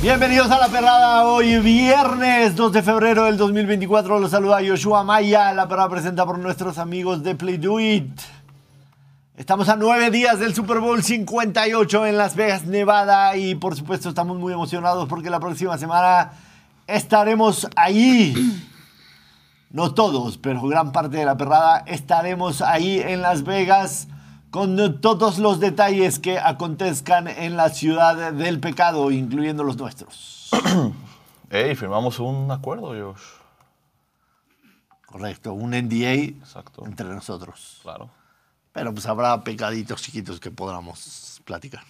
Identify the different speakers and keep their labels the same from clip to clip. Speaker 1: Bienvenidos a La Perrada, hoy viernes 2 de febrero del 2024. Los saluda Yoshua Maya, La Perrada presenta por nuestros amigos de Play Do It. Estamos a nueve días del Super Bowl 58 en Las Vegas, Nevada y por supuesto estamos muy emocionados porque la próxima semana estaremos ahí. No todos, pero gran parte de la perrada estaremos ahí en Las Vegas con todos los detalles que acontezcan en la ciudad del pecado, incluyendo los nuestros.
Speaker 2: Ey, firmamos un acuerdo, Josh.
Speaker 1: Correcto, un NDA
Speaker 2: Exacto.
Speaker 1: entre nosotros.
Speaker 2: Claro.
Speaker 1: Pero pues habrá pecaditos chiquitos que podamos platicar.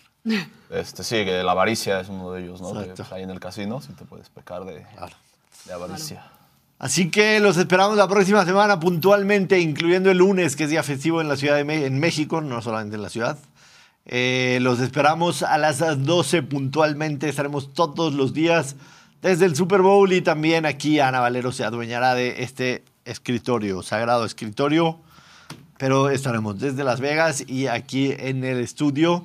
Speaker 2: Este, sí, que la avaricia es uno de ellos, ¿no? Que,
Speaker 1: Exacto.
Speaker 2: pues, ahí en el casino sí te puedes pecar de,
Speaker 1: Claro.
Speaker 2: de avaricia.
Speaker 1: Así que los esperamos la próxima semana puntualmente, incluyendo el lunes, que es día festivo en la Ciudad de Me- en México, no solamente en la ciudad. Eh, los esperamos a las 12 puntualmente, estaremos todos los días desde el Super Bowl y también aquí Ana Valero se adueñará de este escritorio, sagrado escritorio, pero estaremos desde Las Vegas y aquí en el estudio.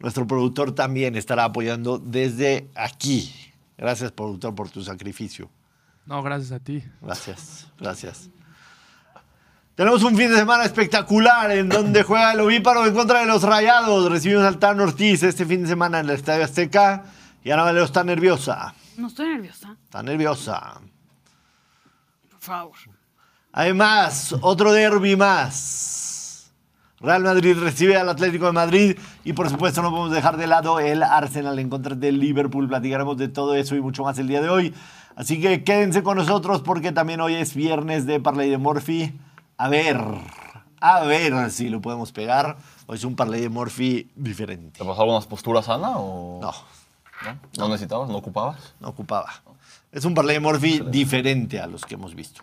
Speaker 1: Nuestro productor también estará apoyando desde aquí. Gracias, productor, por tu sacrificio.
Speaker 3: No, gracias a ti.
Speaker 1: Gracias, gracias. Tenemos un fin de semana espectacular en donde juega el ovíparo en contra de los rayados. Recibimos al Tan Ortiz este fin de semana en el Estadio Azteca. Y Ana Valero está nerviosa.
Speaker 4: No estoy nerviosa,
Speaker 1: Está nerviosa.
Speaker 4: por favor.
Speaker 1: Además, otro derby más. Real Madrid recibe al Atlético de Madrid y por supuesto no podemos dejar de lado el Arsenal en contra del Liverpool. Platicaremos de todo eso y mucho más el día de hoy. Así que quédense con nosotros porque también hoy es viernes de Parley de Morphy. A ver, a ver si lo podemos pegar. Hoy es un Parley de Morphy diferente.
Speaker 2: ¿Te pasó algunas posturas, Ana? O...
Speaker 1: No,
Speaker 2: no. ¿No necesitabas? ¿No ocupabas?
Speaker 1: no ocupaba. Es un Parley de Morphy diferente a los que hemos visto.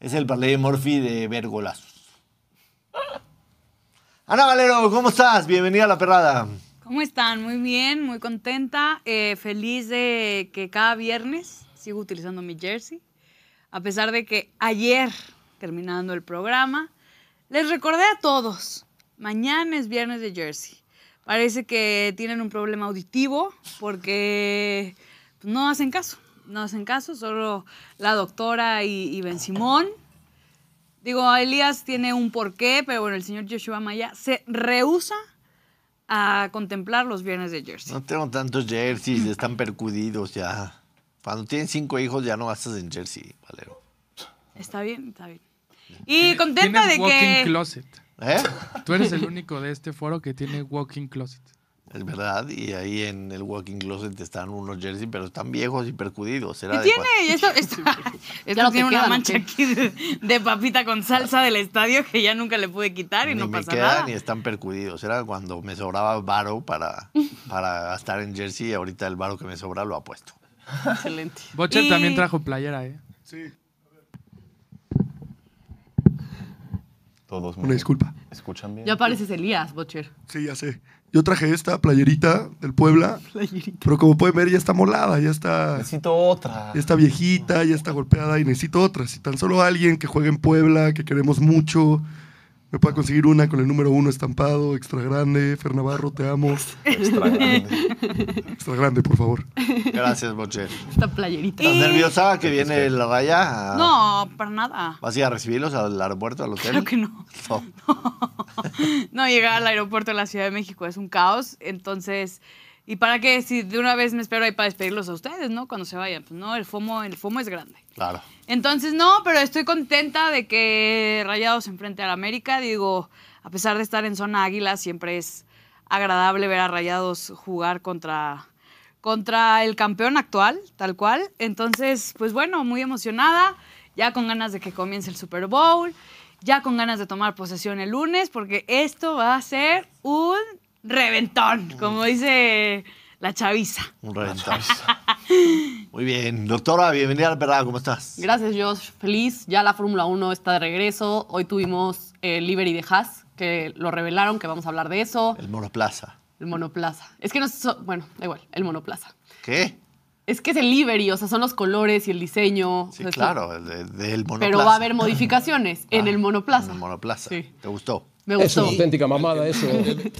Speaker 1: Es el Parley de Morphy de ver golazos. Ana Valero, ¿cómo estás? Bienvenida a La Perrada.
Speaker 4: ¿Cómo están? Muy bien, muy contenta, eh, feliz de que cada viernes sigo utilizando mi jersey, a pesar de que ayer, terminando el programa, les recordé a todos, mañana es viernes de jersey. Parece que tienen un problema auditivo porque pues, no hacen caso, no hacen caso, solo la doctora y, y Ben Simón. Digo, Elías tiene un porqué, pero bueno, el señor Joshua Maya se rehúsa a contemplar los viernes de Jersey.
Speaker 1: No tengo tantos jerseys, están percudidos ya. Cuando tienes cinco hijos ya no gastas en jersey, Valero.
Speaker 4: Está bien, está bien. Y contenta
Speaker 3: Tienes
Speaker 4: de
Speaker 3: walking
Speaker 4: que...
Speaker 3: closet.
Speaker 1: ¿Eh?
Speaker 3: Tú eres el único de este foro que tiene walking closet.
Speaker 1: Es verdad, y ahí en el walking closet están unos jerseys, pero están viejos y percudidos.
Speaker 4: ¿Qué
Speaker 1: Era de pues.
Speaker 4: tiene? Esto, esto- esto
Speaker 5: no te
Speaker 4: tiene una
Speaker 5: quedan,
Speaker 4: mancha
Speaker 5: ¿o qué?
Speaker 4: aquí de, de papita con salsa del estadio que ya nunca le pude quitar
Speaker 1: cuando-
Speaker 4: y
Speaker 1: ni
Speaker 4: no
Speaker 1: me
Speaker 4: pasa
Speaker 1: quedan
Speaker 4: nada.
Speaker 1: ni están percudidos. Era cuando me sobraba varo para, para gastar en jersey y ahorita el varo que me sobra lo apuesto.
Speaker 5: Excelente.
Speaker 3: Bocher
Speaker 4: Y-
Speaker 3: también trajo playera, ¿eh?
Speaker 2: Todos.
Speaker 6: Una disculpa.
Speaker 2: ¿Escuchan bien?
Speaker 5: Ya pareces Elías, Bocher.
Speaker 6: Sí, ya sé. Yo traje esta playerita del Puebla, pero como pueden ver ya está molada, ya está,
Speaker 2: Necesito otra.
Speaker 6: ya está viejita, ya está golpeada y necesito otra. Si tan solo alguien que juegue en Puebla, que queremos mucho, me pueda conseguir una con el número uno estampado, extra grande, Fer Navarro, te amo.
Speaker 2: Extra grande.
Speaker 6: Extra grande, por favor.
Speaker 1: Gracias, Bocher.
Speaker 5: Esta playerita.
Speaker 1: ¿Estás
Speaker 4: Y-
Speaker 1: nerviosa que viene la raya? ah,
Speaker 4: No, para nada.
Speaker 1: ¿Vas a ir a recibirlos al aeropuerto, al hotel? Oh,
Speaker 4: Claro que no.
Speaker 1: No.
Speaker 4: No, llegar al aeropuerto de la Ciudad de México es un caos. Entonces, ¿y para qué? Si de una vez me espero ahí para despedirlos a ustedes, ¿no? Cuando se vayan. Pues no, el FOMO, el FOMO es grande.
Speaker 1: Claro.
Speaker 4: Entonces, no, pero estoy contenta de que Rayados enfrente al América. Digo, a pesar de estar en zona águila, siempre es agradable ver a Rayados jugar contra, contra el campeón actual, tal cual. Entonces, pues bueno, muy emocionada, ya con ganas de que comience el Super Bowl, ya con ganas de tomar posesión el lunes, porque esto va a ser un reventón, como dice la chaviza.
Speaker 1: Un reventón. Muy bien. Doctora, bienvenida al Perrada. ¿Cómo estás?
Speaker 5: Gracias, Josh. Feliz. Ya la Fórmula 1 está de regreso. Hoy tuvimos el Liberty de Haas, que lo revelaron, que vamos a hablar de eso.
Speaker 1: El Monoplaza.
Speaker 5: El monoplaza. Es que no... so- bueno, da igual, el monoplaza.
Speaker 1: ¿Qué?
Speaker 5: Es que es el livery, o sea, son los colores y el diseño. o
Speaker 1: Sí,
Speaker 5: sea, es-
Speaker 1: claro, el de- del monoplaza.
Speaker 5: Pues Pero va a haber modificaciones en
Speaker 1: Ah,
Speaker 5: el monoplaza.
Speaker 1: En el monoplaza.
Speaker 5: Sí.
Speaker 1: ¿Te gustó?
Speaker 5: Me
Speaker 7: Es una
Speaker 5: gustó.
Speaker 7: auténtica mamada eso.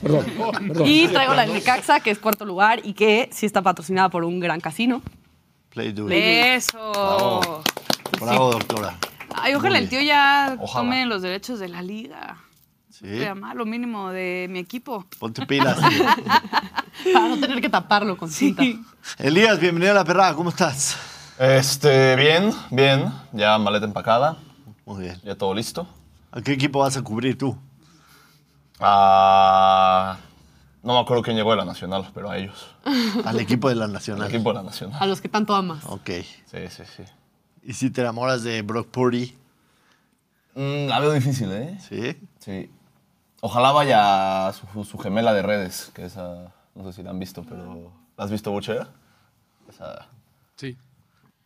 Speaker 7: Perdón, perdón.
Speaker 5: Y traigo la de Necaxa, que es cuarto lugar y que sí está patrocinada por un gran casino.
Speaker 1: Play do it.
Speaker 4: Eso.
Speaker 1: Bravo. Bravo, doctora.
Speaker 4: Ay, ojalá
Speaker 1: Muy
Speaker 4: el tío ya
Speaker 2: Ojalá.
Speaker 4: tome los derechos de la liga.
Speaker 1: Sí.
Speaker 4: Sea más, lo mínimo de mi equipo.
Speaker 1: Ponte pilas.
Speaker 5: Para no tener que taparlo con cinta.
Speaker 1: Elías, bienvenido a la perrada. ¿Cómo estás?
Speaker 2: Este, bien, bien. Ya maleta empacada,
Speaker 1: Muy bien.
Speaker 2: ya todo listo.
Speaker 1: ¿A qué equipo vas a cubrir tú?
Speaker 2: Ah, no me acuerdo quién llegó de la Nacional, pero a ellos.
Speaker 1: Al equipo de la
Speaker 2: Al
Speaker 1: Nacional.
Speaker 2: equipo de la Nacional.
Speaker 5: A los que tanto amas.
Speaker 1: Ok.
Speaker 2: Sí, sí, sí.
Speaker 1: ¿Y si te enamoras de Brock Purdy?
Speaker 2: Mm, la veo difícil, ¿eh?
Speaker 1: Sí.
Speaker 2: Sí. Ojalá vaya su, su gemela de redes, que esa, no sé si la han visto, pero... ¿La has visto, Bochera? Esa...
Speaker 3: Sí.
Speaker 2: Sí,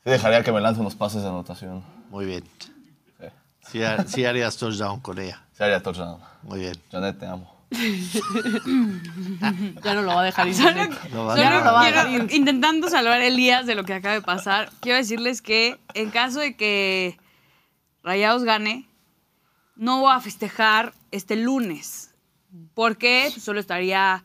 Speaker 2: dejaría que me lance unos pases de anotación.
Speaker 1: Muy bien.
Speaker 2: Sí.
Speaker 1: Sí, ha- sí harías touchdown con ella.
Speaker 2: Se haría touchdown.
Speaker 1: Muy bien.
Speaker 2: Janet, te amo.
Speaker 5: Ya no lo va a dejar ir.
Speaker 1: No va a
Speaker 4: Solo
Speaker 5: Ya no lo va a
Speaker 4: quiero-
Speaker 5: dejar ir.
Speaker 4: intentando salvar a Elías de lo que acaba de pasar, quiero decirles que en caso de que Rayados gane, no voy a festejar este lunes, porque solo estaría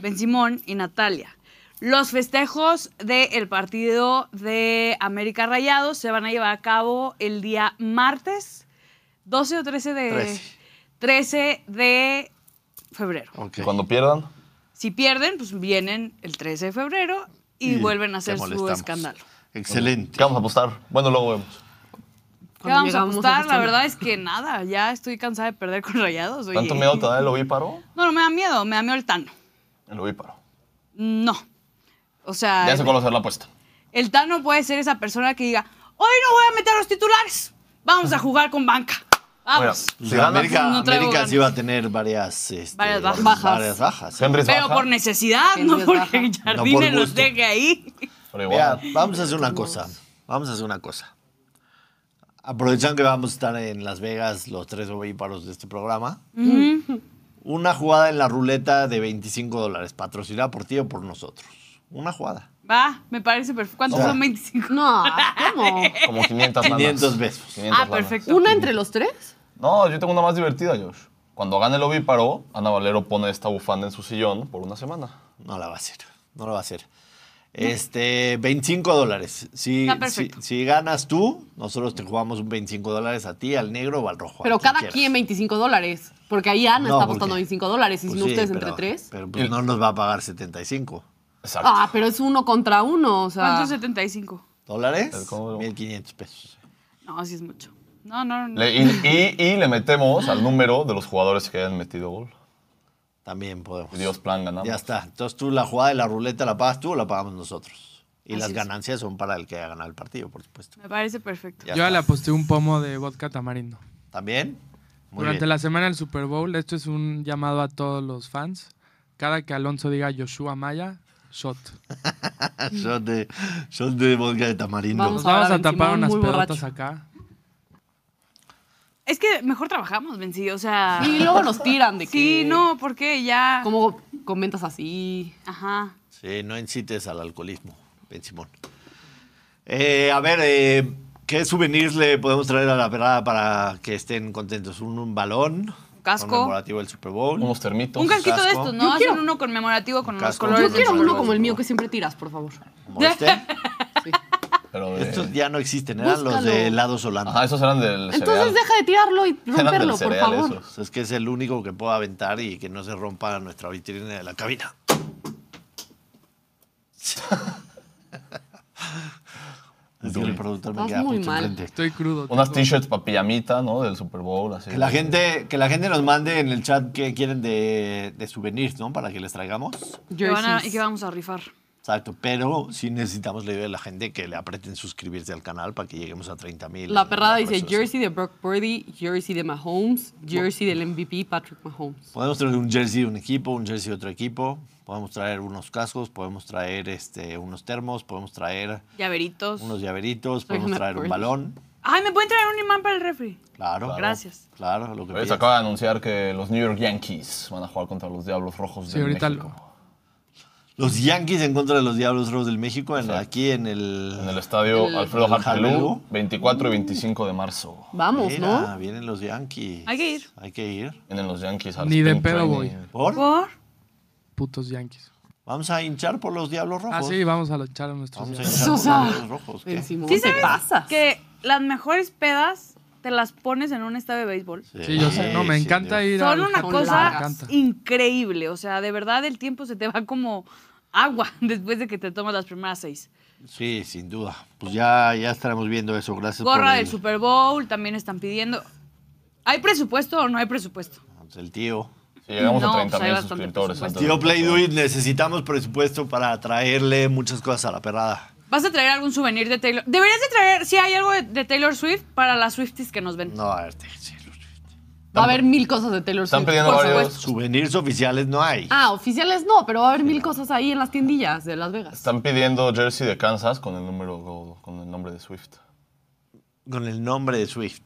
Speaker 4: Ben Simón y Natalia. Los festejos del partido de América Rayados se van a llevar a cabo el día martes 12 o 13 de...
Speaker 1: Trece.
Speaker 4: 13 de febrero.
Speaker 1: Ok.
Speaker 2: Y cuando pierdan,
Speaker 4: Si pierden, pues vienen el 13 de febrero y, vuelven a
Speaker 1: te
Speaker 4: hacer su
Speaker 1: molestamos.
Speaker 4: escándalo.
Speaker 1: Excelente.
Speaker 2: ¿qué vamos a apostar? Bueno, luego vemos.
Speaker 4: ¿Qué
Speaker 5: Cuando
Speaker 4: vamos a
Speaker 5: llegamos
Speaker 4: apostar?
Speaker 5: al
Speaker 4: La
Speaker 5: sistema.
Speaker 4: verdad es que nada, ya estoy cansada de perder con rayados. oye.
Speaker 2: ¿Tanto miedo te da el ovíparo?
Speaker 4: No, no me da miedo, me da miedo el Tano.
Speaker 2: El ovíparo.
Speaker 4: No. O sea,
Speaker 2: Ya sé cuál va a ser la apuesta.
Speaker 4: el Tano puede ser esa persona que diga, hoy no voy a meter a los titulares, vamos a jugar con banca. Vamos.
Speaker 2: Mira,
Speaker 1: O
Speaker 2: si
Speaker 1: sea,
Speaker 2: gana,
Speaker 1: Pues América,
Speaker 4: No traigo
Speaker 1: América
Speaker 4: ganas.
Speaker 1: sí va a tener varias, este,
Speaker 4: Varias bajas.
Speaker 1: varias bajas. ¿eh?
Speaker 2: Henry es
Speaker 4: Pero
Speaker 2: baja,
Speaker 4: por necesidad,
Speaker 5: Sí,
Speaker 4: no
Speaker 5: no es baja.
Speaker 4: porque
Speaker 5: No
Speaker 1: por
Speaker 4: Jardine los
Speaker 1: gusto.
Speaker 4: deje ahí.
Speaker 2: pero igual.
Speaker 1: Mira, vamos a hacer una cosa. Vamos a hacer una cosa. Aprovechando que vamos a estar en Las Vegas los tres ovíparos de este programa. Una jugada en la ruleta de 25 dólares, patrocinada por ti o por nosotros. Una jugada.
Speaker 4: Va, me parece perfecto. ¿Cuántos
Speaker 1: O sea,
Speaker 4: son 25?
Speaker 5: No, ¿cómo?
Speaker 2: Como 500 lanas.
Speaker 1: 500 besos.
Speaker 2: 500
Speaker 4: Ah,
Speaker 2: lanas.
Speaker 4: perfecto.
Speaker 5: ¿Una entre los tres?
Speaker 2: No, yo tengo una más divertida, Josh. Cuando gane el ovíparo, Ana Valero pone esta bufanda en su sillón por una semana.
Speaker 1: No la va a hacer. No la va a hacer. Este, 25 dólares. Si,
Speaker 4: Está
Speaker 1: si,
Speaker 4: perfecto.
Speaker 1: si ganas tú, nosotros te jugamos un 25 dólares a ti, al negro o al rojo.
Speaker 5: Pero
Speaker 1: al que
Speaker 5: cada
Speaker 1: quieras.
Speaker 5: quien 25 dólares. Porque ahí Ana
Speaker 1: No,
Speaker 5: está
Speaker 1: ¿por
Speaker 5: apostando
Speaker 1: qué?
Speaker 5: 25 dólares. Y si
Speaker 1: Pues
Speaker 5: no,
Speaker 1: sí,
Speaker 5: ustedes
Speaker 1: pero-
Speaker 5: entre tres.
Speaker 1: Pero pues, no nos va a pagar 75.
Speaker 2: Exacto.
Speaker 5: Ah, pero es uno contra uno. O sea,
Speaker 4: ¿Cuántos 75?
Speaker 1: ¿Dólares?
Speaker 2: Pero ¿cómo lo-
Speaker 1: 1.500 pesos.
Speaker 4: No, sí es mucho. No, no, no.
Speaker 2: Le- y, y- y le metemos al número de los jugadores que hayan metido gol.
Speaker 1: También podemos.
Speaker 2: Dios plan, ganamos.
Speaker 1: Ya está. Entonces tú la jugada de la ruleta la pagas tú o la pagamos nosotros. Y
Speaker 4: Así
Speaker 1: las
Speaker 4: es.
Speaker 1: ganancias son para el que haya ganado el partido, por supuesto.
Speaker 4: Me parece perfecto.
Speaker 1: Ya
Speaker 3: Yo
Speaker 1: está.
Speaker 3: le aposté un pomo de vodka tamarindo.
Speaker 1: ¿También? Muy
Speaker 3: Durante
Speaker 1: bien.
Speaker 3: la semana del Super Bowl, esto es un llamado a todos los fans. Cada que Alonso diga Joshua Maya, shot.
Speaker 1: Shot de, shot de vodka de tamarindo.
Speaker 3: Nos
Speaker 5: Vamos a
Speaker 3: vamos
Speaker 5: hablar
Speaker 3: a
Speaker 5: de
Speaker 3: tapar
Speaker 5: Simón
Speaker 3: unas
Speaker 5: muy
Speaker 3: pelotas
Speaker 5: borracho.
Speaker 3: acá.
Speaker 4: Es que mejor trabajamos, Benzi. O sea.
Speaker 5: Y luego nos tiran de que.
Speaker 4: Sí, no, porque ya.
Speaker 5: ¿Cómo comentas así?
Speaker 4: Ajá.
Speaker 1: Sí, no incites al alcoholismo, Ben Simón. Eh, a ver, eh, ¿qué souvenirs le podemos traer a la perrada para que estén contentos? ¿Un, un balón?
Speaker 4: Un casco.
Speaker 1: Conmemorativo del Super Bowl.
Speaker 2: Unos termitos.
Speaker 4: Un casquito de
Speaker 1: casco.
Speaker 4: estos,
Speaker 5: Yo
Speaker 4: ¿no?
Speaker 5: quiero-
Speaker 4: Hacen uno conmemorativo con los
Speaker 1: casco.
Speaker 4: colores.
Speaker 5: Yo
Speaker 1: Colores
Speaker 5: quiero
Speaker 1: del
Speaker 5: uno
Speaker 1: Barça,
Speaker 5: como el mío
Speaker 1: ¿no?
Speaker 5: que siempre tiras, por favor.
Speaker 1: como este.
Speaker 2: Pero de-
Speaker 1: Estos ya no existen, eran los
Speaker 5: Búscalo.
Speaker 1: de helados Holanda.
Speaker 2: Ajá, esos eran del cereal.
Speaker 5: Entonces deja de tirarlo y
Speaker 2: Eran del
Speaker 5: romperlo, por
Speaker 2: cereal
Speaker 5: favor.
Speaker 2: esos.
Speaker 1: Pues es que es el único que puedo aventar y que no se rompa nuestra vitrina de la cabina. es que el productor me
Speaker 5: Estás
Speaker 1: queda
Speaker 5: muy
Speaker 1: justo
Speaker 5: mal.
Speaker 1: enfrente.
Speaker 3: Estoy crudo.
Speaker 2: Unas
Speaker 3: tengo-
Speaker 2: t-shirts para pijamita, ¿no? Del Super Bowl, así.
Speaker 1: Que la, gente, que la gente nos mande en el chat qué quieren de, de souvenirs, ¿no? Para que les traigamos.
Speaker 4: Que van a-
Speaker 5: Jerseys.
Speaker 4: y que vamos a rifar.
Speaker 1: Exacto, pero sí necesitamos la ayuda de la gente que le aprieten suscribirse al canal para que lleguemos a 30 mil.
Speaker 5: La perrada dice jersey de Brock Purdy, jersey de Mahomes, jersey del MVP Patrick Mahomes.
Speaker 1: Podemos traer un jersey de un equipo, un jersey de otro equipo. Podemos traer unos cascos, podemos traer este, unos termos, podemos traer
Speaker 4: Llaveritos.
Speaker 1: unos llaveritos,
Speaker 5: Soy
Speaker 1: podemos
Speaker 5: una
Speaker 1: traer un
Speaker 5: Purdy.
Speaker 1: balón.
Speaker 4: Ay, ¿me pueden traer un imán para el refri?
Speaker 1: Claro.
Speaker 4: Gracias.
Speaker 1: Claro, lo que
Speaker 2: Hoy se
Speaker 1: pidas.
Speaker 2: acaba de anunciar que los New York Yankees van a jugar contra los Diablos Rojos
Speaker 3: Sí,
Speaker 2: de
Speaker 3: ahorita
Speaker 2: México.
Speaker 1: Los Yankees en contra de los Diablos Rojos del México, en- aquí en el...
Speaker 2: En el estadio Alfredo
Speaker 1: el Jalú.
Speaker 2: Harpelú, 24 y 25 de marzo.
Speaker 5: Vamos,
Speaker 1: Mira,
Speaker 5: ¿no?
Speaker 1: vienen los Yankees.
Speaker 4: Hay que ir.
Speaker 1: Hay que ir.
Speaker 2: Vienen los Yankees. al
Speaker 3: Ni de
Speaker 2: spring
Speaker 3: pedo
Speaker 2: training.
Speaker 3: voy.
Speaker 1: ¿Por?
Speaker 4: ¿Por?
Speaker 3: Putos yankees.
Speaker 1: Vamos a hinchar por los Diablos Rojos.
Speaker 3: Ah, sí, vamos a luchar a nuestros
Speaker 1: Vamos a
Speaker 3: Yankees.
Speaker 1: hinchar por los
Speaker 5: Sosa.
Speaker 1: Diablos Rojos. ¿qué?
Speaker 5: Ben Simón,
Speaker 4: ¿Sí
Speaker 5: te
Speaker 4: sabes
Speaker 5: pasas.
Speaker 4: Que las mejores pedas te las pones en un estadio de béisbol.
Speaker 3: Sí, yo sé. No, me
Speaker 1: sí,
Speaker 3: encanta
Speaker 1: Dios.
Speaker 3: ir
Speaker 4: Son
Speaker 3: al
Speaker 4: una
Speaker 3: Japón,
Speaker 4: cosa
Speaker 3: Me encanta.
Speaker 4: increíble. O sea, de verdad el tiempo se te va como agua después de que te tomas las primeras seis.
Speaker 1: Sí, sin duda. Pues ya, ya estaremos viendo eso. Gracias
Speaker 4: Gorra
Speaker 1: por
Speaker 4: del Super Bowl también están pidiendo. ¿Hay presupuesto o no hay presupuesto?
Speaker 1: el, el tío.
Speaker 2: Si llegamos
Speaker 4: No,
Speaker 2: a
Speaker 4: pues
Speaker 2: 30
Speaker 4: hay
Speaker 2: mil
Speaker 4: bastante
Speaker 2: suscriptores.
Speaker 4: presupuesto.
Speaker 2: antes
Speaker 1: Tío
Speaker 2: de-
Speaker 1: Play Do It, necesitamos presupuesto para traerle muchas cosas a la perrada.
Speaker 4: ¿Vas a traer algún souvenir de Taylor? Deberías de traer, si hay algo de, de Taylor Swift, para las Swifties que nos ven.
Speaker 1: No, a ver, te- sí, los-
Speaker 5: Va a haber mil cosas de Taylor Swift.
Speaker 2: Están pidiendo
Speaker 5: por
Speaker 2: varios.
Speaker 5: supuesto.
Speaker 1: souvenirs oficiales no hay.
Speaker 5: Ah, oficiales no, pero va a haber mil cosas ahí en las tiendillas de Las Vegas.
Speaker 2: Están pidiendo jersey de Kansas con el número con el nombre de Swift.
Speaker 1: Con el nombre de Swift.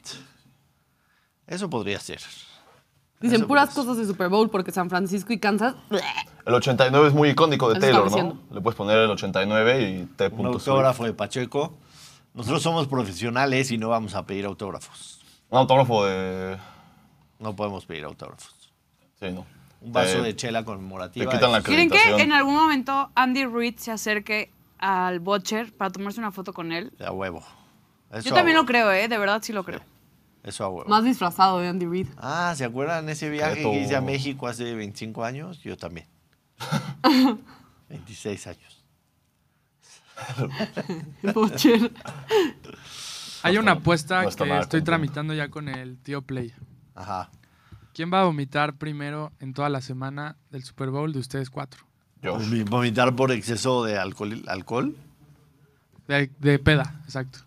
Speaker 1: Eso podría ser.
Speaker 5: Dicen
Speaker 1: Eso
Speaker 5: puras
Speaker 1: pues.
Speaker 5: cosas de Super Bowl porque San Francisco y Kansas.
Speaker 2: El 89 es muy icónico de
Speaker 5: Eso estaba
Speaker 2: Taylor, ¿no?
Speaker 5: diciendo.
Speaker 2: Le puedes poner el 89 y T.
Speaker 1: Un
Speaker 2: Swift.
Speaker 1: autógrafo de Pacheco. Nosotros somos profesionales y no vamos a pedir autógrafos.
Speaker 2: Un autógrafo de.
Speaker 1: No podemos pedir autógrafos.
Speaker 2: Sí, no.
Speaker 1: Un vaso
Speaker 2: Te-
Speaker 1: de chela
Speaker 2: Eh, Te
Speaker 1: conmemorativa.
Speaker 2: quitan la
Speaker 4: ¿Quieren que
Speaker 2: acreditación.
Speaker 4: en algún momento Andy Reid se acerque al Butcher para tomarse una foto con él?
Speaker 1: De a huevo. Eso
Speaker 4: Yo
Speaker 1: a
Speaker 4: también lo
Speaker 1: huevo.
Speaker 4: creo, ¿eh? De verdad sí lo creo.
Speaker 1: Eso a huevo.
Speaker 5: Más disfrazado de Andy Reid.
Speaker 1: Ah, ¿se acuerdan ese viaje
Speaker 2: Creto.
Speaker 1: que hice a México hace 25 años? Yo también. 26 años.
Speaker 5: Bocher.
Speaker 3: Hay
Speaker 2: No
Speaker 3: una
Speaker 2: está-
Speaker 3: apuesta
Speaker 2: no está
Speaker 3: que
Speaker 2: nada
Speaker 3: estoy
Speaker 2: contento.
Speaker 3: tramitando ya con el tío Play.
Speaker 1: Ajá.
Speaker 3: ¿Quién va a vomitar primero en toda la semana del Super Bowl de ustedes cuatro?
Speaker 2: Yo.
Speaker 1: Vom- Vomitar por exceso de alcohol. alcohol.
Speaker 3: De, de peda, exacto.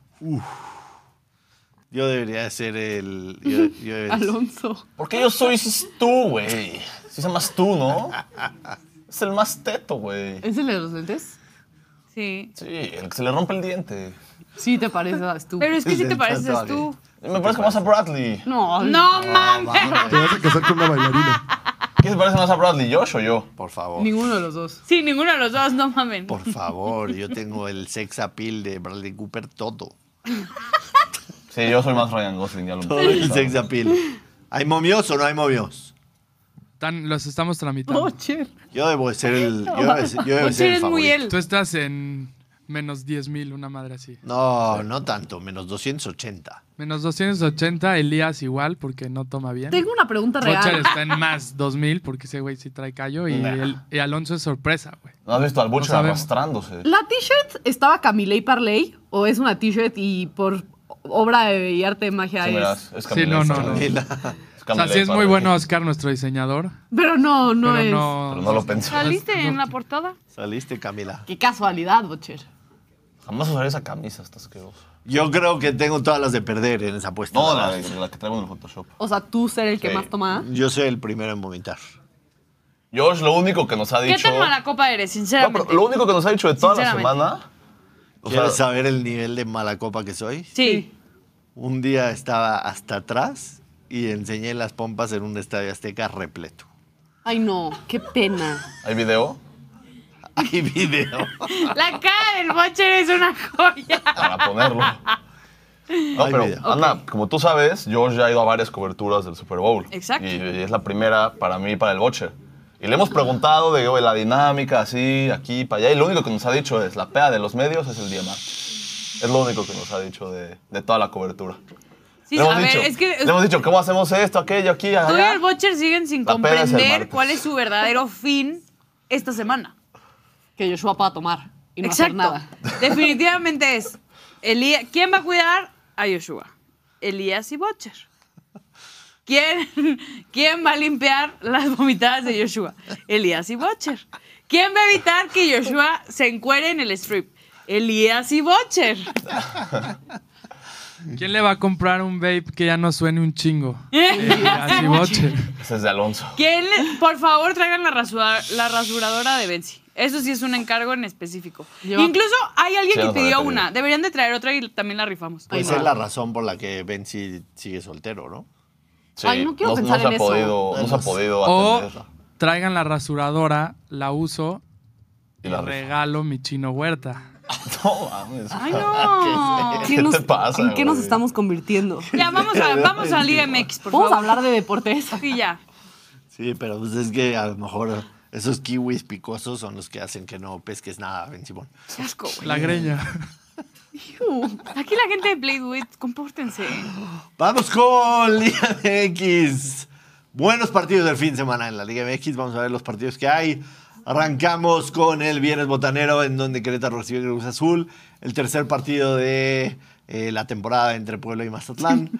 Speaker 1: Yo debería de ser el. Yo, yo debería-
Speaker 5: Alonso.
Speaker 2: ¿Por qué yo soy si es tú, güey? Si es el más tú, ¿no? Es el más teto, güey.
Speaker 5: ¿Es el de los lentes?
Speaker 4: Sí.
Speaker 2: Sí, el que se le rompe el diente.
Speaker 5: Sí, te parece estúpido.
Speaker 4: Pero es que si te
Speaker 1: Del
Speaker 4: pareces
Speaker 1: tatuaje.
Speaker 4: tú.
Speaker 2: Me parece más a Bradley.
Speaker 5: No,
Speaker 4: ¡No mames!
Speaker 6: Te vas a casar con una bailarina.
Speaker 2: ¿Quién se parece más a Bradley, Josh o yo?
Speaker 1: Por favor.
Speaker 5: ninguno de los dos.
Speaker 4: Sí, ninguno de los dos, no mamen.
Speaker 1: Por favor. Yo tengo el sex appeal de Bradley Cooper todo.
Speaker 2: Sí, yo soy más Ryan Gosling, ya lo
Speaker 1: Todo el sex appeal. ¿Hay momios o no hay momios?
Speaker 3: Están- los estamos tramitando.
Speaker 5: Bocher.
Speaker 1: Yo debo de ser el. Yo debo de ser, yo debo de
Speaker 4: Pues
Speaker 1: ser el
Speaker 4: eres muy
Speaker 1: favorito.
Speaker 4: él.
Speaker 3: Tú estás en menos 10.000, una madre así.
Speaker 1: No, no tanto. Menos 280.
Speaker 3: Menos 280, Elías igual, porque no toma bien.
Speaker 5: Tengo una pregunta
Speaker 3: Rocher
Speaker 5: real.
Speaker 3: está en más 2000 porque ese güey sí trae callo y, el- y Alonso es sorpresa, güey.
Speaker 2: ¿No has visto al Butcher
Speaker 3: sabemos.
Speaker 2: arrastrándose?
Speaker 5: ¿La t-shirt estaba Camille y Parley? ¿O es una t-shirt y por obra de- y arte de magia
Speaker 2: Sí,
Speaker 5: es?
Speaker 2: miras, es
Speaker 3: Sí, no,
Speaker 2: Camila,
Speaker 3: no,
Speaker 2: es
Speaker 3: no.
Speaker 2: Camila. Es
Speaker 3: O sea,
Speaker 2: Camila
Speaker 3: sí es muy
Speaker 2: Parra.
Speaker 3: bueno Oscar, nuestro diseñador,
Speaker 5: Pero no, no
Speaker 3: pero
Speaker 5: es.
Speaker 3: no...
Speaker 2: Pero no lo pensé.
Speaker 4: ¿Saliste en la portada?
Speaker 1: Saliste, Camila.
Speaker 5: Qué casualidad, Bocher.
Speaker 2: Jamás usaré esa camisa, estás asqueroso.
Speaker 1: Yo creo que tengo todas las de perder en esa apuesta.
Speaker 2: No,
Speaker 1: la
Speaker 2: la,
Speaker 1: verdad.
Speaker 2: la que traigo en el Photoshop.
Speaker 5: O sea, tú ser el que
Speaker 2: Sí.
Speaker 5: más toma.
Speaker 1: Yo soy el primero en vomitar.
Speaker 2: Josh, lo único que nos ha
Speaker 4: ¿Qué
Speaker 2: dicho...
Speaker 4: tan mala copa eres,
Speaker 2: No, pero
Speaker 4: sinceramente?
Speaker 2: lo único que nos ha dicho de toda la
Speaker 4: Sinceramente.
Speaker 2: semana... O sea,
Speaker 1: ¿Quieres saber el nivel de mala copa que soy?
Speaker 4: Sí.
Speaker 1: Un día estaba hasta atrás y enseñé las pompas en un estadio azteca repleto.
Speaker 5: Ay, no, qué pena.
Speaker 2: ¿hay video?
Speaker 1: Hay video.
Speaker 4: La cara del Bocher es una joya.
Speaker 2: para ponerlo. No,
Speaker 1: Ay,
Speaker 2: pero
Speaker 1: mira.
Speaker 2: Ana, como tú sabes, yo ya he ido a varias coberturas del Super Bowl.
Speaker 4: Exacto.
Speaker 2: Y, y es la primera para mí y para el Boche. Y le hemos preguntado de oye, la dinámica, así, aquí, para allá. Y lo único que nos ha dicho es, la pea de los medios es el día martes. Es lo único que nos ha dicho de, de toda la cobertura.
Speaker 4: Sí,
Speaker 2: le hemos
Speaker 4: a ver,
Speaker 2: dicho,
Speaker 4: es que
Speaker 2: le hemos dicho, ¿cómo hacemos esto, aquello, aquí, Ah,
Speaker 4: tú y
Speaker 2: allá?
Speaker 4: el Bocher siguen sin
Speaker 2: La peda es el
Speaker 4: comprender
Speaker 2: martes.
Speaker 4: cuál es su verdadero fin esta semana.
Speaker 5: Que Joshua pueda tomar y no hacer
Speaker 4: Exacto.
Speaker 5: nada.
Speaker 4: Definitivamente es. Elía- ¿Quién va a cuidar a Yoshua? Elías y Bocher. ¿Quién, ¿Quién va a limpiar las vomitadas de Yoshua? Elías y Bocher. ¿Quién va a evitar que Yoshua se encuere en el strip? Elías y Bocher.
Speaker 3: ¿Quién le va a comprar un vape que ya no suene un chingo? Eh, así boche.
Speaker 2: Ese es de Alonso.
Speaker 4: ¿Quién le- por favor, traigan la, rasura- la rasuradora de Benzi. Eso sí es un encargo en específico.
Speaker 5: Yo-
Speaker 4: Incluso hay alguien
Speaker 2: Sí,
Speaker 4: que
Speaker 2: nos había
Speaker 4: pidió
Speaker 2: pedido.
Speaker 4: una. Deberían de traer otra y también la rifamos.
Speaker 5: Ay,
Speaker 1: Pues
Speaker 5: no.
Speaker 1: es la razón por la que Benzi sigue soltero, ¿no?
Speaker 2: Sí,
Speaker 5: Ay, no quiero pensar
Speaker 2: se
Speaker 5: en
Speaker 2: ha
Speaker 5: eso.
Speaker 2: Podido, no se ha podido
Speaker 3: O
Speaker 2: atender.
Speaker 3: traigan la rasuradora, la uso
Speaker 2: Y la rifa.
Speaker 3: Regalo mi chino huerta.
Speaker 2: No mames.
Speaker 4: ¡Ay, no!
Speaker 2: ¿Qué,
Speaker 5: ¿Qué nos-
Speaker 2: te pasa?
Speaker 5: ¿En qué nos
Speaker 2: güey?
Speaker 5: estamos convirtiendo?
Speaker 4: Ya, vamos a, vamos a Liga MX, por
Speaker 5: ¿Podemos
Speaker 4: favor.
Speaker 5: hablar de deportes?
Speaker 4: Y ya.
Speaker 1: Sí, pero pues es que a lo mejor esos kiwis picosos son los que hacen que no pesques nada, Ben Simón.
Speaker 4: Qué asco, güey.
Speaker 3: La greña.
Speaker 4: Aquí la gente de Playduit, compórtense.
Speaker 1: Vamos con Liga MX. Buenos partidos del fin de semana en la Liga MX. Vamos a ver los partidos que hay. Arrancamos con el Viernes Botanero, en donde Querétaro recibe a Cruz Azul. El tercer partido de eh, la temporada entre Puebla y Mazatlán.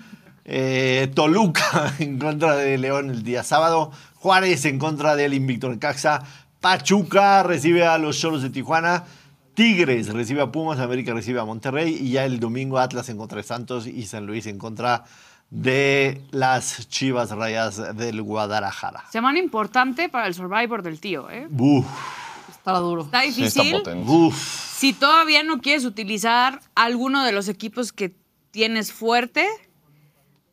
Speaker 1: Eh, Toluca en contra de León el día sábado. Juárez en contra del Invicto Necaxa. Pachuca recibe a los Cholos de Tijuana. Tigres recibe a Pumas, América recibe a Monterrey y ya el domingo Atlas en contra de Santos y San Luis en contra de las Chivas Rayas del Guadalajara.
Speaker 4: Semana importante para el Survivor del tío, ¿eh?
Speaker 1: Uf,
Speaker 5: Estará duro.
Speaker 4: Está
Speaker 2: Sí, está
Speaker 4: difícil.
Speaker 2: potente.
Speaker 1: uf.
Speaker 4: si todavía no quieres utilizar alguno de los equipos que tienes fuerte,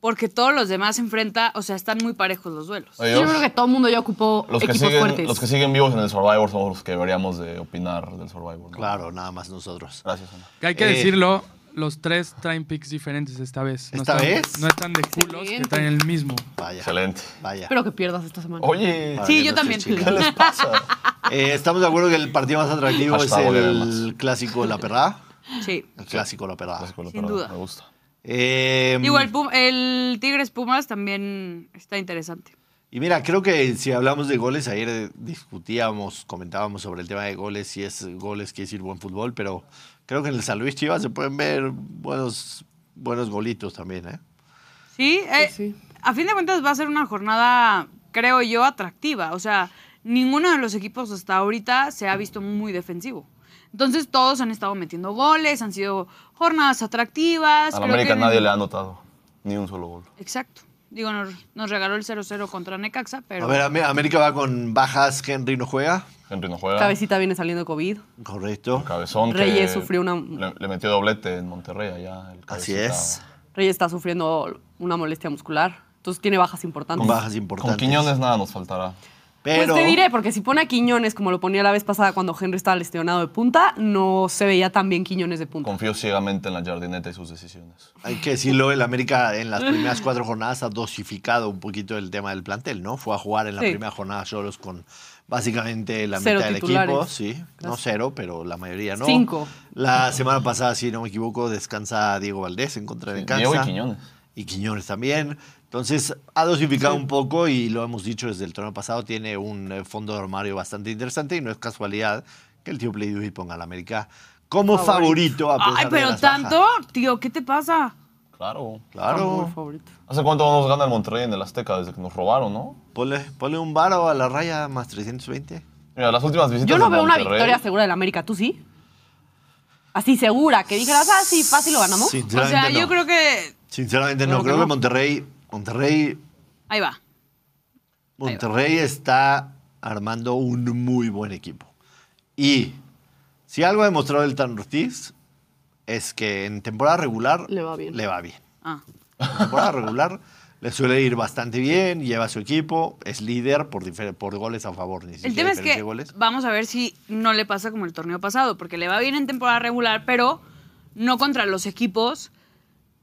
Speaker 4: porque todos los demás se enfrenta, o sea, están muy parejos los duelos.
Speaker 2: Oye,
Speaker 5: Yo
Speaker 2: los-
Speaker 5: creo que todo el mundo ya ocupó
Speaker 2: los, que
Speaker 5: equipos
Speaker 2: siguen,
Speaker 5: fuertes.
Speaker 2: los que siguen vivos en el Survivor son los que deberíamos de opinar del Survivor. ¿no?
Speaker 1: Claro, nada más nosotros.
Speaker 2: Gracias, Ana.
Speaker 3: Que hay que
Speaker 1: Eh.
Speaker 3: decirlo, los tres traen picks diferentes esta vez.
Speaker 1: ¿Esta
Speaker 3: están,
Speaker 1: vez?
Speaker 3: No están de culos, que
Speaker 5: Excelente.
Speaker 3: traen el mismo.
Speaker 1: Vaya,
Speaker 2: Excelente.
Speaker 1: vaya.
Speaker 5: Espero que pierdas esta semana.
Speaker 2: Oye,
Speaker 1: Para
Speaker 4: Sí,
Speaker 1: que
Speaker 4: yo
Speaker 1: no se
Speaker 4: también.
Speaker 1: chingue.
Speaker 2: ¿qué les pasa?
Speaker 1: Eh, estamos de acuerdo que el partido más atractivo es
Speaker 2: Hashtag
Speaker 1: el
Speaker 2: Olemas.
Speaker 1: clásico de la perrada.
Speaker 4: Sí.
Speaker 1: El clásico de la perrada.
Speaker 2: Clásico, la
Speaker 4: Sin
Speaker 2: verdad,
Speaker 4: duda.
Speaker 2: Me gusta.
Speaker 1: Eh,
Speaker 4: Digo, el, Pum- el Tigres Pumas también está interesante.
Speaker 1: Y mira, creo que si hablamos de goles, ayer discutíamos, comentábamos sobre el tema de goles, si es goles, quiere decir buen fútbol, pero creo que en el San Luis Chivas se pueden ver buenos, buenos golitos también, ¿eh?
Speaker 4: Sí, eh,
Speaker 5: sí.
Speaker 4: a fin de cuentas va a ser una jornada, creo yo, atractiva. O sea, ninguno de los equipos hasta ahorita se ha visto muy defensivo. Entonces todos han estado metiendo goles, han sido jornadas atractivas.
Speaker 2: A la
Speaker 4: creo
Speaker 2: América
Speaker 4: que-
Speaker 2: nadie le ha anotado. Ni un solo gol.
Speaker 4: Exacto. Digo, nos, nos regaló el 0-0 contra Necaxa, pero
Speaker 1: A ver, Am- América va con bajas, Henry no juega,
Speaker 2: Henry no juega.
Speaker 5: Cabecita viene saliendo de COVID.
Speaker 1: correcto.
Speaker 2: Cabezón. que
Speaker 5: Reyes sufrió una-
Speaker 2: Le, le metió doblete en Monterrey allá. El
Speaker 1: Así
Speaker 2: cabecita.
Speaker 1: es.
Speaker 5: Reyes está sufriendo una molestia muscular. Entonces tiene bajas importantes.
Speaker 1: Con bajas
Speaker 2: Con
Speaker 1: importantes.
Speaker 2: Quiñones nada nos faltará.
Speaker 1: Pero,
Speaker 5: Pues te diré, porque si pone a Quiñones, como lo ponía la vez pasada cuando Henry estaba lesionado de punta, no se veía tan bien Quiñones de punta.
Speaker 2: Confío ciegamente en la jardineta y sus decisiones.
Speaker 1: hay que decirlo, el América en las primeras cuatro jornadas ha dosificado un poquito el tema del plantel, ¿no? Fue a jugar en la
Speaker 5: Sí.
Speaker 1: primera jornada solos con básicamente la
Speaker 5: Cero
Speaker 1: mitad del
Speaker 5: titulares.
Speaker 1: equipo, sí. No cero, pero la mayoría no.
Speaker 5: Cinco.
Speaker 1: La semana pasada, si no me equivoco, descansa Diego Valdés en contra de Necaxa.
Speaker 2: Diego y Quiñones.
Speaker 1: Y Quiñones también. Entonces, ha dosificado un poco y lo hemos dicho desde el torneo pasado, tiene un eh, fondo de armario bastante interesante y no es casualidad que el tío Playduy ponga a la América como favorito. a pesar
Speaker 4: Ay,
Speaker 1: de
Speaker 4: pero
Speaker 1: las bajas.
Speaker 4: tanto, tío, ¿qué te pasa?
Speaker 2: Claro.
Speaker 5: Muy
Speaker 1: Claro,
Speaker 5: favorito.
Speaker 2: ¿Hace cuánto no nos gana el Monterrey en el Azteca? Desde que nos robaron, ¿no?
Speaker 1: ponle, ponle un varo a la raya más 320.
Speaker 2: Mira, las últimas visitas
Speaker 5: Yo no
Speaker 2: de
Speaker 5: veo una
Speaker 2: Monterrey,
Speaker 5: victoria segura del América, ¿tú sí? Así segura, que dijeras, ah, sí, fácil lo ganamos.
Speaker 4: O
Speaker 1: Sinceramente
Speaker 4: sea,
Speaker 1: no.
Speaker 4: yo creo que.
Speaker 1: Sinceramente no,
Speaker 5: Creo que
Speaker 1: creo que
Speaker 5: no.
Speaker 1: Monterrey, Monterrey
Speaker 4: Ahí va.
Speaker 1: Monterrey está armando un muy buen equipo. Y si algo ha demostrado el Tan Ortiz es que en temporada regular
Speaker 5: Le va bien.
Speaker 1: Le va bien.
Speaker 4: Ah.
Speaker 1: En temporada regular le suele ir bastante bien, lleva a su equipo, es líder por, difer- por goles a favor. Ni
Speaker 4: El
Speaker 1: siquiera
Speaker 4: tema es
Speaker 1: diferencia
Speaker 4: que
Speaker 1: de goles.
Speaker 4: vamos a ver si no le pasa como el torneo pasado, porque le va bien en temporada regular, pero no contra los equipos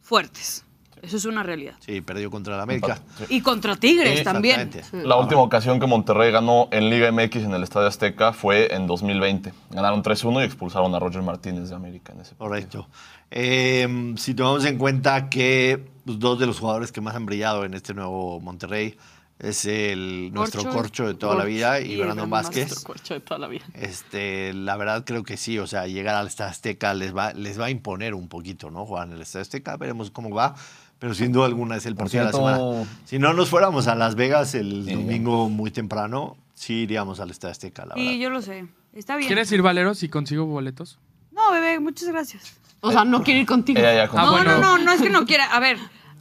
Speaker 4: fuertes. Eso es una realidad.
Speaker 1: Sí, perdió contra el América.
Speaker 4: Y contra Tigres
Speaker 2: Sí,
Speaker 4: también.
Speaker 1: Exactamente.
Speaker 2: La última ocasión que Monterrey ganó en Liga MX en el Estadio Azteca fue en 2020. Ganaron 3-1 y expulsaron a Roger Martínez de América en ese partido.
Speaker 1: Correcto. Eh, si tomamos en cuenta que pues, dos de los jugadores que más han brillado en este nuevo Monterrey es el, nuestro
Speaker 4: Corcho.
Speaker 1: corcho de toda la
Speaker 5: Corcho
Speaker 1: vida y,
Speaker 5: y
Speaker 1: Brandon
Speaker 5: Brandon
Speaker 1: Vázquez.
Speaker 5: Nuestro corcho de toda la vida.
Speaker 1: Este, la verdad creo que sí, o sea, llegar al Estadio Azteca les va, les va a imponer un poquito, ¿no? Jugar en el Estadio Azteca, veremos cómo va, pero sin duda alguna es el
Speaker 2: Por
Speaker 1: partido de la
Speaker 2: cierto- Eh,
Speaker 1: semana. Si no nos fuéramos a Las Vegas el
Speaker 2: Sí.
Speaker 1: domingo muy temprano, sí iríamos al Estadio Azteca, la verdad.
Speaker 4: Y yo lo sé. Está bien.
Speaker 3: ¿Quieres ir, Valero, si consigo boletos?
Speaker 4: No, bebé, muchas gracias.
Speaker 5: O sea, no quiero ir contigo.
Speaker 1: Eh,
Speaker 2: Ella ya con-
Speaker 3: Ah,
Speaker 4: no,
Speaker 3: bueno.
Speaker 4: no, no, no es que no quiera. A ver.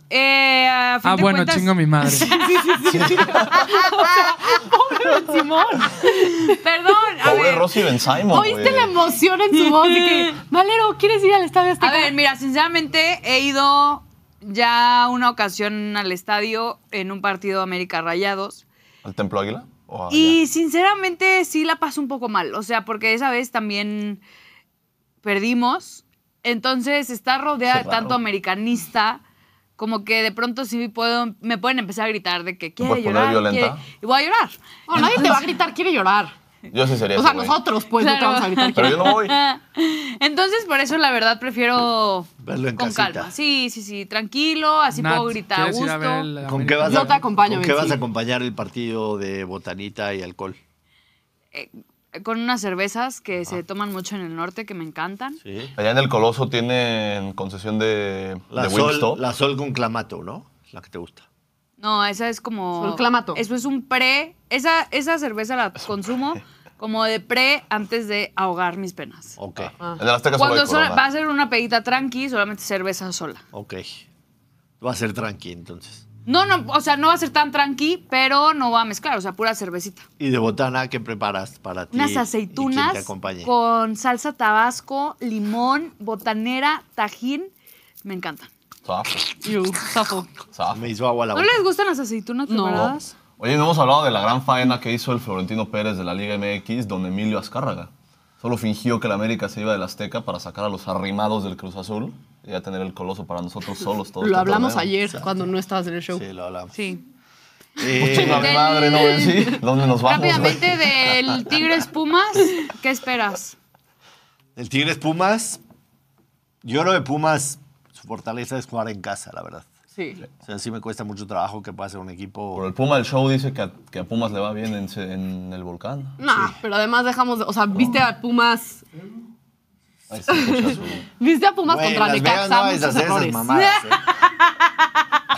Speaker 4: eh, a fin
Speaker 3: Ah,
Speaker 4: de
Speaker 3: bueno,
Speaker 4: cuentas-
Speaker 3: chingo a mi madre.
Speaker 4: Perdón. A
Speaker 2: Pobre
Speaker 4: ver.
Speaker 2: Rosy Ben Simon,
Speaker 5: ¿Oíste
Speaker 2: güey.
Speaker 5: la emoción en su voz de que, Valero, ¿quieres ir al estadio
Speaker 4: A
Speaker 5: Azteca?
Speaker 4: ver, mira, sinceramente he ido ya una ocasión al estadio en un partido América Rayados.
Speaker 2: ¿Al Templo Águila? o allá?
Speaker 4: Y sinceramente sí la paso un poco mal, o sea, porque esa vez también perdimos, entonces está rodeada
Speaker 2: Qué
Speaker 4: de
Speaker 2: raro.
Speaker 4: tanto americanista como que de pronto sí puedo, me pueden empezar a gritar de que quiere
Speaker 2: puedes poner
Speaker 4: llorar,
Speaker 2: violenta?
Speaker 4: quiere- y voy a llorar.
Speaker 5: No, nadie te va a gritar, quiere llorar.
Speaker 2: Yo sí sería
Speaker 5: O
Speaker 2: ese
Speaker 5: sea,
Speaker 2: güey.
Speaker 5: nosotros, pues, no te
Speaker 4: Claro.
Speaker 5: vamos a gritar.
Speaker 2: Pero yo no voy.
Speaker 4: Entonces por eso la verdad prefiero
Speaker 1: Verlo en
Speaker 4: con
Speaker 1: casita.
Speaker 4: calma. Sí, sí, sí, tranquilo, así
Speaker 3: Nat,
Speaker 4: puedo gritar a
Speaker 3: ¿quieres ir a ver
Speaker 4: gusto.
Speaker 3: el
Speaker 1: ¿Con qué vas,
Speaker 5: Yo
Speaker 1: a,
Speaker 5: te acompaño,
Speaker 1: ¿con qué vas
Speaker 5: Vinci.
Speaker 1: a acompañar el partido de botanita y alcohol?
Speaker 4: Con unas cervezas que se toman mucho en el norte que me encantan.
Speaker 1: Sí.
Speaker 2: Allá en el Coloso tienen concesión de,
Speaker 1: La,
Speaker 2: de
Speaker 1: sol,
Speaker 2: Wingstop.
Speaker 1: la sol con clamato, ¿no? Es la que te gusta.
Speaker 4: No, esa es como.
Speaker 5: Sol Clamato.
Speaker 4: Eso es un pre. Esa, esa cerveza la consumo como de pre antes de ahogar mis penas.
Speaker 1: Ok,
Speaker 5: Ah.
Speaker 2: El de las tecas solo
Speaker 4: Ah. Cuando
Speaker 2: hay
Speaker 4: sol-
Speaker 2: Corona.
Speaker 4: va a ser una pedita tranqui, solamente cerveza sola.
Speaker 1: ok. Va a ser tranqui entonces.
Speaker 4: No, no, o sea, no va a ser tan tranqui, pero no va a mezclar, o sea, pura cervecita.
Speaker 1: ¿Y de botana qué preparas para ti? y
Speaker 4: Unas
Speaker 1: quién te
Speaker 4: aceitunas
Speaker 1: acompañe?
Speaker 4: con salsa tabasco, limón, botanera, tajín. Me encantan.
Speaker 2: Zafo,
Speaker 5: Yo, zafo.
Speaker 2: zafo.
Speaker 1: Me hizo agua la
Speaker 4: ¿No
Speaker 1: boca.
Speaker 4: les gustan las aceitunas
Speaker 5: No.
Speaker 4: preparadas?
Speaker 2: Oye, no hemos hablado de la gran faena que hizo el Florentino Pérez de la Liga MX, don Emilio Azcárraga. Solo fingió que la América se iba del Azteca para sacar a los arrimados del Cruz Azul y ya tener el coloso para nosotros solos todos.
Speaker 5: Lo hablamos ayer cuando no estabas en el show.
Speaker 1: Sí, lo hablamos.
Speaker 4: Sí.
Speaker 1: Eh,
Speaker 2: Chinga mi madre, ¿no ven? Sí, ¿dónde nos vamos? güey?
Speaker 4: Rápidamente del Tigres Pumas, ¿qué esperas?
Speaker 1: el Tigres Pumas. Yo creo que Pumas, su fortaleza es jugar en casa, la verdad.
Speaker 5: Sí.
Speaker 1: O sea, sí me cuesta mucho trabajo que pase un equipo.
Speaker 2: Por el Puma, el show dice que a, que a Pumas le va bien en, se- en el volcán.
Speaker 5: No, pero además dejamos, de- o sea, viste a Pumas,
Speaker 2: Ahí se escucha su-
Speaker 5: viste a Pumas
Speaker 1: Güey, en
Speaker 5: contra
Speaker 1: Las Vegas no
Speaker 5: Necaxa,
Speaker 1: vais a
Speaker 5: muchos
Speaker 1: hacer esas
Speaker 5: errores.
Speaker 1: mamadas. ¿eh?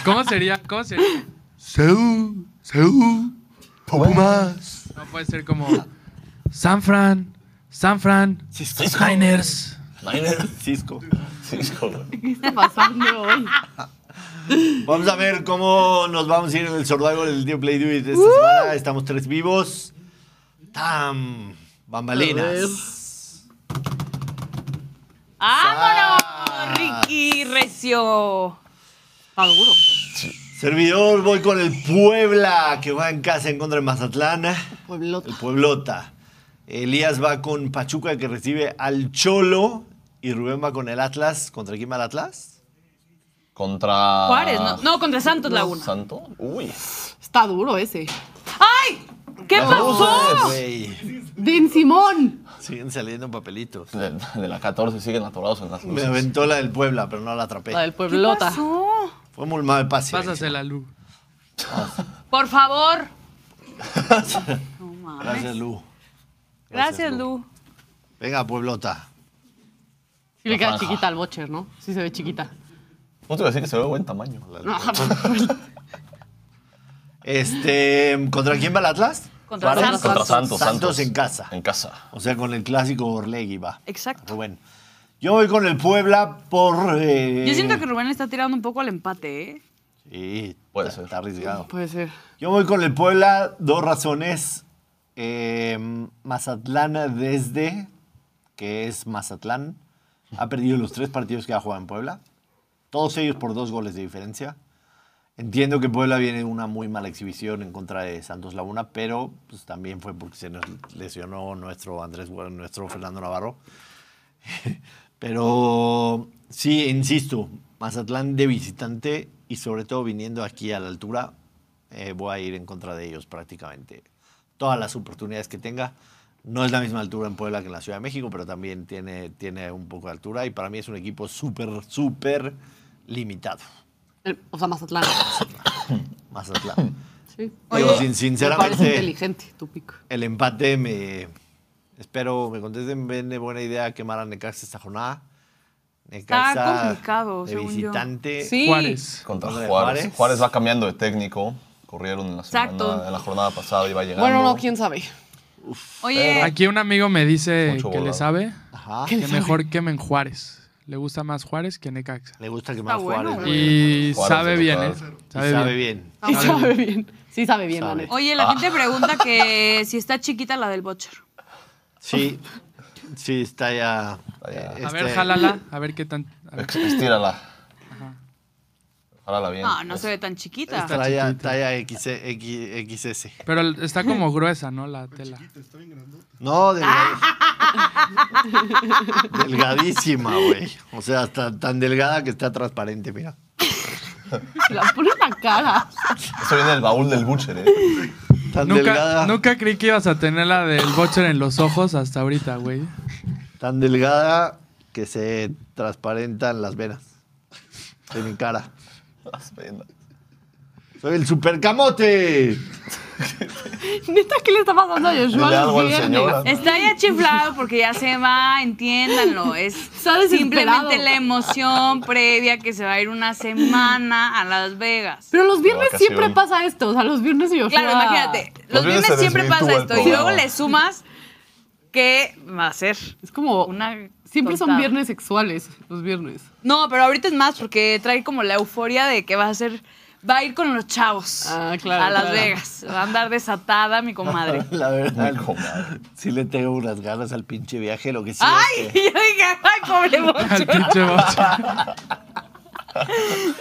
Speaker 3: ¿Cómo sería? ¿Cómo sería?
Speaker 6: Seú, Seú, Pumas.
Speaker 3: No puede ser como San Fran, San Fran, Niners.
Speaker 1: Cisco.
Speaker 2: Cisco, güey.
Speaker 5: ¿Qué está pasando hoy?
Speaker 1: Vamos a ver cómo nos vamos a ir en el survival del tío Play Do It esta semana. Estamos tres vivos. Tam. Bambalinas.
Speaker 4: ¡Vámonos! Ricky Recio.
Speaker 5: Está duro.
Speaker 1: Servidor, voy con el Puebla, que va en casa en contra de Mazatlán.
Speaker 5: Pueblota.
Speaker 1: El Pueblota. Elías va con Pachuca, que recibe al Cholo. Y Rubén va con el Atlas. ¿Contra quién va el Atlas?
Speaker 2: Contra.
Speaker 4: Juárez, no, no, contra Santos Laguna.
Speaker 2: ¿Santo? Uy.
Speaker 5: Está duro ese.
Speaker 4: ¡Ay! ¿Qué pasó?
Speaker 1: Güey,
Speaker 5: Din Simón.
Speaker 1: Siguen saliendo papelitos.
Speaker 2: De, de la 14 siguen atorados en las
Speaker 1: Me
Speaker 2: luces.
Speaker 1: aventó la del Puebla, pero no la atrapé.
Speaker 5: La del
Speaker 4: ¿Qué
Speaker 5: Pueblota.
Speaker 4: pasó?
Speaker 1: Fue muy mal pase.
Speaker 3: Pásase la luz.
Speaker 4: Por favor. No mames.
Speaker 1: Gracias, Lu.
Speaker 4: Gracias, Lu.
Speaker 1: Venga, Pueblota.
Speaker 5: Sí le queda
Speaker 2: Ajá.
Speaker 5: chiquita al Bocher, ¿no? Sí se ve chiquita.
Speaker 2: No te iba a decir que se ve de buen tamaño.
Speaker 5: No,
Speaker 1: Este, ¿contra quién va el Atlas?
Speaker 4: Contra
Speaker 1: Juárez.
Speaker 4: Santos.
Speaker 2: Contra Santos.
Speaker 1: Santos en casa.
Speaker 2: En casa.
Speaker 1: O sea, con el clásico Orlegui va.
Speaker 4: Exacto.
Speaker 1: Rubén. Yo voy con el Puebla por. eh,
Speaker 4: Yo siento que Rubén le está tirando un poco al empate, ¿eh?
Speaker 1: Sí,
Speaker 2: Puede
Speaker 1: está-
Speaker 2: ser.
Speaker 1: Está arriesgado.
Speaker 5: puede ser.
Speaker 1: Yo voy con el Puebla, dos razones. Eh, Mazatlán desde, que es Mazatlán, ha perdido los tres partidos que ha jugado en Puebla. Todos ellos por dos goles de diferencia. Entiendo que Puebla viene de una muy mala exhibición en contra de Santos Laguna, pero pues, también fue porque se nos lesionó nuestro Andrés, Guar- nuestro Fernando Navarro. Pero sí, insisto, Mazatlán de visitante y sobre todo viniendo aquí a la altura, eh, voy a ir en contra de ellos prácticamente. Todas las oportunidades que tenga. No es la misma altura en Puebla que en la Ciudad de México, pero también tiene, tiene un poco de altura y para mí es un equipo súper, súper limitado.
Speaker 5: El- o sea, Mazatlán.
Speaker 1: Mazatlán.
Speaker 5: Sí.
Speaker 1: Digo, sin-
Speaker 5: Me parece
Speaker 1: sinceramente,
Speaker 5: inteligente tu pico.
Speaker 1: el empate me... Espero, me contesten, ven de buena idea quemar a Necaxa esta jornada.
Speaker 4: Está
Speaker 1: Necaxa
Speaker 4: complicado,
Speaker 1: de
Speaker 4: según yo.
Speaker 1: visitante.
Speaker 5: Sí.
Speaker 3: Juárez.
Speaker 2: Contra
Speaker 1: Contra
Speaker 2: Juárez.
Speaker 1: Juárez.
Speaker 2: Juárez. va cambiando de técnico. Corrieron en la, semana-
Speaker 4: Exacto.
Speaker 2: en la jornada pasada y va llegando.
Speaker 5: Bueno, no, quién sabe.
Speaker 4: Oye,
Speaker 3: Aquí un amigo me dice
Speaker 2: Mucho
Speaker 3: que le
Speaker 2: volado.
Speaker 3: sabe
Speaker 1: Ajá.
Speaker 3: que mejor quemen Juárez. Le gusta más Juárez que Necaxa.
Speaker 1: Le gusta quemar
Speaker 4: Está bueno,
Speaker 1: Juárez. güey.
Speaker 3: Y
Speaker 2: Juárez
Speaker 3: sabe
Speaker 2: de
Speaker 3: bien, ¿eh?
Speaker 2: local.
Speaker 1: Y sabe
Speaker 3: Sabe bien.
Speaker 1: bien.
Speaker 5: Sí sabe bien. Sí sabe bien, la
Speaker 1: Sabe.
Speaker 5: neta.
Speaker 4: oye, la gente pregunta que si está chiquita la del Bocher.
Speaker 1: Sí, sí, está ya.
Speaker 2: Está ya.
Speaker 1: eh,
Speaker 3: A
Speaker 1: este,
Speaker 3: ver, jálala. A ver qué tan... a ver.
Speaker 2: Ex- Estírala. Párala bien.
Speaker 4: Ah, No, no se ve tan chiquita.
Speaker 3: Está
Speaker 1: Talla,
Speaker 3: chiquita.
Speaker 1: talla X, X- XS.
Speaker 3: Pero el- está como gruesa, ¿no? La tela.
Speaker 1: No, delgada. delgadísima, güey. O sea, hasta tan delgada que está transparente, mira.
Speaker 5: La pone en la cara.
Speaker 2: Eso viene del baúl del Butcher, ¿eh?
Speaker 1: Tan
Speaker 3: Nunca,
Speaker 1: delgada.
Speaker 3: nunca creí que ibas a tener la del Butcher en los ojos hasta ahorita, güey.
Speaker 1: Tan delgada que se transparentan las venas de mi cara.
Speaker 2: Las venas.
Speaker 1: Soy el supercamote.
Speaker 5: Neta, ¿qué le está pasando a
Speaker 2: Dile
Speaker 5: Joshua
Speaker 2: algo
Speaker 5: los
Speaker 2: al señor.
Speaker 5: viernes?
Speaker 4: Está ya chiflado porque ya se va, entiéndanlo. Es
Speaker 5: Está desesperado.
Speaker 4: simplemente la emoción previa que se va a ir una semana a Las Vegas.
Speaker 5: Pero los viernes
Speaker 2: vacación.
Speaker 5: siempre pasa esto. O sea, los viernes y Joshua...
Speaker 4: Claro, imagínate. Los
Speaker 2: Los viernes
Speaker 4: viernes
Speaker 2: se
Speaker 4: siempre pasa
Speaker 2: desvirtúa el
Speaker 4: esto y luego
Speaker 2: programa.
Speaker 4: le sumas que va a ser
Speaker 5: Es como...
Speaker 4: una.
Speaker 5: Siempre son
Speaker 4: tontada.
Speaker 5: viernes sexuales, los viernes.
Speaker 4: No, pero ahorita es más porque trae como la euforia de que va a ser. Va a ir con los chavos
Speaker 5: Ah, claro,
Speaker 4: a Las
Speaker 5: claro.
Speaker 4: Vegas. Va a andar desatada mi comadre.
Speaker 1: La verdad,
Speaker 2: Mi comadre.
Speaker 1: sí le tengo unas ganas al pinche viaje, lo que sí.
Speaker 4: ¡Ay!
Speaker 1: es que-
Speaker 4: Yo dije, ¡ay, pobre
Speaker 3: Al
Speaker 4: Bocho!
Speaker 3: pinche Butcher.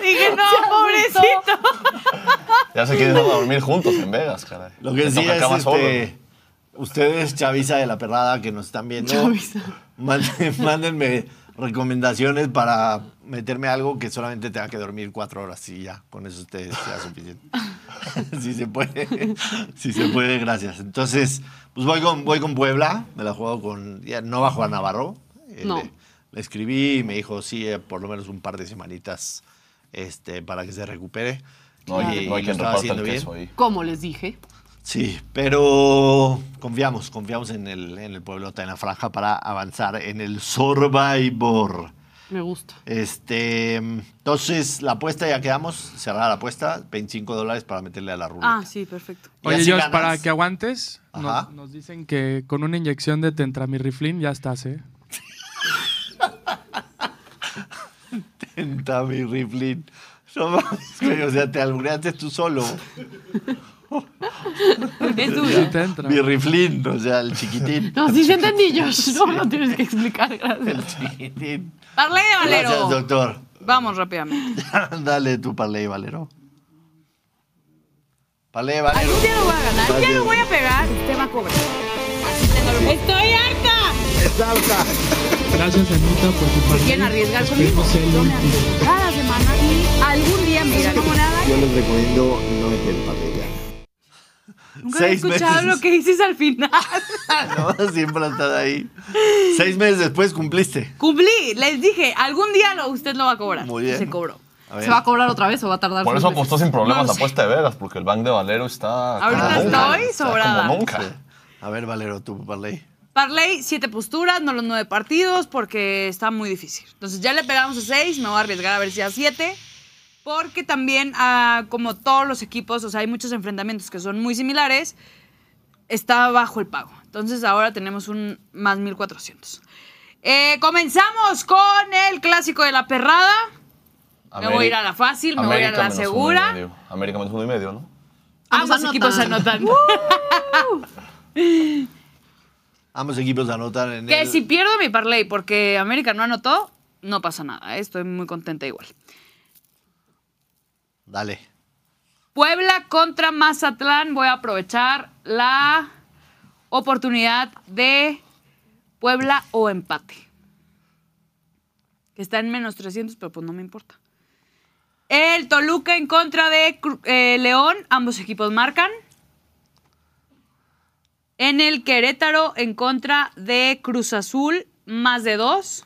Speaker 4: Dije, no,
Speaker 5: asustó.
Speaker 4: pobrecito.
Speaker 2: Ya se quieren ir a dormir juntos en Vegas, caray.
Speaker 1: Lo que
Speaker 2: Les
Speaker 1: sí
Speaker 2: toca
Speaker 1: es,
Speaker 2: cama solo.
Speaker 1: este, ustedes, Chavisa de la Perrada, que nos están viendo,
Speaker 5: Chavisa.
Speaker 1: manden- mándenme recomendaciones para meterme algo que solamente tenga que dormir cuatro horas y ya, con eso ustedes sea suficiente. si se puede, si se puede, gracias. Entonces, pues voy con, voy con Puebla, me la juego con, ya no bajo a Navarro. eh,
Speaker 5: No.
Speaker 1: Le, le escribí y me dijo, sí, eh, por lo menos un par de semanitas este, para que se recupere.
Speaker 2: No hay,
Speaker 1: Y
Speaker 2: no hay
Speaker 1: lo
Speaker 2: quien
Speaker 1: estaba
Speaker 2: reparta
Speaker 1: haciendo
Speaker 2: el
Speaker 1: bien.
Speaker 2: queso ¿eh? ahí.
Speaker 5: Como les dije.
Speaker 1: Sí, pero confiamos, confiamos en el, en el pueblota, en la franja para avanzar en el Survivor.
Speaker 5: Me gusta.
Speaker 1: Este, entonces, la apuesta ya quedamos, cerrada la apuesta, 25 dólares para meterle a la ruleta.
Speaker 4: Ah, sí, perfecto.
Speaker 1: Y
Speaker 3: Oye,
Speaker 1: así
Speaker 3: Josh,
Speaker 1: ganas.
Speaker 3: para que aguantes, nos,
Speaker 1: Ajá.
Speaker 3: nos dicen que con una inyección de tentramirriflín ya estás, ¿eh?
Speaker 1: Tenta mi riflín. No mames, güey, o sea, te albureaste tú solo.
Speaker 4: Es
Speaker 3: Sí
Speaker 4: duro.
Speaker 3: te entra.
Speaker 1: Mi riflín, o sea, el chiquitín.
Speaker 5: No, sí, ya entendí, Josh. No lo tienes que explicar, gracias.
Speaker 1: El chiquitín.
Speaker 4: Parlé de
Speaker 1: Gracias,
Speaker 4: Valero.
Speaker 1: doctor.
Speaker 4: Vamos rápidamente.
Speaker 1: Dale tu parley, Valero. Parley, Valero.
Speaker 4: Algún día lo voy a ganar. Algún día lo voy a pegar. Usted va a cobrar. Así tengo lo- Estoy harta.
Speaker 3: Gracias, Anita, por tu parte.
Speaker 4: Quieren arriesgar conmigo. Yo me arriesgo Cada semana y algún día me irá como nada.
Speaker 8: Yo les recomiendo no meter el papel ya.
Speaker 4: Nunca había
Speaker 1: Seis
Speaker 4: escuchado
Speaker 1: meses.
Speaker 4: lo que dices al final.
Speaker 1: No, siempre ha estado ahí. Seis meses después cumpliste.
Speaker 4: Cumplí. Les dije, algún día lo, usted lo va a cobrar.
Speaker 1: Muy bien.
Speaker 4: Y Se cobró.
Speaker 1: A ver.
Speaker 5: ¿Se va a cobrar otra vez o va a tardar?
Speaker 2: Por
Speaker 5: seis
Speaker 2: eso
Speaker 5: meses?
Speaker 2: apostó sin problemas
Speaker 4: No
Speaker 2: la
Speaker 4: sé.
Speaker 2: apuesta de Vegas, porque el Bank de Valero está.
Speaker 4: Ahorita
Speaker 2: como nunca,
Speaker 4: estoy
Speaker 2: está
Speaker 4: sobrada.
Speaker 2: Como nunca.
Speaker 1: A ver, Valero, tu parley.
Speaker 4: Parley, siete posturas, no los nueve partidos, porque está muy difícil. Entonces ya le pegamos a seis, me voy a arriesgar a ver si a siete, porque también, ah, como todos los equipos, o sea, hay muchos enfrentamientos que son muy similares, está bajo el pago. Entonces ahora tenemos un más 1400. Eh, comenzamos con el clásico de la perrada. Me voy a ir a la fácil, me voy a ir a la
Speaker 2: menos uno y
Speaker 4: segura.
Speaker 2: medio. América menos uno y medio, ¿no?
Speaker 4: Ambos
Speaker 5: anotan.
Speaker 4: equipos anotan.
Speaker 1: Ambos equipos anotan en
Speaker 4: Que
Speaker 1: el...
Speaker 4: si pierdo mi parlay porque América no anotó, no pasa nada. ¿eh? Estoy muy contenta igual.
Speaker 1: Dale.
Speaker 4: Puebla contra Mazatlán. Voy a aprovechar la oportunidad de Puebla o empate. Que está en menos 300, pero pues no me importa. El Toluca en contra de Cru- eh, León. Ambos equipos marcan. En el Querétaro en contra de Cruz Azul, más de dos.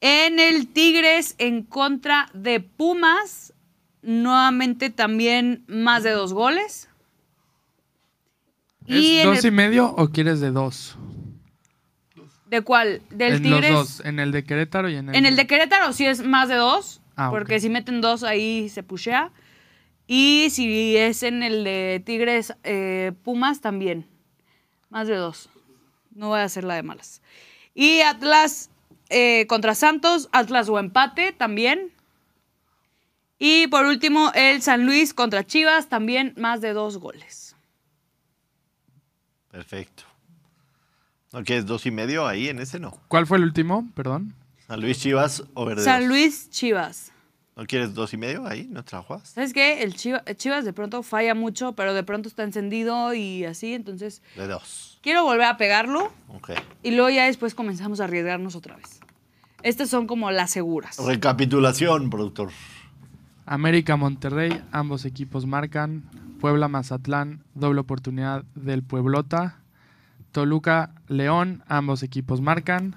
Speaker 4: En el Tigres en contra de Pumas, nuevamente también más de dos goles. Y
Speaker 3: ¿Es
Speaker 4: en
Speaker 3: dos y
Speaker 4: el-
Speaker 3: medio o quieres de dos?
Speaker 4: ¿De cuál? Del
Speaker 3: en
Speaker 4: Tigres.
Speaker 3: los dos, en el de Querétaro y en el,
Speaker 4: En el de Querétaro sí es más de dos,
Speaker 3: Ah,
Speaker 4: porque
Speaker 3: ok.
Speaker 4: si meten dos ahí se pushea. Y si es en el de Tigres eh, Pumas también, más de dos. No voy a hacer la de malas. Y Atlas eh, contra Santos, Atlas o empate también. Y por último, el San Luis contra Chivas, también más de dos goles.
Speaker 1: Perfecto. ¿No quieres dos y medio ahí en ese? No.
Speaker 3: ¿Cuál fue el último? Perdón.
Speaker 1: San Luis Chivas o Verderos.
Speaker 4: San Luis Chivas.
Speaker 1: ¿No quieres dos y medio ahí? ¿No te la juegas?
Speaker 4: ¿Sabes qué? El Chiva- Chivas, de pronto falla mucho, pero de pronto está encendido y así. Entonces,
Speaker 1: De dos.
Speaker 4: quiero volver a pegarlo
Speaker 1: Ok.
Speaker 4: y luego ya después comenzamos a arriesgarnos otra vez. Estas son como las seguras.
Speaker 1: Recapitulación, productor.
Speaker 3: América Monterrey, ambos equipos marcan. Puebla Mazatlán, doble oportunidad del Pueblota. Toluca León, ambos equipos marcan.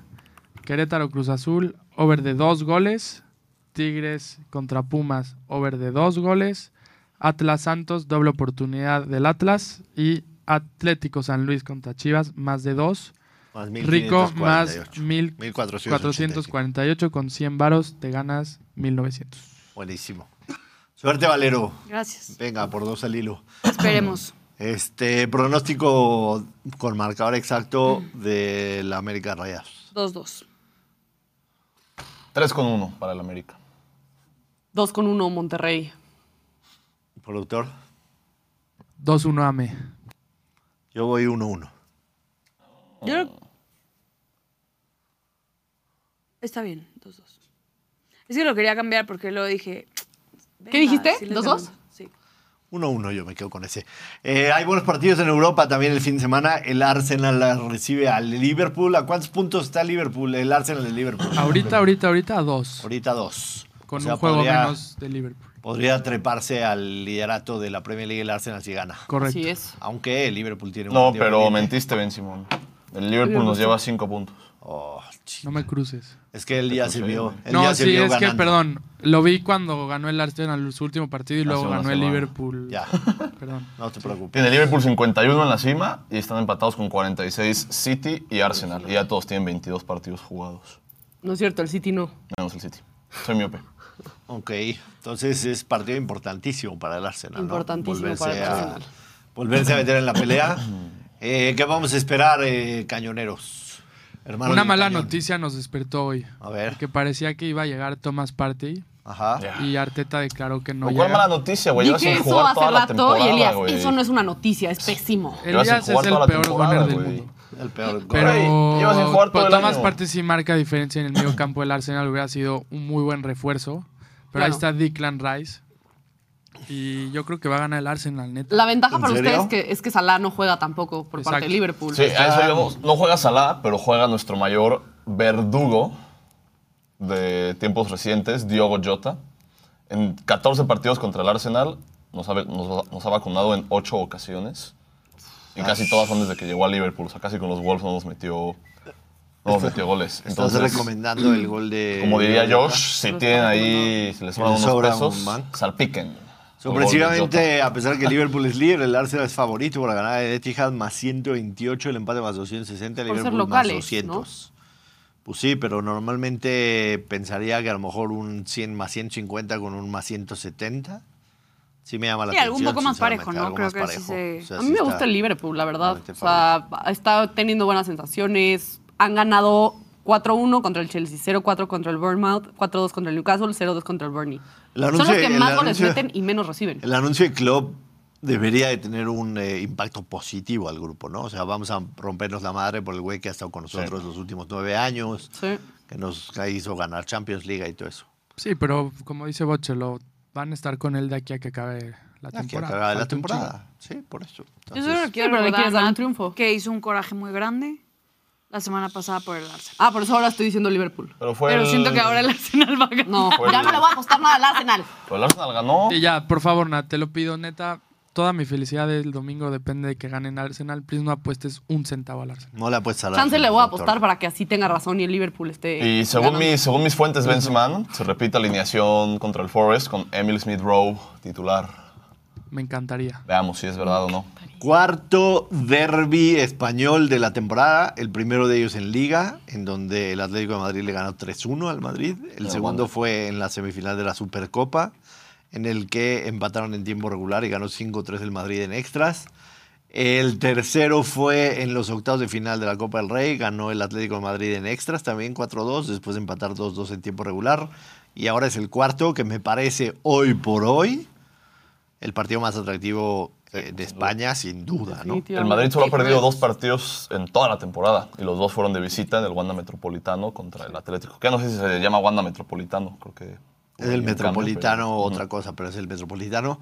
Speaker 3: Querétaro Cruz Azul, over de dos goles. Tigres contra Pumas, over de dos goles. Atlas Santos, doble oportunidad del Atlas. Y Atlético San Luis contra Chivas, más de dos.
Speaker 1: Más
Speaker 3: Rico, más
Speaker 1: 1548. 1445.
Speaker 3: 1448 con 100 varos, te ganas 1900.
Speaker 1: Buenísimo. Suerte, Valero.
Speaker 4: Gracias.
Speaker 1: Venga, por dos al hilo.
Speaker 4: Esperemos.
Speaker 1: Este pronóstico con marcador exacto de la América Rayas.
Speaker 4: 2-2.
Speaker 2: 3 con 1 para el América.
Speaker 5: Dos con uno Monterrey.
Speaker 1: Productor,
Speaker 3: 2-1 AME.
Speaker 1: yo voy 1-1.
Speaker 4: Yo creo- Está bien, 2-2. Es que lo quería cambiar porque luego dije. venga,
Speaker 5: dijiste?
Speaker 4: sí les
Speaker 5: ¿Dos,
Speaker 4: ganamos.
Speaker 5: dos?
Speaker 4: Sí.
Speaker 1: 1-1, yo me quedo con ese. Eh, hay buenos partidos en Europa también el fin de semana. El Arsenal la recibe al Liverpool. ¿A cuántos puntos está Liverpool? El Arsenal de Liverpool.
Speaker 3: Ahorita, ahorita, ahorita a 2.
Speaker 1: Ahorita dos.
Speaker 3: Con
Speaker 1: O sea,
Speaker 3: un juego
Speaker 1: podría-
Speaker 3: menos de Liverpool.
Speaker 1: Podría treparse al liderato de la Premier League el Arsenal si gana.
Speaker 3: Correcto.
Speaker 5: Así es.
Speaker 1: Aunque el Liverpool tiene un
Speaker 2: No,
Speaker 1: partido
Speaker 2: pero
Speaker 1: pendiente.
Speaker 2: mentiste, Ben Simón. El Liverpool nos lleva 5 puntos.
Speaker 1: Oh, chi-
Speaker 3: No me cruces.
Speaker 1: es que él ya se vio. él
Speaker 3: No,
Speaker 1: ya se
Speaker 3: sí,
Speaker 1: vio
Speaker 3: es que,
Speaker 1: ganando.
Speaker 3: perdón. Lo vi cuando ganó el Arsenal su último partido y
Speaker 2: La
Speaker 3: luego
Speaker 2: segunda
Speaker 3: ganó el
Speaker 2: semana.
Speaker 3: Liverpool.
Speaker 1: Ya,
Speaker 3: Perdón.
Speaker 1: no te preocupes.
Speaker 2: Tiene Liverpool 51 en la cima y están empatados con 46 City y Arsenal. Y ya todos tienen 22 partidos jugados.
Speaker 5: No es cierto, el City no.
Speaker 2: Menos el City. Soy miope.
Speaker 1: Ok, entonces es partido importantísimo para el Arsenal. ¿no?
Speaker 5: Importantísimo
Speaker 1: Volverse
Speaker 5: para el
Speaker 1: a-
Speaker 5: Arsenal.
Speaker 1: Volverse a meter en la pelea. Eh, ¿Qué vamos a esperar, eh, cañoneros? Hermanos
Speaker 3: Una
Speaker 1: del
Speaker 3: mala
Speaker 1: cañón.
Speaker 3: noticia nos despertó hoy.
Speaker 1: A ver.
Speaker 3: Que parecía que iba a llegar Thomas Partey
Speaker 1: Ajá.
Speaker 2: Ya.
Speaker 3: y Arteta declaró que no
Speaker 2: Lo cual mala
Speaker 3: llega.
Speaker 2: noticia, güey. Llevas
Speaker 5: Dije
Speaker 2: sin
Speaker 5: eso
Speaker 2: jugar
Speaker 5: hace
Speaker 2: toda la
Speaker 5: rato y Elías,
Speaker 2: temporada, güey.
Speaker 5: eso no es una noticia, es pésimo.
Speaker 1: Eh,
Speaker 2: Llevas sin
Speaker 3: Elías es
Speaker 2: jugar
Speaker 3: el
Speaker 2: toda la
Speaker 3: peor
Speaker 2: temporada,
Speaker 3: goner del
Speaker 2: güey.
Speaker 3: mundo.
Speaker 1: El peor gol.
Speaker 3: Pero,
Speaker 2: Güey, llevas sin jugar todo
Speaker 3: pero
Speaker 2: el
Speaker 3: Thomas
Speaker 2: año.
Speaker 3: Partey sí marca diferencia en el medio campo del Arsenal. Hubiera sido un muy buen refuerzo. Pero ahí
Speaker 5: Claro.
Speaker 3: está Declan Rice. Y yo creo que va a ganar el Arsenal, neta.
Speaker 5: La ventaja
Speaker 1: ¿En
Speaker 5: para
Speaker 1: serio?
Speaker 5: ustedes que, es que Salah no juega tampoco por parte
Speaker 3: Exacto.
Speaker 5: de Liverpool.
Speaker 2: Sí, a eso íbamos. No juega Salah, pero juega nuestro mayor verdugo de tiempos recientes, Diogo Jota. En 14 partidos contra el Arsenal, nos ha, ve- nos- nos ha vacunado en 8 ocasiones. Y casi todas son desde que llegó a Liverpool. O sea, casi con los Wolves no nos metió, no nos metió goles.
Speaker 1: Estás
Speaker 2: Entonces,
Speaker 1: recomendando el gol de.
Speaker 2: como diría Josh, si
Speaker 5: Nos
Speaker 2: tienen
Speaker 5: está
Speaker 2: ahí, si les
Speaker 1: Les
Speaker 2: sobran unos
Speaker 1: sobra
Speaker 2: pesos,
Speaker 1: un man.
Speaker 2: salpiquen.
Speaker 1: Sorpresivamente, a pesor de que Liverpool es líder, el Arsenal es favorito para ganar el Etihad más 128, el empate más 260, el
Speaker 5: Por ser
Speaker 1: Liverpool
Speaker 5: locales,
Speaker 1: más 200. Pues sí, pero normalmente pensaría que a lo mejor un 100 más 150 con un más 170. Sí me llama la
Speaker 4: Sí,
Speaker 1: atención.
Speaker 4: algún poco más
Speaker 1: sinceramente,
Speaker 4: parejo, ¿no?
Speaker 1: algo
Speaker 4: Creo
Speaker 1: más
Speaker 4: que sí se-
Speaker 1: O sea,
Speaker 5: A
Speaker 1: sí
Speaker 5: mí me
Speaker 1: está-
Speaker 5: gusta el Liverpool, la verdad.
Speaker 1: Realmente
Speaker 5: O sea, está teniendo buenas sensaciones. Han ganado 4-1 contra el Chelsea, 0-4 contra el Bournemouth, 4-2 contra el Newcastle, 0-2 contra el Burnley.
Speaker 1: El
Speaker 5: Son
Speaker 1: anuncio-
Speaker 5: los que
Speaker 1: el
Speaker 5: más goles
Speaker 1: anuncio-
Speaker 5: meten y menos reciben.
Speaker 1: El anuncio de Klopp debería de tener un eh, impacto positivo al grupo, ¿no? O sea, vamos a rompernos la madre por el güey que ha estado con nosotros los últimos nueve años,
Speaker 5: Sí.
Speaker 1: que nos hizo ganar Champions League y todo eso.
Speaker 3: Sí, pero como dice Bochelo, van a estar con él de aquí a que acabe la
Speaker 1: Ah, que
Speaker 3: temporada.
Speaker 1: acaba la
Speaker 3: Falta un
Speaker 1: temporada. Sí, por eso.
Speaker 4: Yo
Speaker 1: Entonces,
Speaker 4: solo quiero
Speaker 5: pero le
Speaker 4: recordar
Speaker 5: quieres dar
Speaker 4: a
Speaker 5: un
Speaker 4: Nat
Speaker 5: triunfo.
Speaker 4: Que hizo un coraje muy grande la semana pasada por el Arsenal.
Speaker 5: Ah, por eso ahora estoy diciendo Liverpool.
Speaker 2: Pero, fue
Speaker 4: Pero
Speaker 2: el-
Speaker 4: siento que ahora el Arsenal va a ganar.
Speaker 5: No,
Speaker 2: Fue
Speaker 5: ya
Speaker 2: el-
Speaker 5: no le voy a apostar nada al Arsenal.
Speaker 2: pero el Arsenal ganó.
Speaker 3: chingo. Y ya, por favor, Nat, te lo pido, neta. Toda mi felicidad del domingo depende de que ganen Arsenal. Please no apuestes un centavo al Arsenal.
Speaker 1: no la puedes salar.
Speaker 5: Chance le voy a apostar para que así tenga razón y el Liverpool esté.
Speaker 2: Y según,
Speaker 5: ganando.
Speaker 2: mis, según mis fuentes, Ben Simon se repite alineación contra el Forest con Emil Smith Rowe titular.
Speaker 3: Me encantaría.
Speaker 2: Veamos si es verdad o no.
Speaker 1: Cuarto derby español de la temporada, el primero de ellos en Liga, en donde el Atlético de Madrid le ganó 3-1 al Madrid. El
Speaker 2: Ah,
Speaker 1: segundo
Speaker 2: bueno.
Speaker 1: fue en la semifinal de la Supercopa, en el que empataron en tiempo regular y ganó 5-3 el Madrid en extras. El tercero fue en los octavos de final de la Copa del Rey, ganó el Atlético de Madrid en extras, también 4-2, después de empatar 2-2 en tiempo regular. Y ahora es el cuarto, que me parece hoy por hoy el partido más atractivo eh, de España, sin duda, ¿no?
Speaker 5: Definitivamente.
Speaker 2: El Madrid solo ha perdido dos partidos en toda la temporada y los dos fueron de visita en el Wanda Metropolitano contra el Atlético. Que no sé si se llama Wanda Metropolitano, creo que
Speaker 1: Es el
Speaker 2: un
Speaker 1: Metropolitano
Speaker 2: cambio,
Speaker 1: o
Speaker 2: pero-
Speaker 1: otra cosa, pero es el Metropolitano.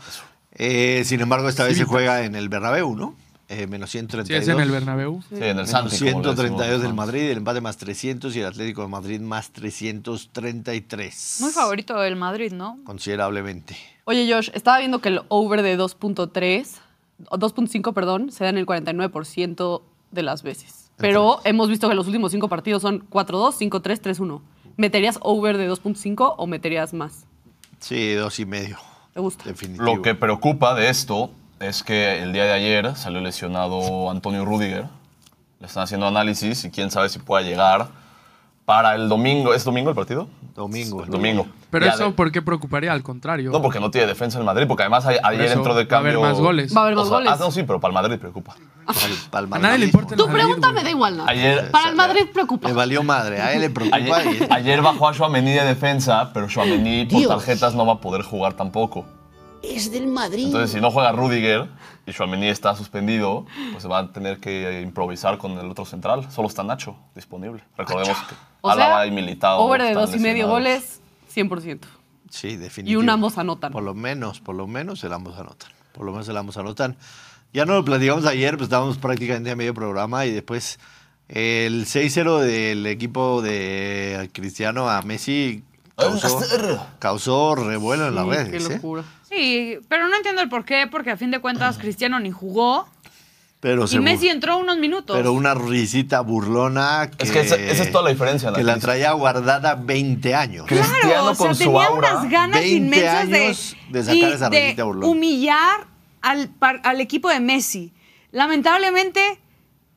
Speaker 1: Eh, sin embargo, esta vez se juega en el Bernabéu, ¿no? Eh, menos
Speaker 3: Sí,
Speaker 1: 132.
Speaker 3: es en el Bernabéu.
Speaker 2: Sí, en el
Speaker 1: menos
Speaker 2: Santi. como le decimos
Speaker 1: 132 del
Speaker 2: nosotros.
Speaker 1: Madrid, el empate más 300 y el Atlético de Madrid más 333.
Speaker 4: Muy favorito del Madrid, ¿no?
Speaker 1: Considerablemente.
Speaker 5: Oye, Josh, estaba viendo que el over de 2.3, o 2.5, perdón, se da en el 49% de las veces. Pero hemos visto que los últimos cinco partidos son 4-2, 5-3, 3-1. ¿Meterías over de 2.5 o meterías más?
Speaker 1: Sí, dos y medio.
Speaker 5: ¿Te gusta?
Speaker 1: Definitivo.
Speaker 2: Lo que preocupa de esto es que el día de ayer salió lesionado Antonio Rudiger. Le están haciendo análisis y quién sabe si pueda llegar para el domingo. ¿Es domingo el partido?
Speaker 1: Domingo.
Speaker 2: El domingo.
Speaker 3: Pero
Speaker 2: Ya
Speaker 3: eso,
Speaker 2: de-
Speaker 3: ¿por qué preocuparía? Al contrario.
Speaker 2: No, porque no tiene defensa el Madrid, porque además a- ayer
Speaker 3: eso
Speaker 2: entró de
Speaker 3: va a haber
Speaker 2: cambio.
Speaker 3: más goles.
Speaker 5: Va a haber más
Speaker 2: O sea,
Speaker 5: goles.
Speaker 2: ah, no, sí, pero para el Madrid preocupa.
Speaker 1: Pal-
Speaker 3: A
Speaker 1: palma
Speaker 3: nadie le
Speaker 1: mismo,
Speaker 3: importa el
Speaker 1: ¿no?
Speaker 5: Tu
Speaker 3: Madrid,
Speaker 5: pregunta
Speaker 3: güey.
Speaker 5: me da igual, nada.
Speaker 2: Ayer-
Speaker 5: Para el Madrid preocupa.
Speaker 1: Le valió madre, a él le preocupa. y-
Speaker 2: Ayer, ayer bajó a Chouameni de defensa, pero Chouameni por
Speaker 8: Dios.
Speaker 2: tarjetas no va a poder jugar tampoco.
Speaker 8: Es del Madrid.
Speaker 2: Entonces, si no juega Rudiger y Chouameni está suspendido, pues se va a tener que improvisar con el otro central. Solo está Nacho disponible. Recordemos que
Speaker 5: O
Speaker 2: Álava
Speaker 5: sea,
Speaker 2: y Militao
Speaker 5: over de
Speaker 2: están
Speaker 5: 2.5
Speaker 2: lesionados.
Speaker 5: goles, 100%.
Speaker 1: Sí, definitivamente.
Speaker 5: Y un ambos anotan.
Speaker 1: Por lo menos, por lo menos el ambos anotan. Por lo menos el ambos anotan. Ya no lo platicamos ayer, pues estábamos prácticamente a medio programa y después el 6-0 del equipo de Cristiano a Messi
Speaker 2: Eh,
Speaker 1: causó, causó revuelo en las
Speaker 5: Sí, Qué
Speaker 1: redes. ¿eh?
Speaker 5: locura.
Speaker 4: Sí, pero no entiendo el por qué, porque a fin de cuentas Cristiano ni jugó
Speaker 1: Pero,
Speaker 4: y
Speaker 1: se
Speaker 4: Messi
Speaker 1: bur-
Speaker 4: entró unos minutos.
Speaker 1: Pues pero una risita burlona que,
Speaker 2: Es que esa, esa es toda la diferencia.
Speaker 1: que la
Speaker 2: Natalie.
Speaker 1: traía guardada 20 años.
Speaker 2: ¿Qué? Cristiano
Speaker 4: Claro, o sea,
Speaker 2: con su
Speaker 4: tenía
Speaker 2: aura,
Speaker 4: unas ganas
Speaker 1: 20
Speaker 4: inmensas de,
Speaker 1: años de sacar
Speaker 4: y
Speaker 1: esa
Speaker 4: de
Speaker 1: rayita burlona.
Speaker 4: humillar al, par- al equipo de Messi. Lamentablemente,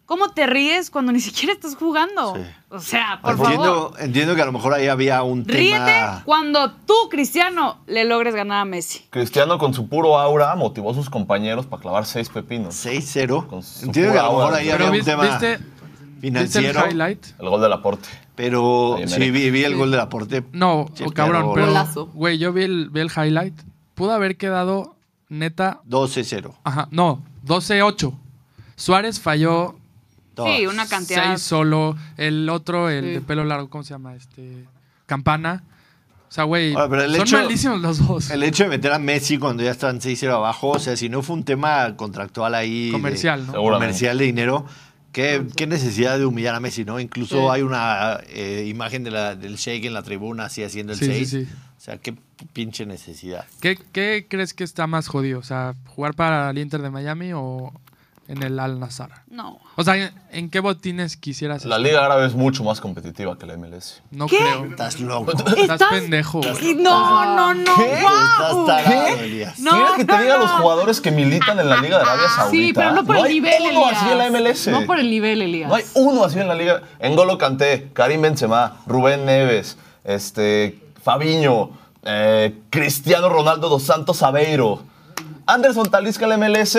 Speaker 4: ¿cómo te ríes cuando ni siquiera estás jugando?
Speaker 1: Sí.
Speaker 4: O sea, por favor,
Speaker 1: entiendo, entiendo que a lo mejor ahí había un
Speaker 4: ríete
Speaker 1: tema...
Speaker 4: cuando tú, Cristiano, le logres ganar a Messi.
Speaker 2: Cristiano, con su puro aura, motivó a sus compañeros para clavar seis pepinos.
Speaker 1: 6-0.
Speaker 2: Con su
Speaker 1: Entiendo que a lo
Speaker 2: pura
Speaker 1: mejor
Speaker 2: aura.
Speaker 1: ahí
Speaker 2: Pero
Speaker 1: había
Speaker 3: Pero
Speaker 1: un
Speaker 3: ¿viste,
Speaker 1: tema
Speaker 3: viste, viste el
Speaker 1: financiero,
Speaker 3: highlight?
Speaker 2: El gol del aporte.
Speaker 1: pero
Speaker 2: Ahí,
Speaker 1: sí
Speaker 2: América.
Speaker 1: vi, vi el gol del aporte.
Speaker 3: No,
Speaker 1: Sí,
Speaker 3: oh, cabrón,
Speaker 1: pero-
Speaker 3: pero.
Speaker 5: Golazo.
Speaker 3: Güey, yo vi el, vi el highlight. Pudo haber quedado neta.
Speaker 1: 12-0.
Speaker 3: Ajá, no, 12-8. Suárez falló
Speaker 4: Sí, una cantidad.
Speaker 3: 6 solo. El otro, el
Speaker 5: Sí.
Speaker 3: de pelo largo, ¿cómo se llama? Este. Campana. O sea, güey,
Speaker 1: Ahora, Ah, pero el
Speaker 3: son
Speaker 1: hecho-
Speaker 3: malísimos los dos.
Speaker 1: El hecho de meter a Messi cuando ya estaban 6-0 abajo, o sea, si no fue un tema contractual ahí. de-
Speaker 3: Comercial, ¿no?
Speaker 2: Seguramente.
Speaker 1: Comercial de dinero. ¿Qué, qué necesidad de humillar a Messi, ¿no? Incluso hay una eh, imagen de la- del Sheik en la tribuna así haciendo el
Speaker 3: Sí, sí,
Speaker 1: 6.
Speaker 3: sí.
Speaker 1: O sea, qué pinche necesidad.
Speaker 3: ¿Qué, qué crees que está más jodido? O sea, ¿jugar para el Inter de Miami o en el Al Nazar?
Speaker 4: No.
Speaker 3: O sea, ¿en, en qué botines quisieras
Speaker 2: La
Speaker 3: estar?
Speaker 2: Liga Árabe es mucho más competitiva que la MLS.
Speaker 3: No
Speaker 4: ¿Qué?
Speaker 3: creo.
Speaker 1: Estás loco.
Speaker 3: Estás
Speaker 4: Estás-
Speaker 3: pendejo. güey.
Speaker 4: Sí, No, no, no.
Speaker 1: Estás
Speaker 4: guau.
Speaker 1: tarado, Elías.
Speaker 4: No,
Speaker 2: Mira que te
Speaker 4: no,
Speaker 2: diga
Speaker 4: no.
Speaker 2: los jugadores que militan en la Liga de Arabia Saudita.
Speaker 5: Ah, Sí, pero no por el
Speaker 2: hay
Speaker 5: nivel,
Speaker 2: uno así en la
Speaker 5: Elías.
Speaker 2: MLS.
Speaker 5: No por el nivel, Elías.
Speaker 2: No hay uno así en la liga. N'Golo Kanté, Karim Benzema, Rubén Neves, este, Fabiño, Cristiano Ronaldo dos Santos Aveiro, Anderson Talisca en la MLS,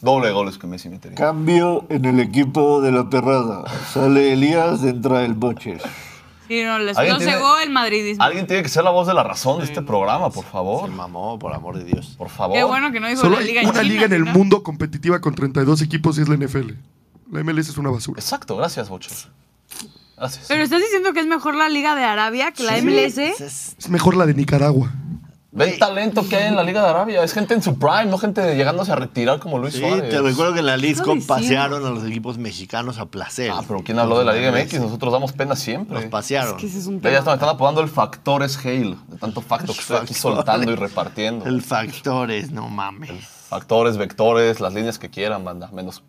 Speaker 2: doble de goles que Messi metería.
Speaker 1: Cambio en el equipo de la perrada. Sale Elías, entra el Boches.
Speaker 4: Sí, no, les
Speaker 2: ¿Alguien
Speaker 4: no
Speaker 2: tiene-
Speaker 4: cegó el madridismo.
Speaker 2: Alguien tiene que ser la voz de la razón de este programa, por favor.
Speaker 1: Se mamó, por amor de Dios.
Speaker 2: Por favor.
Speaker 4: Qué bueno que no dijo
Speaker 6: Solo
Speaker 4: la
Speaker 6: hay
Speaker 4: liga
Speaker 6: una
Speaker 4: china,
Speaker 6: liga en el
Speaker 4: ¿no?
Speaker 6: mundo competitiva con 32 equipos y es la NFL. La MLS es una basura.
Speaker 2: Exacto, gracias, Bocho. Gracias.
Speaker 4: Pero estás diciendo que es mejor la liga de Arabia que la MLS.
Speaker 6: Es mejor la de Nicaragua.
Speaker 2: Ve el talento que hay en la Liga de Arabia. Es gente en su prime, no gente llegándose a retirar como Luis
Speaker 1: Sí,
Speaker 2: Suárez.
Speaker 1: te recuerdo que en la Leeds
Speaker 5: Está
Speaker 1: Cup
Speaker 5: diciendo.
Speaker 1: pasearon a los equipos mexicanos a placer.
Speaker 2: Ah, pero ¿quién habló de la Liga MX? Nosotros damos pena siempre.
Speaker 1: Los pasearon.
Speaker 5: Ese es un
Speaker 2: Ya,
Speaker 5: tema.
Speaker 2: ya está, me están apodando el Factores Hale, de tanto facto que estoy aquí
Speaker 1: Factores.
Speaker 2: soltando y repartiendo.
Speaker 1: El factores, no mames.
Speaker 2: Factores, vectores, las líneas que quieran, banda, menos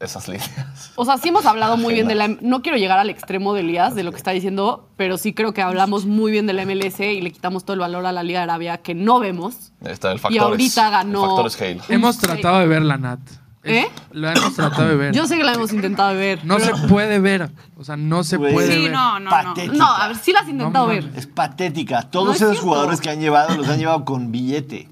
Speaker 2: esas líneas.
Speaker 5: O sea, sí hemos hablado muy bien de la... No quiero llegar al extremo de Elías, de lo que está diciendo, pero sí creo que hablamos muy bien de la MLS y le quitamos todo el valor a la Liga de Arabia que no vemos.
Speaker 2: Ahí está el Factores.
Speaker 5: ahorita
Speaker 2: el
Speaker 5: ganó.
Speaker 2: Factores Hale.
Speaker 3: Hemos tratado de ver la Nat. Es-
Speaker 5: ¿Eh?
Speaker 3: Lo hemos tratado de ver.
Speaker 5: Yo sé que la hemos intentado ver.
Speaker 3: No se puede ver. O sea, no se
Speaker 1: Güey.
Speaker 3: puede
Speaker 4: Sí,
Speaker 3: ver.
Speaker 4: no, no, no.
Speaker 1: Patética.
Speaker 5: No, a ver, sí la has intentado
Speaker 3: No
Speaker 5: ver.
Speaker 3: mames.
Speaker 1: Es patética. Todos
Speaker 5: No es
Speaker 1: esos
Speaker 5: cierto.
Speaker 1: jugadores que han llevado los han llevado con billete.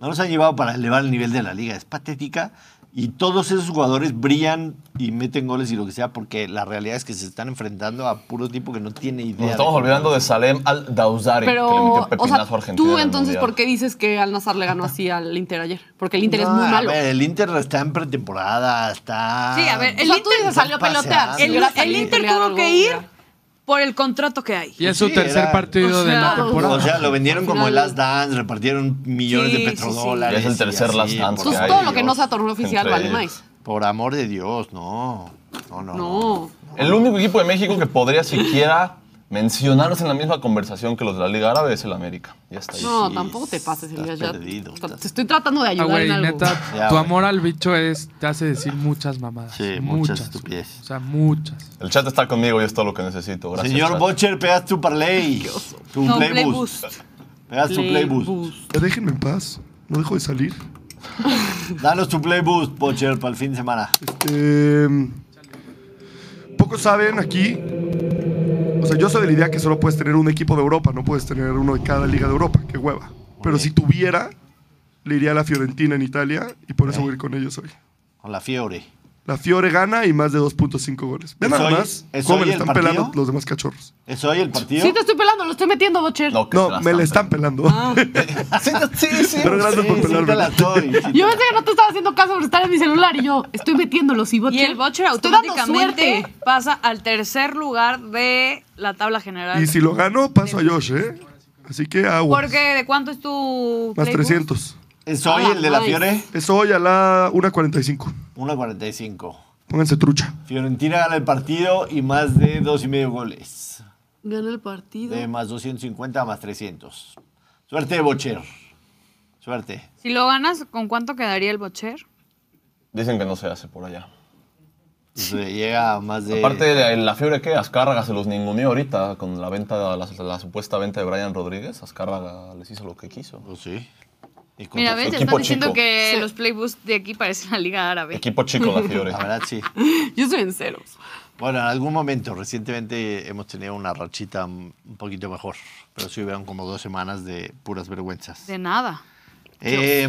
Speaker 1: No los han llevado para elevar el nivel de la liga. Es patética. Y todos esos jugadores brillan y meten goles y lo que sea, porque la realidad es que se están enfrentando a puro tipo que no tiene idea.
Speaker 2: Nos
Speaker 1: de
Speaker 2: estamos
Speaker 1: cómo-
Speaker 2: olvidando de Salem al-Dawzari, que le
Speaker 5: Pero,
Speaker 2: metió
Speaker 5: o
Speaker 2: pepinazo
Speaker 5: sea,
Speaker 2: a Argentina. en
Speaker 5: tú
Speaker 2: el
Speaker 5: entonces,
Speaker 2: Mundial.
Speaker 5: ¿por qué dices que Al Nazar le ganó así al Inter ayer? Porque el Inter es
Speaker 1: No,
Speaker 5: muy malo.
Speaker 1: A ver, el Inter está en pretemporada, está. Pues,
Speaker 4: Sí, a ver,
Speaker 5: O
Speaker 4: el
Speaker 5: sea, tú
Speaker 4: Inter
Speaker 5: dices, salió a pelotear.
Speaker 1: paseando.
Speaker 5: si
Speaker 4: El-
Speaker 5: hubiera
Speaker 4: el
Speaker 5: salido a
Speaker 4: Inter
Speaker 5: pelear
Speaker 4: tuvo
Speaker 5: algo,
Speaker 4: que ir
Speaker 5: hubiera-
Speaker 4: por el contrato que hay.
Speaker 3: Y es
Speaker 1: Sí,
Speaker 3: su tercer
Speaker 1: era-
Speaker 3: partido
Speaker 5: o
Speaker 3: de la
Speaker 5: sea,
Speaker 3: temporada.
Speaker 1: O sea, lo vendieron como el
Speaker 5: Final.
Speaker 1: Last Dance, repartieron millones
Speaker 4: Sí,
Speaker 1: de
Speaker 4: sí, sí.
Speaker 1: petrodólares.
Speaker 2: Ya es el
Speaker 1: y
Speaker 2: tercer
Speaker 1: así,
Speaker 2: Last
Speaker 1: por
Speaker 2: Dance que
Speaker 5: Pues
Speaker 1: amor
Speaker 2: hay,
Speaker 5: todo
Speaker 1: de
Speaker 5: lo que
Speaker 1: Dios.
Speaker 5: no sea torneo oficial
Speaker 2: Entre
Speaker 5: vale
Speaker 2: ellos.
Speaker 5: más.
Speaker 1: Por amor de Dios, no. No, no.
Speaker 5: No.
Speaker 2: El único equipo de México que podría siquiera mencionarse en la misma conversación que los de la Liga Árabe es el América. Ya está ahí.
Speaker 5: No,
Speaker 1: Sí,
Speaker 5: tampoco te pases,
Speaker 1: estás
Speaker 5: Elías. ya.
Speaker 1: perdido,
Speaker 5: Te-
Speaker 1: estás-
Speaker 5: Te estoy tratando de
Speaker 3: Ah,
Speaker 5: ayudar
Speaker 3: güey,
Speaker 5: en algo.
Speaker 3: neta,
Speaker 1: Ya,
Speaker 3: tu
Speaker 1: güey.
Speaker 3: amor al bicho es, te hace decir muchas mamadas.
Speaker 1: Sí, muchas estupideces.
Speaker 3: O sea, muchas.
Speaker 2: El chat está conmigo y es todo lo que necesito. Gracias.
Speaker 1: Señor
Speaker 2: chat.
Speaker 1: Bocher, pegas tu parlay. Tu
Speaker 4: No,
Speaker 1: play
Speaker 4: Play
Speaker 1: boost.
Speaker 4: Boost.
Speaker 1: Pegas tu play boost.
Speaker 5: Playboost.
Speaker 6: Ya déjenme en paz. No dejo de salir.
Speaker 1: Danos tu play boost, Bocher, para el fin de semana.
Speaker 6: Eh, Pocos saben aquí. O sea, yo soy de la idea que solo puedes tener un equipo de Europa, no puedes tener uno de cada liga de Europa. Qué hueva. Pero si tuviera, le iría a la Fiorentina en Italia y por eso voy a ir con ellos hoy.
Speaker 1: Con la fiebre.
Speaker 6: La Fiore gana y más de 2.5 goles. Vean
Speaker 1: ¿Es
Speaker 6: nada
Speaker 1: hoy-
Speaker 6: más
Speaker 1: es
Speaker 6: cómo me
Speaker 1: hoy
Speaker 6: la
Speaker 1: el
Speaker 6: están
Speaker 1: partido?
Speaker 6: pelando los demás cachorros.
Speaker 1: ¿Es hoy el partido?
Speaker 5: Sí, te estoy pelando, lo estoy metiendo, Bocher.
Speaker 2: No, que se
Speaker 6: No, me la están pelando.
Speaker 2: Sí, sí, sí.
Speaker 6: Pero gracias
Speaker 1: Sí,
Speaker 6: por
Speaker 1: sí, te
Speaker 6: pelarme.
Speaker 1: la doy. Sí, te
Speaker 5: Yo
Speaker 1: la-
Speaker 5: pensé que no te estaba haciendo caso por estar en mi celular y yo estoy metiéndolo, sí, Bocher.
Speaker 4: Y el Butcher
Speaker 5: Estoy dando
Speaker 4: automáticamente
Speaker 5: suerte.
Speaker 4: pasa al tercer lugar de la tabla general.
Speaker 6: Y si lo gano, paso a Josh, ¿eh? Así que agua.
Speaker 4: Porque ¿de cuánto es tu
Speaker 6: Más
Speaker 4: Play Boost?
Speaker 6: 300.
Speaker 1: ¿Es hoy
Speaker 5: Ah,
Speaker 1: el de la
Speaker 5: nice.
Speaker 1: Fiore?
Speaker 6: Es hoy a la 1.45.
Speaker 1: 1.45.
Speaker 6: Pónganse trucha.
Speaker 1: Fiorentina gana el partido y más de dos y medio goles.
Speaker 5: Gana el partido.
Speaker 1: De más 250 a más 300. Suerte, Bocher. Suerte.
Speaker 4: Si lo ganas, ¿con cuánto quedaría el Butcher?
Speaker 2: Dicen que no se hace por allá.
Speaker 1: Se Este, llega a más de.
Speaker 2: Aparte, la, la fiebre que Azcárraga se los ninguneó ahorita con la venta, la, la supuesta venta de Brian Rodríguez. Azcárraga les hizo lo que quiso.
Speaker 1: Pues sí. Y con
Speaker 4: Mira,
Speaker 1: razón.
Speaker 4: ves,
Speaker 2: equipo
Speaker 4: están diciendo
Speaker 2: chico.
Speaker 4: que los Play Boost de aquí parecen la Liga Árabe.
Speaker 2: Equipo chico la fiebre.
Speaker 1: La verdad, sí.
Speaker 5: Yo estoy en ceros.
Speaker 1: Bueno, en algún momento, recientemente hemos tenido una rachita un poquito mejor, pero sí hubieron como dos semanas de puras vergüenzas.
Speaker 4: De nada.
Speaker 1: Eh,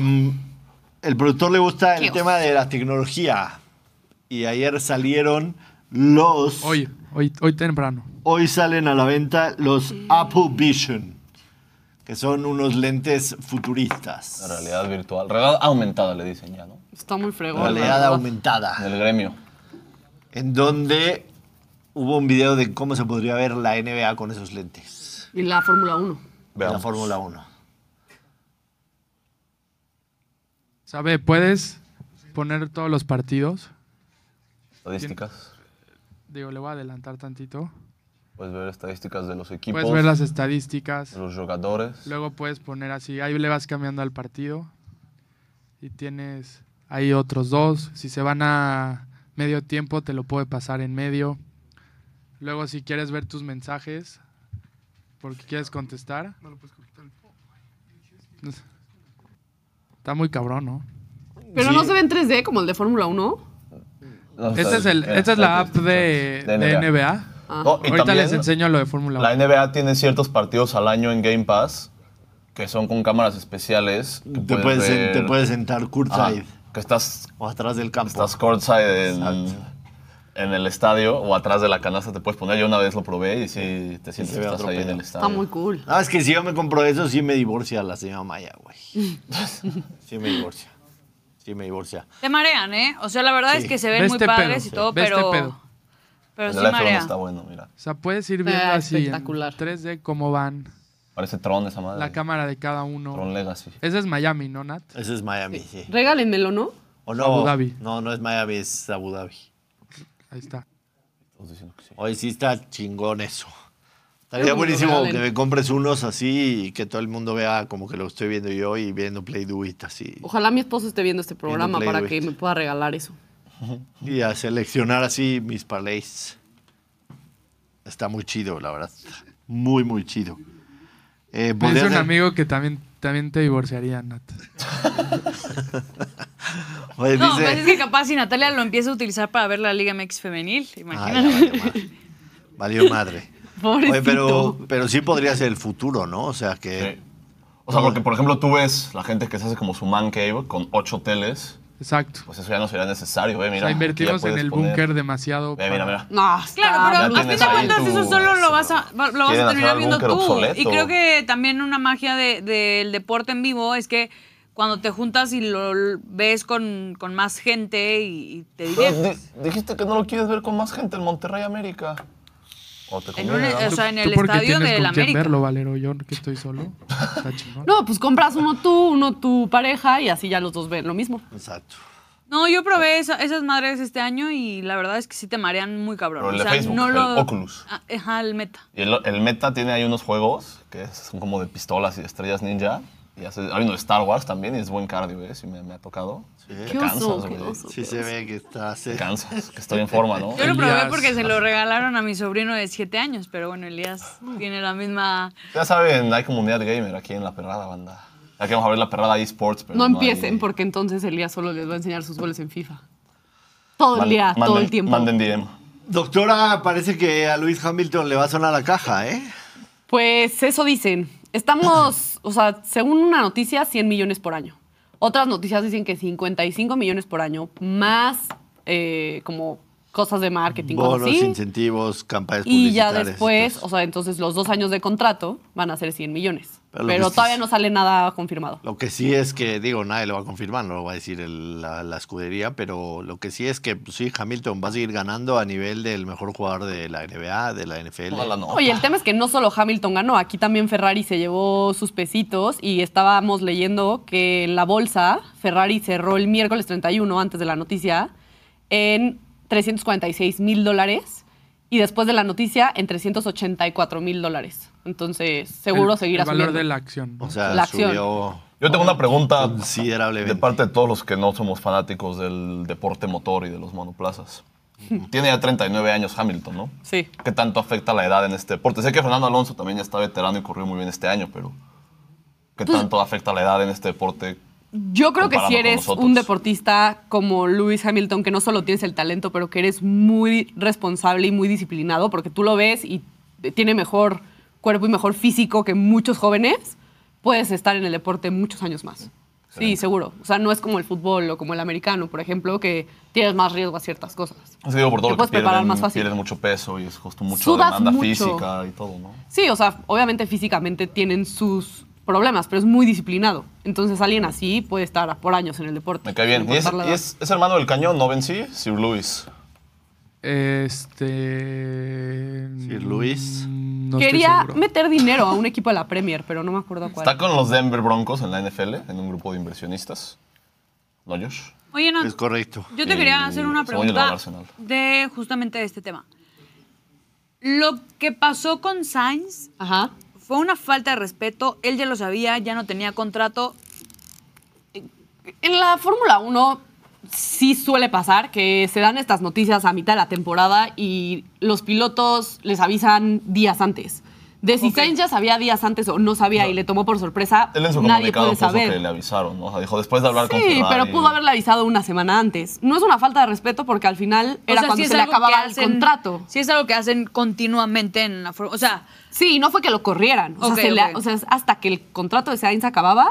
Speaker 1: el productor le gusta el
Speaker 4: Dios.
Speaker 1: tema de la tecnología y ayer salieron los...
Speaker 3: Hoy, hoy, hoy temprano.
Speaker 1: Hoy salen a la venta los Apple Vision, que son unos lentes futuristas.
Speaker 2: La realidad virtual. Realidad aumentada le dicen ya, ¿no?
Speaker 5: Está muy fregón. la
Speaker 1: Realidad
Speaker 5: verdad.
Speaker 1: aumentada.
Speaker 2: En el gremio.
Speaker 1: En donde hubo un video de cómo se podría ver la NBA con esos lentes.
Speaker 5: Y la Fórmula 1.
Speaker 1: de la
Speaker 2: Veamos.
Speaker 1: Fórmula 1.
Speaker 3: ¿Sabe? Puedes poner todos los partidos.
Speaker 2: Estadísticas.
Speaker 3: Digo, le voy a adelantar tantito.
Speaker 2: Puedes ver estadísticas de los equipos,
Speaker 3: Puedes ver las estadísticas.
Speaker 2: de los jugadores.
Speaker 3: Luego puedes poner así, ahí le vas cambiando al partido. Y tienes ahí otros dos. Si se van a medio tiempo, te lo puede pasar en medio. Luego si quieres ver tus mensajes, porque quieres contestar. Está muy cabrón, ¿no?
Speaker 5: Pero no se ve en 3D como el de Fórmula 1.
Speaker 2: Las
Speaker 3: Esta es, el,
Speaker 2: estadísticas,
Speaker 3: esta es la app de,
Speaker 2: estadísticas
Speaker 3: de NBA.
Speaker 1: Ah.
Speaker 2: No, y
Speaker 3: Ahorita
Speaker 2: también
Speaker 3: les enseño lo de Fórmula
Speaker 2: La
Speaker 3: 1.
Speaker 2: NBA tiene ciertos partidos al año en Game Pass que son con cámaras especiales. que
Speaker 1: Te puedes, sen-
Speaker 2: ver-
Speaker 1: te puedes sentar
Speaker 2: Ajá,
Speaker 1: courtside
Speaker 2: que estás
Speaker 1: o atrás del campo.
Speaker 2: Estás courtside en,
Speaker 1: Exacto.
Speaker 2: en el estadio o atrás de la canasta te puedes poner. Yo una vez lo probé y sí te sientes
Speaker 1: se ve
Speaker 2: que estás
Speaker 1: otro
Speaker 2: ahí en
Speaker 1: pedo.
Speaker 2: el
Speaker 5: Está
Speaker 2: estadio.
Speaker 5: muy cool.
Speaker 1: No, es que si yo me compro eso, sí me divorcia la señora Maya, güey. Sí me divorcia. Sí me divorcia.
Speaker 4: Te marean, ¿eh? O sea, la verdad es que se ven
Speaker 3: Ve
Speaker 4: muy
Speaker 3: este
Speaker 4: padres
Speaker 3: pedo,
Speaker 4: y todo,
Speaker 3: ve este
Speaker 4: pero.
Speaker 3: pedo.
Speaker 4: Pero
Speaker 2: El
Speaker 4: sí
Speaker 2: del iPhone
Speaker 4: marea.
Speaker 2: está bueno, mira.
Speaker 3: O sea, puedes ir viendo
Speaker 5: Ah,
Speaker 3: así en
Speaker 5: espectacular.
Speaker 3: 3D cómo van
Speaker 2: Parece Tron esa madre.
Speaker 3: la cámara de cada uno.
Speaker 2: Tron Legacy.
Speaker 3: Ese es Miami, ¿no, Nat?
Speaker 1: Ese es Miami, sí.
Speaker 5: Regálenmelo, ¿no?
Speaker 1: O no,
Speaker 3: Abu Dhabi.
Speaker 1: No, no es Miami, es Abu Dhabi.
Speaker 3: Ahí está.
Speaker 2: Estamos diciendo que sí.
Speaker 1: Hoy sí está chingón eso. Estaría
Speaker 5: Pero
Speaker 1: buenísimo
Speaker 5: regalen.
Speaker 1: que me compres unos así y que todo el mundo vea como que lo estoy viendo yo y viendo Play Do It así.
Speaker 5: Ojalá mi esposo esté viendo este programa
Speaker 1: Play
Speaker 5: para
Speaker 1: with.
Speaker 5: que me pueda regalar eso.
Speaker 1: Y a seleccionar así mis parlays. Está muy chido, la verdad. Muy, muy chido. Eh,
Speaker 2: Pues
Speaker 3: Me dice
Speaker 1: podrías-
Speaker 3: un amigo que también, también te divorciaría, Nat.
Speaker 1: Oye,
Speaker 4: No,
Speaker 1: dice-
Speaker 4: pues es que capaz si Natalia lo empieza a utilizar para ver la Liga MX femenil,
Speaker 1: Ah,
Speaker 4: imagínate.
Speaker 1: ya, valió madre. Valió madre.
Speaker 5: Pobrecito.
Speaker 1: Oye, pero, pero sí podría ser el futuro, ¿no? O sea que.
Speaker 2: Sí. O sea, porque por ejemplo tú ves la gente que se hace como su man cave con ocho teles,
Speaker 3: Exacto.
Speaker 2: pues eso ya no sería necesario, eh,
Speaker 3: O
Speaker 2: mira.
Speaker 3: sea,
Speaker 2: aquí le
Speaker 3: invertimos en
Speaker 2: puedes
Speaker 3: el
Speaker 2: poner-
Speaker 3: búnker demasiado.
Speaker 2: Ve, mira,
Speaker 3: para-
Speaker 2: mira.
Speaker 5: No, Ah, está
Speaker 4: Claro, pero a
Speaker 5: brutal.
Speaker 4: fin
Speaker 2: tienes
Speaker 4: de
Speaker 2: ahí
Speaker 4: cuentas
Speaker 2: tu-
Speaker 4: eso solo lo vas a, va- lo vas
Speaker 2: Quieren
Speaker 4: a
Speaker 2: hacer
Speaker 4: terminar
Speaker 2: al
Speaker 4: viendo tú.
Speaker 2: búnker obsoleto.
Speaker 4: Y creo que también una magia de- del deporte en vivo es que cuando te juntas y lo l- ves con, con más gente y, y te
Speaker 2: Pero
Speaker 4: diviertes.
Speaker 2: di- dijiste que no lo quieres ver con más gente en Monterrey América. O te
Speaker 4: En
Speaker 2: conviene,
Speaker 4: un-
Speaker 2: ¿no?
Speaker 4: o sea, en
Speaker 3: ¿Tú
Speaker 4: el
Speaker 3: por qué
Speaker 4: estadio
Speaker 3: tienes
Speaker 4: del
Speaker 3: con quién
Speaker 4: América.
Speaker 3: verlo, Valero? Yo que estoy solo. Está chingón.
Speaker 5: No, pues compras uno tú, uno tu pareja y así ya los dos ven lo mismo.
Speaker 1: Exacto.
Speaker 4: No, yo probé esa- esas madres este año y la verdad es que sí te marean muy cabrón.
Speaker 2: Pero el
Speaker 4: o
Speaker 2: de
Speaker 4: sea,
Speaker 2: Facebook,
Speaker 4: no
Speaker 2: el
Speaker 4: lo...
Speaker 2: Oculus.
Speaker 4: Ah, Ajá, el meta.
Speaker 2: Y el, el Meta tiene ahí unos juegos que son como de pistolas y de estrellas ninja. Y hace, hay uno de Star Wars también y es buen cardio, ¿eh? Si me, me ha tocado. Te
Speaker 5: Qué oso, qué
Speaker 2: güey.
Speaker 5: oso.
Speaker 1: Sí se ve que está...
Speaker 2: Te cansas, que estoy en forma, ¿no?
Speaker 4: Yo lo probé
Speaker 3: Elías.
Speaker 4: porque se lo regalaron a mi sobrino de 7 años, pero bueno, Elías tiene la misma...
Speaker 2: Ya saben, hay comunidad gamer aquí en La Perrada, banda. Aquí vamos a ver La Perrada eSports, pero
Speaker 5: No
Speaker 2: hay-
Speaker 5: empiecen porque entonces Elías solo les va a enseñar sus goles en FIFA. Todo el
Speaker 2: Man-
Speaker 5: día, todo
Speaker 2: manden-
Speaker 5: el tiempo.
Speaker 2: Manden DM.
Speaker 1: Doctora, parece que a Luis Hamilton le va a sonar la caja, ¿eh?
Speaker 5: Pues eso dicen. Estamos, o sea, según una noticia, 100 millones por año. Otras noticias dicen que 55 millones por año, más eh, como cosas de marketing, cosas
Speaker 1: Bonos,
Speaker 5: así.
Speaker 1: incentivos, campañas
Speaker 5: Y ya
Speaker 1: publicitarias,
Speaker 5: después,
Speaker 1: entonces,
Speaker 5: o sea, entonces los dos años de contrato van a ser 100 millones.
Speaker 1: Pero lo
Speaker 5: Pero,
Speaker 1: que estás-
Speaker 5: todavía no sale nada confirmado.
Speaker 1: Lo que sí es que, digo, nadie lo va a confirmar, no lo va a decir el- la, la escudería, pero lo que sí es que pues, sí, Hamilton va a seguir ganando a nivel del mejor jugador de la NBA, de la NFL.
Speaker 2: Ojalá no.
Speaker 5: Oye, el tema es que no solo Hamilton ganó, aquí también Ferrari se llevó sus pesitos y estábamos leyendo que en la bolsa Ferrari cerró el miércoles 31 antes de la noticia en 346 mil dólares y después de la noticia en 384 mil dólares. Entonces, seguro
Speaker 3: El-
Speaker 5: seguirá
Speaker 3: El valor
Speaker 5: subiendo.
Speaker 3: de la acción. ¿no?
Speaker 1: O sea,
Speaker 5: La acción.
Speaker 1: subió
Speaker 2: Yo tengo una pregunta
Speaker 1: considerablemente.
Speaker 2: de parte de todos los que no somos fanáticos del deporte motor y de los monoplazas. Tiene ya 39 años Hamilton, ¿no?
Speaker 5: Sí.
Speaker 2: ¿Qué tanto afecta la edad en este deporte? Sé que Fernando Alonso también ya está veterano y corrió muy bien este año, pero ¿qué
Speaker 5: Pues
Speaker 2: tanto afecta la edad en este deporte?
Speaker 5: Yo creo que si
Speaker 2: comparando con
Speaker 5: eres
Speaker 2: nosotros.
Speaker 5: un deportista como Lewis Hamilton, que no solo tienes el talento, pero que eres muy responsable y muy disciplinado, porque tú lo ves y tiene mejor cuerpo y mejor físico que muchos jóvenes, puedes estar en el deporte muchos años más. Sí, seguro. O sea, no es como el fútbol o como el americano, por ejemplo, que tienes más riesgo a ciertas cosas.
Speaker 2: Es que digo, por todo
Speaker 5: Te
Speaker 2: lo que
Speaker 5: puedes preparar
Speaker 2: pierden,
Speaker 5: más fácil.
Speaker 2: pierden mucho peso y es justo mucha
Speaker 5: Sudas
Speaker 2: demanda
Speaker 5: mucho.
Speaker 2: física y todo, ¿no?
Speaker 5: Sí, o sea, obviamente físicamente tienen sus problemas, pero es muy disciplinado. Entonces alguien así puede estar por años en el deporte.
Speaker 2: Me cae bien.
Speaker 5: sin
Speaker 2: Y es,
Speaker 5: importar la
Speaker 2: y
Speaker 5: edad.
Speaker 2: es- es hermano del cañón, ¿no ven sí? Sir Lewis.
Speaker 3: Este.
Speaker 1: Sir Luis.
Speaker 3: mm, No
Speaker 5: Quería
Speaker 3: estoy seguro.
Speaker 5: meter dinero a un equipo de la Premier, pero no me acuerdo cuál.
Speaker 2: Está con los Denver Broncos en la NFL, en un grupo de inversionistas. ¿No, Josh?
Speaker 4: Oye, no,
Speaker 1: Es correcto.
Speaker 4: yo te quería
Speaker 2: Y
Speaker 4: hacer una
Speaker 2: según yo le eh, va al
Speaker 4: pregunta
Speaker 2: Arsenal.
Speaker 4: de justamente de este tema. Lo que pasó con Sainz
Speaker 5: Ajá.
Speaker 4: fue una falta de respeto, él ya lo sabía, ya no tenía contrato.
Speaker 5: En la Fórmula 1 sí suele pasar que se dan estas noticias a mitad de la temporada y los pilotos les avisan días antes. De si
Speaker 4: Ok.
Speaker 5: Sainz ya sabía días antes o no sabía y le tomó por sorpresa,
Speaker 2: Él en su
Speaker 5: nadie
Speaker 2: comunicado
Speaker 5: puede
Speaker 2: puso
Speaker 5: saber.
Speaker 2: que le avisaron, ¿no? O sea, dijo después de hablar con
Speaker 5: Sí,
Speaker 2: Ferrari.
Speaker 5: pero pudo haberle avisado una semana antes. No es una falta de respeto porque al
Speaker 4: O
Speaker 5: final era
Speaker 4: sea,
Speaker 5: cuando
Speaker 4: sí es
Speaker 5: se le
Speaker 4: algo que
Speaker 5: acababa el
Speaker 4: hacen-
Speaker 5: contrato.
Speaker 4: Sí es algo que hacen continuamente en la forma. O sea,
Speaker 5: Sí, no fue que lo corrieran. O,
Speaker 4: Ok,
Speaker 5: sea, se le-
Speaker 4: ok.
Speaker 5: o sea, es hasta que el contrato de Sainz acababa,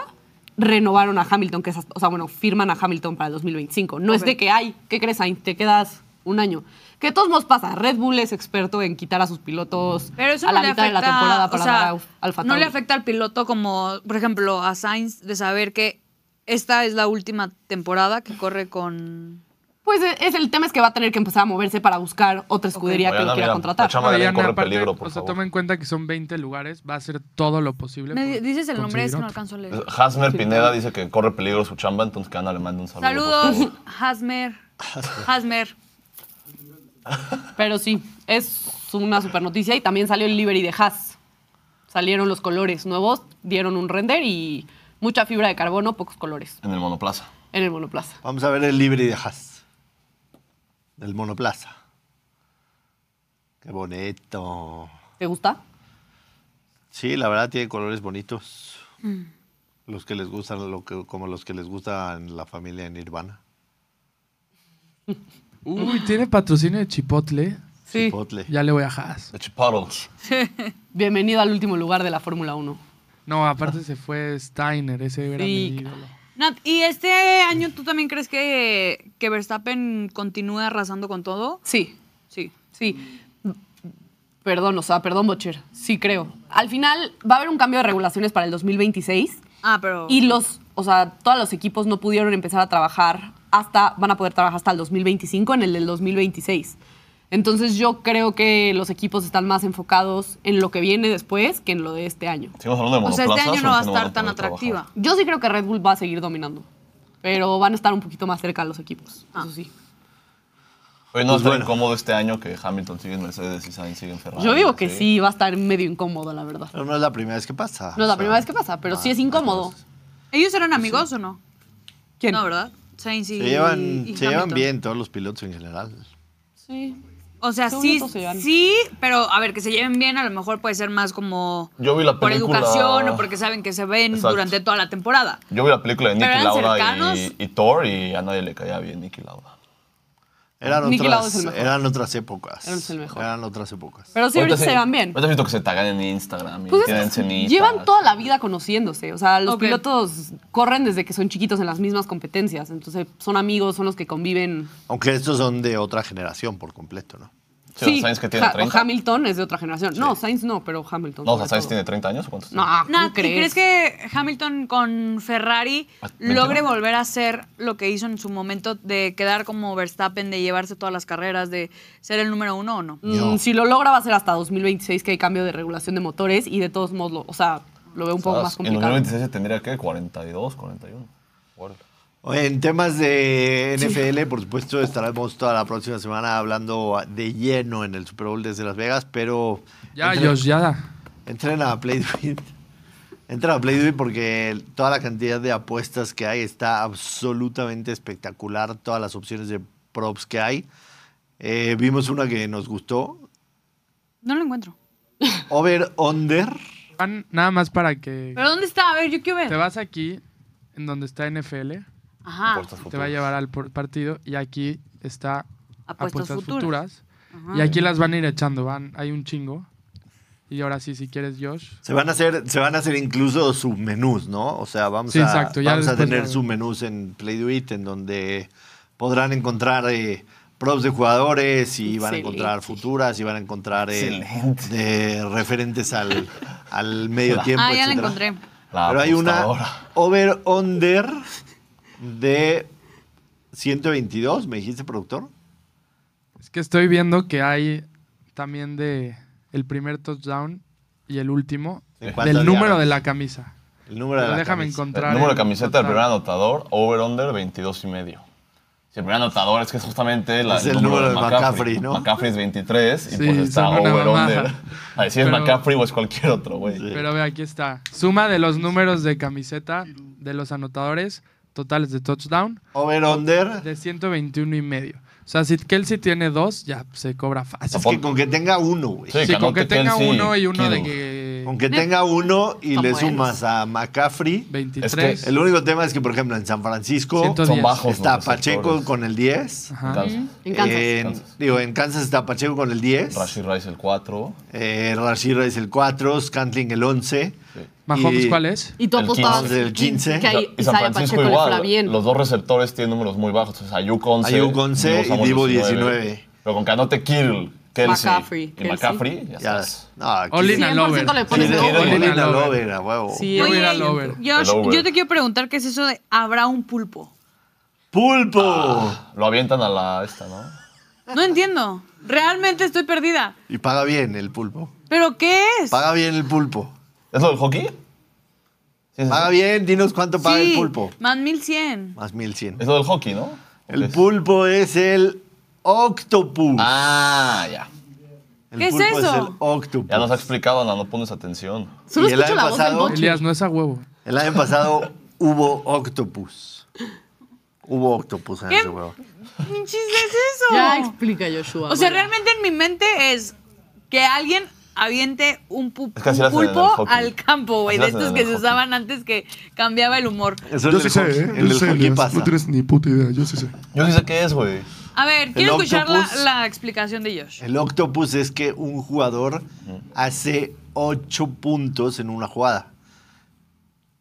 Speaker 5: renovaron a Hamilton, que es, hasta- o sea, bueno, firman a Hamilton para el 2025. No es
Speaker 4: Ok.
Speaker 5: de que, ay, ¿qué crees, Sainz? Te quedas un año. Que de todos modos pasa. Red Bull es experto en quitar a sus pilotos
Speaker 4: Pero eso
Speaker 5: a la
Speaker 4: no le
Speaker 5: mitad
Speaker 4: afecta,
Speaker 5: de la temporada
Speaker 4: o
Speaker 5: para
Speaker 4: sea,
Speaker 5: dar a Alfa
Speaker 4: No le
Speaker 5: Tauri.
Speaker 4: afecta al piloto como, por ejemplo, a Sainz de saber que esta es la última temporada que corre con.
Speaker 5: Pues es, es el tema es que va a tener que empezar a moverse para buscar otra escudería que
Speaker 2: Oigan,
Speaker 5: lo quiera
Speaker 2: mira,
Speaker 5: contratar.
Speaker 2: la chama- Madrid
Speaker 3: Oigan,
Speaker 2: corre
Speaker 3: aparte,
Speaker 2: peligro, por
Speaker 3: o sea,
Speaker 2: favor.
Speaker 3: toma en cuenta que son 20 lugares, va a hacer todo lo posible.
Speaker 4: ¿Me
Speaker 3: por
Speaker 4: di- dices el nombre? Es que no
Speaker 3: conseguir otro.
Speaker 4: alcanzo a
Speaker 2: Ah,
Speaker 4: leer.
Speaker 2: Hasmer Eh, Pineda dice que corre peligro su chamba, entonces que Ana le mande un saludo. por
Speaker 4: Saludos,
Speaker 2: favor.
Speaker 4: Hasmer. Hasmer.
Speaker 5: Pero sí, es una super noticia y también salió el livery de Haas. Salieron los colores nuevos, dieron un render y mucha fibra de carbono, pocos colores
Speaker 2: En el monoplaza.
Speaker 5: en el monoplaza.
Speaker 1: Vamos a ver el libre de Haas. Del monoplaza. Qué bonito.
Speaker 5: ¿Te gusta?
Speaker 1: Sí, la verdad tiene colores bonitos.
Speaker 5: Mm.
Speaker 1: Los que les gustan, lo que, como los que les gustan la familia en Nirvana.
Speaker 3: Uy, tiene patrocinio de Chipotle.
Speaker 5: Sí.
Speaker 1: Chipotle.
Speaker 3: Ya le voy a Haas.
Speaker 2: The Chipotle.
Speaker 5: Bienvenido al último lugar de la Fórmula 1.
Speaker 3: No, aparte se fue Steiner, ese era mi
Speaker 5: Sí,
Speaker 3: ídolo.
Speaker 4: Nat, ¿y este año tú también crees que, que Verstappen continúe arrasando con todo?
Speaker 5: Sí,
Speaker 4: Sí.
Speaker 5: sí. Perdón, o sea, perdón, Bocher. Sí, creo. Al final va a haber un cambio de regulaciones para el 2026
Speaker 4: Ah, pero.
Speaker 5: y los, o sea, todos los equipos no pudieron empezar a trabajar hasta, van a poder trabajar hasta el 2025 en el del 2026. Entonces yo creo que los equipos están más enfocados en lo que viene después que en lo de este año.
Speaker 2: Seguimos hablando de
Speaker 4: O sea, este
Speaker 2: monoplazas
Speaker 4: año no va a
Speaker 2: tenemos
Speaker 4: estar
Speaker 2: otro
Speaker 4: tan
Speaker 2: trabajo?
Speaker 4: atractiva.
Speaker 5: Yo sí creo que Red Bull va a seguir dominando, pero van a estar un poquito más cerca los equipos. Eso sí.
Speaker 2: Oye, no va a
Speaker 1: Pues
Speaker 2: estar
Speaker 1: bueno.
Speaker 2: incómodo este año que Hamilton sigue en Mercedes y Sainz sigue en Ferrari.
Speaker 5: Yo digo que sí, va a estar medio incómodo, la verdad.
Speaker 1: Pero no es la primera vez que pasa. Ah, o
Speaker 5: No es
Speaker 1: sea,
Speaker 5: la primera vez que pasa, pero Ah, sí es incómodo.
Speaker 4: ¿Ellos eran amigos o no?
Speaker 5: ¿Quién?
Speaker 4: No, ¿verdad? Sainz y
Speaker 1: Se llevan,
Speaker 4: y
Speaker 1: se llevan
Speaker 4: Hamilton.
Speaker 1: bien todos los pilotos en general.
Speaker 5: Sí.
Speaker 4: O sea,
Speaker 5: Según
Speaker 4: sí,
Speaker 5: yo, todos se llevan.
Speaker 4: sí, pero a ver, que se lleven bien a lo mejor puede ser más como
Speaker 2: Yo vi la
Speaker 4: por
Speaker 2: película-
Speaker 4: educación o porque saben que se ven
Speaker 2: Exacto.
Speaker 4: durante toda la temporada.
Speaker 2: Yo vi la película de
Speaker 4: Pero
Speaker 2: Nicky
Speaker 4: eran
Speaker 2: Lauda
Speaker 4: cercanos.
Speaker 2: y, y Thor y a nadie le caía bien Nicky Lauda.
Speaker 1: Eran
Speaker 5: Niki Lauda es
Speaker 1: otras,
Speaker 5: el mejor.
Speaker 1: eran otras épocas.
Speaker 5: Él es el mejor.
Speaker 1: Eran otras épocas.
Speaker 5: Pero sí, ahorita se van
Speaker 2: van
Speaker 5: bien.
Speaker 2: Ahorita has visto que se tagan en Instagram y
Speaker 5: Pues es que
Speaker 2: tienen cenitas.
Speaker 5: llevan toda la vida conociéndose. O sea, los
Speaker 4: Ok.
Speaker 5: pilotos corren desde que son chiquitos en las mismas competencias. Entonces, son amigos, son los que conviven.
Speaker 1: Aunque estos son de otra generación por completo, ¿no?
Speaker 2: Sí, o sea, Sainz que tiene
Speaker 5: Ja-
Speaker 2: 30.
Speaker 5: Hamilton es de otra generación. No, Sainz no, pero Hamilton.
Speaker 2: No, o sea,
Speaker 5: sobre
Speaker 2: Sainz
Speaker 5: todo.
Speaker 2: tiene 30 años o cuántos
Speaker 5: No,
Speaker 2: tiene?
Speaker 3: Ah,
Speaker 5: ¿cómo
Speaker 4: Nat, ¿y
Speaker 5: crees?
Speaker 4: crees que Hamilton con Ferrari
Speaker 2: Ah, mentira.
Speaker 4: logre volver a hacer lo que hizo en su momento de quedar como Verstappen, de llevarse todas las carreras, de ser el número uno o no?
Speaker 5: Mm,
Speaker 1: No.
Speaker 5: Si lo logra, va a ser hasta 2026 que hay cambio de regulación de motores y de todos modos, lo- o sea, lo veo un poco
Speaker 2: ¿Sabes?
Speaker 5: más
Speaker 2: En
Speaker 5: complicado.
Speaker 2: 2026 se tendría que 42, 41. Órale.
Speaker 1: Oye, En temas de NFL, por supuesto, estaremos toda la próxima semana hablando de lleno en el Super Bowl desde Las Vegas, pero
Speaker 3: Ya, Josh, ya.
Speaker 1: entren a PlayDuit. Entren a PlayDuit porque toda la cantidad de apuestas que hay está absolutamente espectacular, todas las opciones de props que hay. Eh, vimos una que nos gustó,
Speaker 4: No lo encuentro.
Speaker 1: Over Under.
Speaker 3: Van nada más para que
Speaker 4: ¿Pero dónde está? A ver, yo quiero
Speaker 3: te
Speaker 4: ver.
Speaker 3: vas aquí, en donde está NFL,
Speaker 4: Ajá.
Speaker 2: Apuestas
Speaker 3: te va a
Speaker 2: futuras.
Speaker 3: llevar al por- partido y aquí está
Speaker 4: Apuestas
Speaker 3: apuestas,
Speaker 4: futuras.
Speaker 3: futuras.
Speaker 4: Ajá.
Speaker 3: Y aquí las van a ir echando, van, hay un chingo. Y ahora sí, si quieres, Josh.
Speaker 1: Se van a hacer, se van a hacer incluso submenús, ¿no? O sea, vamos,
Speaker 3: Sí,
Speaker 1: a,
Speaker 3: exacto, ya
Speaker 1: vamos a
Speaker 3: después
Speaker 1: tener
Speaker 3: la-
Speaker 1: submenús en Play Do It, en donde podrán encontrar eh, props de jugadores y van a encontrar futuras y van a encontrar eh,
Speaker 2: Excelente.
Speaker 1: de referentes al, al medio tiempo.
Speaker 4: Ah, ya la
Speaker 1: etcétera.
Speaker 4: encontré.
Speaker 2: La
Speaker 1: Pero hay una
Speaker 2: apostadora.
Speaker 1: over-under de 122, ¿me dijiste, productor?
Speaker 3: Es que estoy viendo que hay también de el primer touchdown y el último
Speaker 1: ¿De
Speaker 3: del
Speaker 1: cuántas
Speaker 3: número
Speaker 1: yardas?
Speaker 3: de la camisa.
Speaker 1: El número de
Speaker 3: Pero
Speaker 1: la
Speaker 3: déjame
Speaker 1: camisa.
Speaker 2: El
Speaker 3: encontrar.
Speaker 2: número de
Speaker 3: el
Speaker 2: camiseta del
Speaker 3: total.
Speaker 2: primer anotador, over-under 22 y medio. Si el primer anotador es que es justamente la-
Speaker 1: Es el número de McCaffrey, ¿no?
Speaker 2: McCaffrey es 23 y
Speaker 3: Sí,
Speaker 2: pues está
Speaker 3: son una
Speaker 2: over-under.
Speaker 3: mamada.
Speaker 2: A ver si es
Speaker 3: Pero-
Speaker 2: McCaffrey o es cualquier otro, güey.
Speaker 3: Pero ve, aquí está. Suma de los números de camiseta de los anotadores totales de touchdown
Speaker 1: Over-under.
Speaker 3: de 121 y medio. O sea, si Kelsey tiene dos, ya se cobra fácil.
Speaker 1: Es que con que tenga uno, güey.
Speaker 2: Sí,
Speaker 3: Sí, con
Speaker 2: anote
Speaker 3: que tenga
Speaker 2: Kelsey
Speaker 3: uno y uno de
Speaker 2: Kittle.
Speaker 3: que
Speaker 1: Aunque tenga uno y
Speaker 5: Como
Speaker 1: le
Speaker 5: eres.
Speaker 1: sumas a McCaffrey.
Speaker 3: 23.
Speaker 1: El único tema es que, por ejemplo, en San Francisco
Speaker 3: 110.
Speaker 2: Son bajos. los
Speaker 1: está
Speaker 2: receptores.
Speaker 1: Pacheco con el 10.
Speaker 3: Ajá.
Speaker 2: Entonces,
Speaker 5: En Kansas.
Speaker 2: eh,
Speaker 1: En-
Speaker 2: Kansas.
Speaker 1: digo, en Kansas está Pacheco con el 10.
Speaker 2: Rashid Rice el 4.
Speaker 1: Eh, Rashid Rice el 4. Scantling el 11.
Speaker 3: Mahomes,
Speaker 1: Y-
Speaker 3: ¿cuál es?
Speaker 5: Y tú
Speaker 2: El
Speaker 5: apostabas
Speaker 1: 15. El 15.
Speaker 5: que ahí
Speaker 2: y San
Speaker 5: Isaiah
Speaker 2: Francisco
Speaker 5: Pacheco le fuera
Speaker 2: igual.
Speaker 5: bien.
Speaker 2: Los dos receptores tienen números muy bajos. Entonces, Ayuk 11.
Speaker 1: Ayuk 11 y
Speaker 2: Samuel
Speaker 1: Divo 19.
Speaker 2: Pero con que anote Kittle, Kelsey
Speaker 5: McCaffrey,
Speaker 2: y
Speaker 5: Kelsey.
Speaker 2: McCaffrey, ya
Speaker 1: Ya
Speaker 2: estás.
Speaker 1: ves. No, aquí-
Speaker 3: All in
Speaker 1: Sí,
Speaker 3: al
Speaker 5: 100%
Speaker 3: over.
Speaker 5: le pones
Speaker 1: sí,
Speaker 5: el
Speaker 1: sí,
Speaker 5: over.
Speaker 1: all in al
Speaker 3: All in al
Speaker 1: over, a huevo.
Speaker 5: Sí,
Speaker 3: Yo voy a ir
Speaker 4: Oye,
Speaker 3: al over.
Speaker 4: Josh,
Speaker 2: El over.
Speaker 4: yo te quiero preguntar qué es eso de ¿habrá un pulpo?
Speaker 1: ¡Pulpo!
Speaker 2: Lo avientan a la esta, ¿no?
Speaker 4: No entiendo. Realmente estoy perdida.
Speaker 1: Y paga bien el pulpo.
Speaker 4: ¿Pero qué es?
Speaker 1: Paga bien el pulpo.
Speaker 2: ¿Es lo del hockey? Sí, es,
Speaker 1: Paga bien, dinos cuánto paga
Speaker 4: Sí,
Speaker 1: el pulpo.
Speaker 4: Más 1100.
Speaker 1: Más 1100.
Speaker 2: es lo del hockey, ¿no? ¿O qué
Speaker 1: El
Speaker 2: es?
Speaker 1: pulpo es el octopus.
Speaker 2: Ah, ya.
Speaker 1: El
Speaker 4: ¿Qué es
Speaker 1: pulpo
Speaker 4: eso?
Speaker 1: el octopus.
Speaker 2: Ya nos ha explicado, Ana, no pones atención.
Speaker 5: Solo
Speaker 1: Y el
Speaker 5: escucho
Speaker 1: año
Speaker 5: la voz del
Speaker 1: pasado-
Speaker 5: boche.
Speaker 3: Elías, no es a huevo.
Speaker 1: El año pasado hubo octopus. Hubo octopus en
Speaker 4: ¿Qué?
Speaker 1: ese huevo.
Speaker 4: ¿Pinches es eso?
Speaker 5: Ya explica, Joshua.
Speaker 4: o sea,
Speaker 5: bueno.
Speaker 4: realmente en mi mente es que alguien aviente un, pu-
Speaker 2: Es que así
Speaker 4: un
Speaker 2: lo hacen en el
Speaker 4: pulpo
Speaker 2: hockey.
Speaker 4: al campo, güey.
Speaker 2: Así lo
Speaker 4: De
Speaker 2: hacen
Speaker 4: estos
Speaker 2: en
Speaker 4: que
Speaker 2: el
Speaker 4: se
Speaker 2: hockey.
Speaker 4: usaban antes que cambiaba el humor.
Speaker 1: Eso
Speaker 6: Yo
Speaker 1: en
Speaker 6: sí
Speaker 1: el
Speaker 6: sé,
Speaker 1: hockey-
Speaker 6: ¿eh?
Speaker 1: en
Speaker 6: Yo
Speaker 1: el
Speaker 6: sé,
Speaker 1: hockey
Speaker 6: Elias,
Speaker 1: pasa.
Speaker 6: No tienes ni puta idea, yo sí sé.
Speaker 2: Yo sí sé qué es, güey.
Speaker 4: A ver, quiero escuchar la,
Speaker 1: octopus.
Speaker 4: la explicación de
Speaker 2: Eh,
Speaker 4: Josh.
Speaker 1: El octopus es que un jugador hace ocho puntos en una jugada.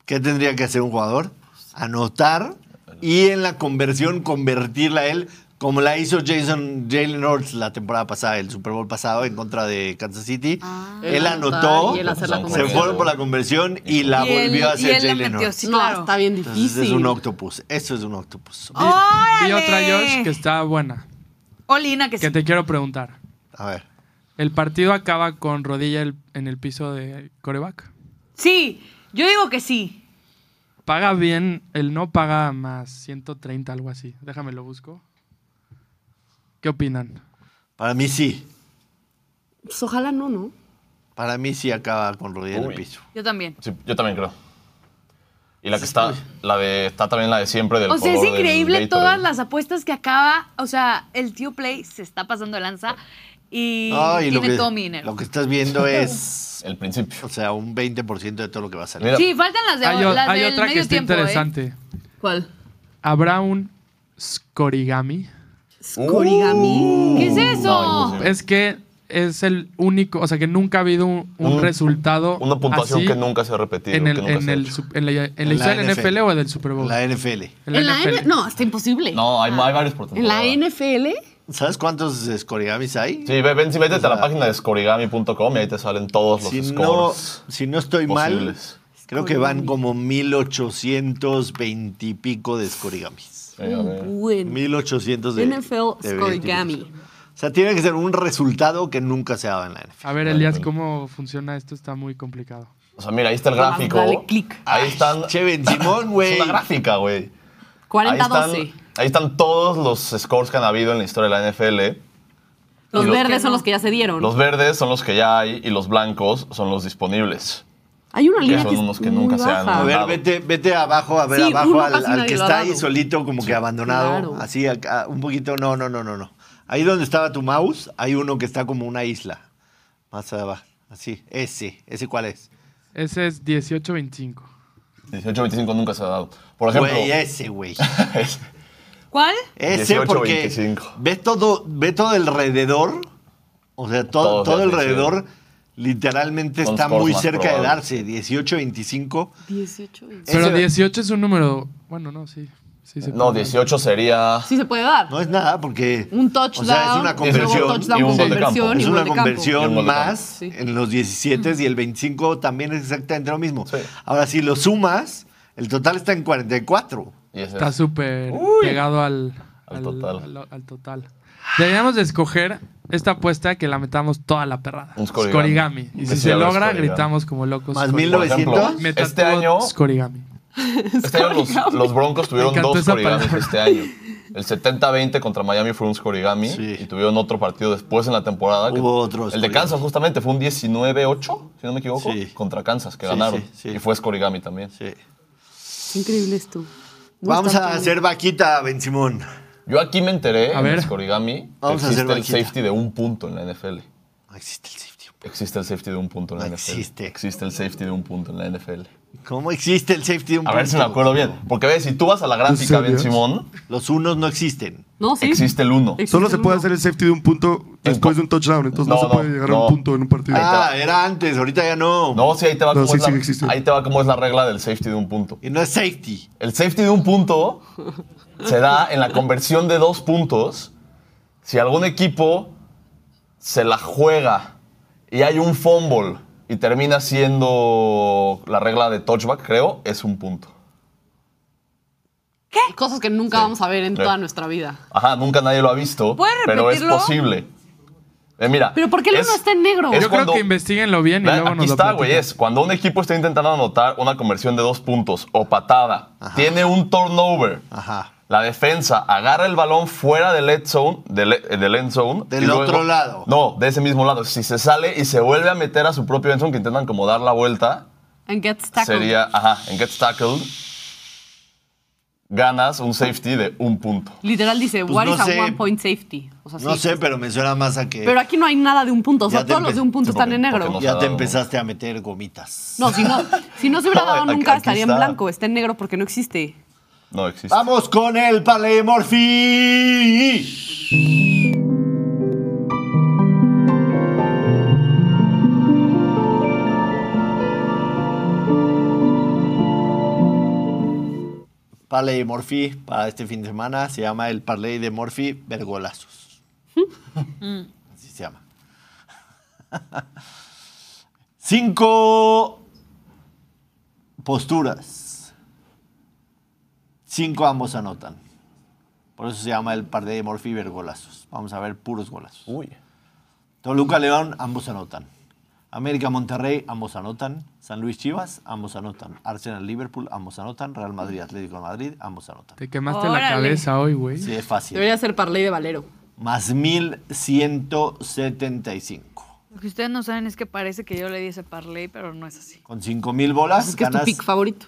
Speaker 1: ¿Qué tendría que hacer un jugador? Anotar y en la conversión convertirla él, como la hizo Jason Jalen Hurts la temporada pasada, el Super Bowl pasado en contra de Kansas City. él
Speaker 5: Él
Speaker 1: anotó,
Speaker 5: anotar y él hacer la
Speaker 1: se
Speaker 5: conversión.
Speaker 1: fueron por la conversión y la
Speaker 4: Y él-
Speaker 1: volvió a
Speaker 4: y
Speaker 1: hacer
Speaker 4: él la
Speaker 1: Jalen
Speaker 4: metió,
Speaker 1: Hurts.
Speaker 4: sí,
Speaker 5: No,
Speaker 4: claro.
Speaker 5: está bien
Speaker 1: Entonces,
Speaker 5: difícil.
Speaker 1: es un octopus. Eso es un octopus.
Speaker 3: Y,
Speaker 4: ¡Órale!
Speaker 3: y otra Josh que está buena.
Speaker 4: Olina, que sí.
Speaker 3: Que te quiero preguntar.
Speaker 1: A ver.
Speaker 3: ¿El partido acaba con rodilla el- en el piso de coreback?
Speaker 4: Sí, yo digo que sí.
Speaker 3: Paga bien, el no paga más 130, algo así. Déjame lo busco. ¿Qué opinan?
Speaker 1: Para mí sí.
Speaker 5: Pues ojalá no, ¿no?
Speaker 1: Para mí sí acaba con rodilla en el
Speaker 2: Uy.
Speaker 1: piso.
Speaker 4: Yo también.
Speaker 2: Sí, yo también creo. Y la que está, la de, está también la de siempre del
Speaker 4: O sea, es
Speaker 2: color del
Speaker 4: increíble
Speaker 2: Gatorade.
Speaker 4: todas las apuestas que acaba. O sea, el tío Play se está pasando de lanza y
Speaker 1: No, y lo
Speaker 4: tiene
Speaker 1: que,
Speaker 4: todo mi dinero.
Speaker 1: lo que estás viendo es,
Speaker 2: El principio.
Speaker 1: o sea, un 20% de todo lo que va a salir.
Speaker 2: Mira,
Speaker 4: Sí, faltan las de
Speaker 3: Hay, o-
Speaker 4: las
Speaker 3: hay
Speaker 4: del
Speaker 3: otra que
Speaker 4: medio
Speaker 3: está
Speaker 4: tiempo, ¿eh?
Speaker 3: interesante.
Speaker 5: ¿Cuál?
Speaker 3: ¿Habrá un scorigami?
Speaker 5: Scorigami.
Speaker 4: ¿Qué es eso?
Speaker 2: No, imposible.
Speaker 3: Es que es el único, o sea, que nunca ha habido un, un
Speaker 2: Un-
Speaker 3: resultado
Speaker 2: una puntuación
Speaker 3: así
Speaker 2: que nunca se ha repetido.
Speaker 3: Ah, en, el,
Speaker 2: que nunca
Speaker 3: en,
Speaker 2: se ha
Speaker 3: el,
Speaker 2: hecho.
Speaker 3: sup- en la, en la
Speaker 1: la
Speaker 3: historia del NFL
Speaker 1: NFL.
Speaker 3: o del Super Bowl.
Speaker 1: La NFL.
Speaker 5: En la
Speaker 3: NFL.
Speaker 5: N No, está imposible.
Speaker 2: No, hay, hay varios por
Speaker 5: En la
Speaker 2: temporada.
Speaker 5: NFL,
Speaker 1: ¿Sabes cuántos escorigamis hay?
Speaker 2: Sí, ve- ven, sí, vete a la página de scorigami.com y ahí te salen todos los
Speaker 1: si, no,
Speaker 2: scores
Speaker 1: si no estoy
Speaker 2: posibles.
Speaker 1: mal, creo que van como 1820 y pico de escorigamis.
Speaker 2: Sí, a ver.
Speaker 5: buen.
Speaker 1: 1800 de
Speaker 5: NFL
Speaker 1: de
Speaker 5: Scorigami.
Speaker 1: 20. O sea, tiene que ser un resultado que nunca se ha dado en la NFL.
Speaker 3: A ver, Elías, ¿cómo funciona esto? Está muy complicado.
Speaker 2: O sea, mira, ahí está el
Speaker 5: Nomás
Speaker 2: gráfico.
Speaker 5: dale clic.
Speaker 2: Ahí están.
Speaker 1: Che, Ben Simón, güey.
Speaker 2: Es una gráfica, güey. Ahí están,
Speaker 5: 40-12.
Speaker 2: ahí están todos los scores que han habido en la historia de la NFL.
Speaker 5: Los
Speaker 2: Y lo-
Speaker 5: verdes son los que ya se dieron.
Speaker 2: Los verdes son los que ya hay y los blancos son los disponibles.
Speaker 5: Hay una línea
Speaker 2: son
Speaker 5: que es
Speaker 2: unos que
Speaker 5: muy
Speaker 2: nunca se han
Speaker 5: baja.
Speaker 1: A ver,
Speaker 2: Dado.
Speaker 1: vete, vete abajo, a ver
Speaker 5: Sí,
Speaker 1: abajo
Speaker 5: uno
Speaker 1: al,
Speaker 5: casi
Speaker 1: al
Speaker 5: nadie
Speaker 1: que
Speaker 5: lo ha
Speaker 1: está
Speaker 5: dado.
Speaker 1: ahí solito, como que abandonado.
Speaker 5: claro.
Speaker 1: Así, acá, un poquito, no, no, no, no, no. Ahí donde estaba tu mouse, hay uno que está como una isla. Más abajo, así. Ese, ¿ese cuál es?
Speaker 3: Ese es 18-25.
Speaker 2: 18-25 nunca se ha dado. Por ejemplo,
Speaker 1: Güey, ese, güey.
Speaker 4: ¿Cuál?
Speaker 1: Ese
Speaker 2: 18,
Speaker 1: porque
Speaker 2: 25.
Speaker 1: ve todo, ve todo alrededor, o sea, todo,
Speaker 2: Todos
Speaker 1: todo
Speaker 2: los días,
Speaker 1: alrededor literalmente
Speaker 2: Son
Speaker 1: está
Speaker 2: scores
Speaker 1: muy
Speaker 2: más
Speaker 1: cerca de
Speaker 2: probables.
Speaker 1: darse, 18-25.
Speaker 5: 18. y-
Speaker 3: Pero
Speaker 1: Ese-
Speaker 3: 18 es un número. Bueno, no, sí. sí se
Speaker 2: no,
Speaker 3: puede.
Speaker 2: 18 sería.
Speaker 5: Sí se puede dar.
Speaker 1: No es nada porque
Speaker 5: Un
Speaker 1: o
Speaker 5: touchdown.
Speaker 1: sea, es una
Speaker 5: luego
Speaker 1: conversión,
Speaker 5: touchdown
Speaker 2: y un
Speaker 5: con
Speaker 2: gol de campo.
Speaker 5: conversión y
Speaker 1: es
Speaker 5: gol
Speaker 1: una
Speaker 5: de campo.
Speaker 2: Y
Speaker 1: conversión
Speaker 2: un gol de campo.
Speaker 1: más
Speaker 5: Sí.
Speaker 1: en los 17 y el 25 también es exactamente lo mismo.
Speaker 2: Sí.
Speaker 1: Ahora, si lo sumas, el total está en 44.
Speaker 2: y ese
Speaker 3: Está
Speaker 2: es-
Speaker 3: súper pegado al,
Speaker 2: Al total.
Speaker 3: al- al total. Deberíamos de escoger esta apuesta que la metamos toda la perrada.
Speaker 2: Un scorigami.
Speaker 3: Scorigami. Y si
Speaker 2: Sí,
Speaker 3: se
Speaker 2: habrá
Speaker 3: logra,
Speaker 2: scorigami.
Speaker 3: gritamos como locos.
Speaker 1: Más
Speaker 3: scorigami.
Speaker 2: Por ejemplo,
Speaker 1: 1900.
Speaker 3: Me
Speaker 2: este
Speaker 3: tatuó
Speaker 2: año,
Speaker 3: Scorigami.
Speaker 2: este año los, los Broncos tuvieron
Speaker 3: encantó
Speaker 2: dos
Speaker 3: esa
Speaker 2: scorigamis
Speaker 3: palabra.
Speaker 2: este año. El 70-20 contra Miami fue un scorigami
Speaker 1: Sí.
Speaker 2: y tuvieron otro partido después en la temporada. que-
Speaker 1: Hubo otro
Speaker 2: El de
Speaker 1: scorigami.
Speaker 2: Kansas justamente fue un 19-8, si no me equivoco,
Speaker 1: Sí.
Speaker 2: contra Kansas que
Speaker 1: Sí,
Speaker 2: ganaron.
Speaker 1: sí, sí.
Speaker 2: Y fue scorigami también.
Speaker 1: Sí.
Speaker 5: Es increíble esto. No
Speaker 1: Vamos
Speaker 5: está
Speaker 1: a
Speaker 5: tan-
Speaker 1: hacer vaquita, Ben Simón.
Speaker 2: Yo aquí me enteré
Speaker 3: A
Speaker 2: en
Speaker 3: ver.
Speaker 2: scorigami que
Speaker 1: Vamos a
Speaker 2: existe
Speaker 1: hacer
Speaker 2: el
Speaker 1: vaquita.
Speaker 2: safety de un punto en la NFL.
Speaker 1: No existe el safety.
Speaker 2: Existe el safety de un punto en la
Speaker 1: No
Speaker 2: NFL.
Speaker 1: existe.
Speaker 2: Existe el safety de un punto en la NFL.
Speaker 1: ¿Cómo existe el safety de un
Speaker 2: A ver si me
Speaker 1: punto?
Speaker 2: acuerdo bien. Porque ves, si tú vas a la gráfica, Ben Simón,
Speaker 1: Los unos no existen.
Speaker 5: No, sí.
Speaker 2: existe el 1.
Speaker 5: Existe
Speaker 6: Solo se
Speaker 5: el
Speaker 6: puede
Speaker 5: uno.
Speaker 6: hacer el safety de un punto después de un touchdown, entonces no,
Speaker 2: No,
Speaker 6: se
Speaker 2: no,
Speaker 6: puede llegar a
Speaker 2: no.
Speaker 6: un punto en un partido.
Speaker 1: Ah, era antes, ahorita ya no.
Speaker 2: No, sí, ahí te va
Speaker 6: No,
Speaker 2: cómo
Speaker 6: sí,
Speaker 2: es la-
Speaker 6: sí existe.
Speaker 2: ahí te va cómo es la regla del safety de un punto.
Speaker 1: Y no es safety.
Speaker 2: El safety de un punto se da en la conversión de dos puntos. Si algún equipo se la juega y hay un fumble y termina siendo la regla de touchback, creo, es un punto.
Speaker 5: Cosas que nunca vamos a ver en
Speaker 2: Sí.
Speaker 5: toda nuestra vida.
Speaker 2: Ajá, nunca nadie lo ha visto,
Speaker 4: ¿Puedes
Speaker 2: pero es
Speaker 4: repetirlo?
Speaker 2: posible. Eh, mira,
Speaker 5: Pero ¿por qué el
Speaker 2: es-
Speaker 5: uno está en negro?
Speaker 2: es
Speaker 3: Yo creo
Speaker 2: cuando-
Speaker 3: que investiguenlo bien y
Speaker 2: Vean,
Speaker 3: luego
Speaker 2: aquí
Speaker 3: nos lo
Speaker 2: está, güey.
Speaker 3: platican.
Speaker 2: Es cuando un equipo está intentando anotar una conversión de dos puntos o patada, tiene un turnover.
Speaker 1: Ajá.
Speaker 2: La defensa agarra el balón fuera del end zone, del, eh, del end zone.
Speaker 1: Del
Speaker 2: y luego-
Speaker 1: otro lado.
Speaker 2: No, de ese mismo lado. Si se sale y se vuelve a meter a su propio end zone, que intentan como dar la vuelta,
Speaker 5: And gets tackled.
Speaker 2: sería, ajá, en gets tackled, ganas un safety de un punto.
Speaker 5: Literal dice,
Speaker 1: Pues
Speaker 5: what
Speaker 1: no
Speaker 5: is a
Speaker 1: sé.
Speaker 5: one point safety? O sea,
Speaker 1: No
Speaker 5: sí.
Speaker 1: sé, pero me suena más a que
Speaker 5: Pero aquí no hay nada de un punto. O
Speaker 1: Eh, Ya
Speaker 5: sea,
Speaker 1: te
Speaker 5: todos los
Speaker 1: empe-
Speaker 5: de un punto
Speaker 2: Sí,
Speaker 5: están
Speaker 2: porque-
Speaker 5: en negro.
Speaker 2: porque
Speaker 1: ya
Speaker 2: ha
Speaker 1: te
Speaker 2: dado,
Speaker 1: empezaste a meter gomitas.
Speaker 5: No, si no, si no se hubiera
Speaker 2: No,
Speaker 5: dado
Speaker 2: aquí-
Speaker 5: nunca
Speaker 2: aquí
Speaker 5: estaría en
Speaker 2: está.
Speaker 5: blanco. Está en negro porque no existe.
Speaker 2: No existe.
Speaker 1: Vamos con el Palemorfi. Parley de Morphy para este fin de semana se llama el Parley de Morphy Vergolazos. Así se llama. Cinco posturas. Cinco ambos anotan. Por eso se llama el par de Morfiber golazos. Vamos a ver puros golazos.
Speaker 2: Uy.
Speaker 1: Toluca León, ambos anotan. América Monterrey, ambos anotan. San Luis Chivas, ambos anotan. Arsenal Liverpool, ambos anotan. Real Madrid Atlético de Madrid, ambos anotan.
Speaker 3: Te quemaste la
Speaker 4: Órale.
Speaker 3: cabeza hoy, güey.
Speaker 1: Sí, es fácil.
Speaker 5: Debería ser parlay de Valero.
Speaker 1: Más 1175.
Speaker 4: Lo que ustedes no saben es que parece que yo le di ese parlay, pero no es así.
Speaker 1: Con 5000 bolas
Speaker 5: Es que es tu
Speaker 1: ganas
Speaker 5: pick favorito.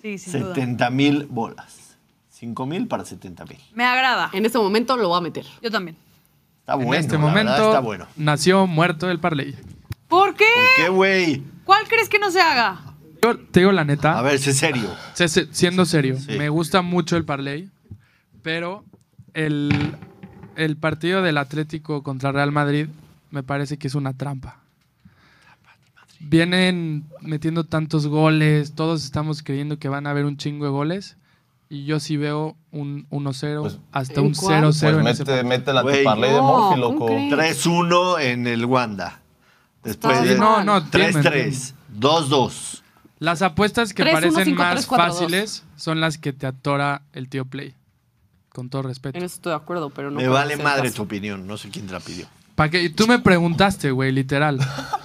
Speaker 4: Sí, sin duda.
Speaker 1: 70000 bolas. 5000 para 70000.
Speaker 4: Me agrada.
Speaker 5: En este momento lo va a meter.
Speaker 4: Yo también.
Speaker 1: Está bueno,
Speaker 3: en este
Speaker 1: la verdad,
Speaker 3: momento
Speaker 1: está bueno.
Speaker 3: nació muerto el parlay.
Speaker 4: ¿Por qué?
Speaker 1: ¿Por qué, güey?
Speaker 4: ¿Cuál crees que no se haga?
Speaker 3: Yo te digo la neta,
Speaker 1: A ver, sé serio.
Speaker 3: se- se- siendo serio,
Speaker 1: Sí.
Speaker 3: me gusta mucho el parlay, pero el, el partido del Atlético contra Real Madrid me parece que es una trampa. Vienen metiendo tantos goles, todos estamos creyendo que van a haber un chingo de goles. Y yo sí veo un 1-0,
Speaker 2: Pues-
Speaker 3: hasta
Speaker 5: ¿En
Speaker 3: un
Speaker 5: cuál?
Speaker 3: 0-0
Speaker 2: Pues
Speaker 3: en ese
Speaker 2: mete,
Speaker 3: partido.
Speaker 2: mete la
Speaker 1: Güey.
Speaker 2: parlay de
Speaker 5: No,
Speaker 2: Morphy,
Speaker 5: ¿cómo
Speaker 2: loco.
Speaker 5: crees?
Speaker 1: 3-1 en el Wanda. Después
Speaker 5: Está
Speaker 1: de
Speaker 3: No, no, tiene-
Speaker 1: 3-3, 2-2.
Speaker 3: Las apuestas que
Speaker 5: 3-1,
Speaker 3: parecen
Speaker 5: 5-3,
Speaker 3: más
Speaker 5: 4-2.
Speaker 3: fáciles son las que te atora el tío Play. Con todo respeto.
Speaker 5: En eso estoy de acuerdo, pero no.
Speaker 1: Me
Speaker 5: puede
Speaker 1: vale
Speaker 5: ser
Speaker 1: madre
Speaker 5: fácil.
Speaker 1: tu opinión, no sé quién te la pidió.
Speaker 3: Pa' que- y Tú me preguntaste, güey, literal.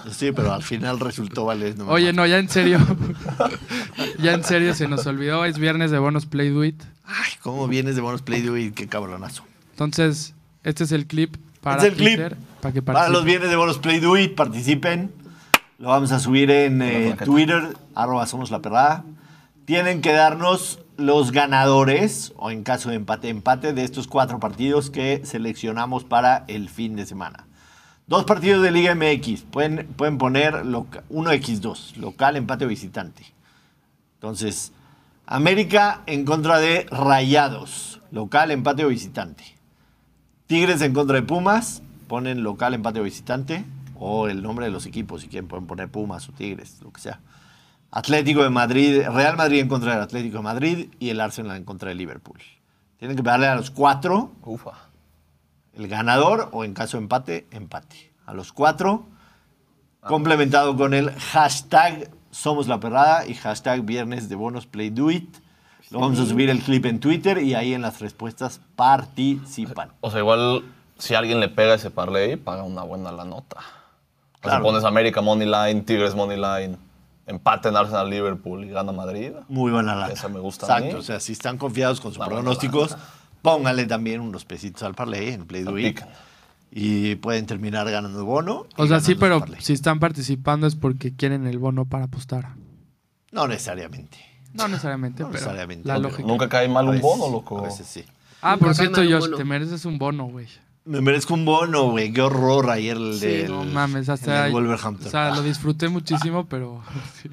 Speaker 1: Sí, pero al final resultó vale. No me
Speaker 3: Oye,
Speaker 1: mames.
Speaker 3: no, ya en serio. ya en serio se nos olvidó. Es viernes de bonos Play Do It.
Speaker 1: Ay, cómo vienes de buenos play Do It, qué cabronazo.
Speaker 3: Entonces, este es el clip para
Speaker 1: Es el clip.
Speaker 3: Twitter. Para que
Speaker 1: Para los
Speaker 3: participen.
Speaker 1: bienes de Bonos Play Do It, participen. Lo vamos a subir en eh,
Speaker 2: plaqueta.
Speaker 1: Twitter, arroba somos la perrada. Tienen que darnos los ganadores, o en caso de empate, empate, de estos cuatro partidos que seleccionamos para el fin de semana. Dos partidos de Liga MX. Pueden, pueden poner loca- 1x2, local, empate o visitante. Entonces, América en contra de Rayados, local, empate o visitante. Tigres en contra de Pumas, ponen local, empate o visitante, o el nombre de los equipos, si quieren pueden poner Pumas o Tigres, lo que sea. Atlético de Madrid, Real Madrid en contra del Atlético de Madrid y el Arsenal en contra de Liverpool. Tienen que darle a los cuatro
Speaker 2: Ufa.
Speaker 1: el ganador o en caso de empate, empate. A los cuatro, complementado con el hashtag Somos la Perrada y hashtag Viernes de Bonos Play Do It. Lo vamos a subir el clip en Twitter y ahí en las respuestas participan.
Speaker 2: O sea, igual si alguien le pega ese parlay, paga una buena la nota. O sea,
Speaker 1: Claro.
Speaker 2: pones América Money Line, Tigres Money Line, empate en Arsenal Liverpool y gana Madrid.
Speaker 1: Muy buena lana.
Speaker 2: Esa me gusta a
Speaker 1: Exacto.
Speaker 2: mí.
Speaker 1: O sea, si están confiados con sus
Speaker 2: Está buena
Speaker 1: pronósticos, pónganle también unos pesitos al parlay en Play Do It.
Speaker 2: pican.
Speaker 1: Y pueden terminar ganando bono. y
Speaker 3: O sea,
Speaker 1: ganando
Speaker 3: sí,
Speaker 1: su
Speaker 3: pero
Speaker 1: parlay.
Speaker 3: si están participando es porque quieren el bono para apostar.
Speaker 1: No necesariamente.
Speaker 3: No necesariamente,
Speaker 1: No
Speaker 3: pero
Speaker 1: necesariamente.
Speaker 3: la
Speaker 1: Obvio.
Speaker 3: lógica.
Speaker 2: Nunca cae mal
Speaker 1: A
Speaker 2: un
Speaker 1: veces-
Speaker 2: bono, loco.
Speaker 1: A veces sí.
Speaker 3: Ah, por cierto,
Speaker 5: Nunca ganan un
Speaker 3: Josh,
Speaker 5: bono.
Speaker 3: te mereces un bono, güey.
Speaker 1: Me merezco un bono, güey. Qué horror ayer el
Speaker 5: Sí,
Speaker 1: del.
Speaker 3: No mames,
Speaker 1: en
Speaker 3: hasta...
Speaker 1: el
Speaker 3: O
Speaker 1: Wolverhampton.
Speaker 3: sea, lo disfruté muchísimo, pero... sí.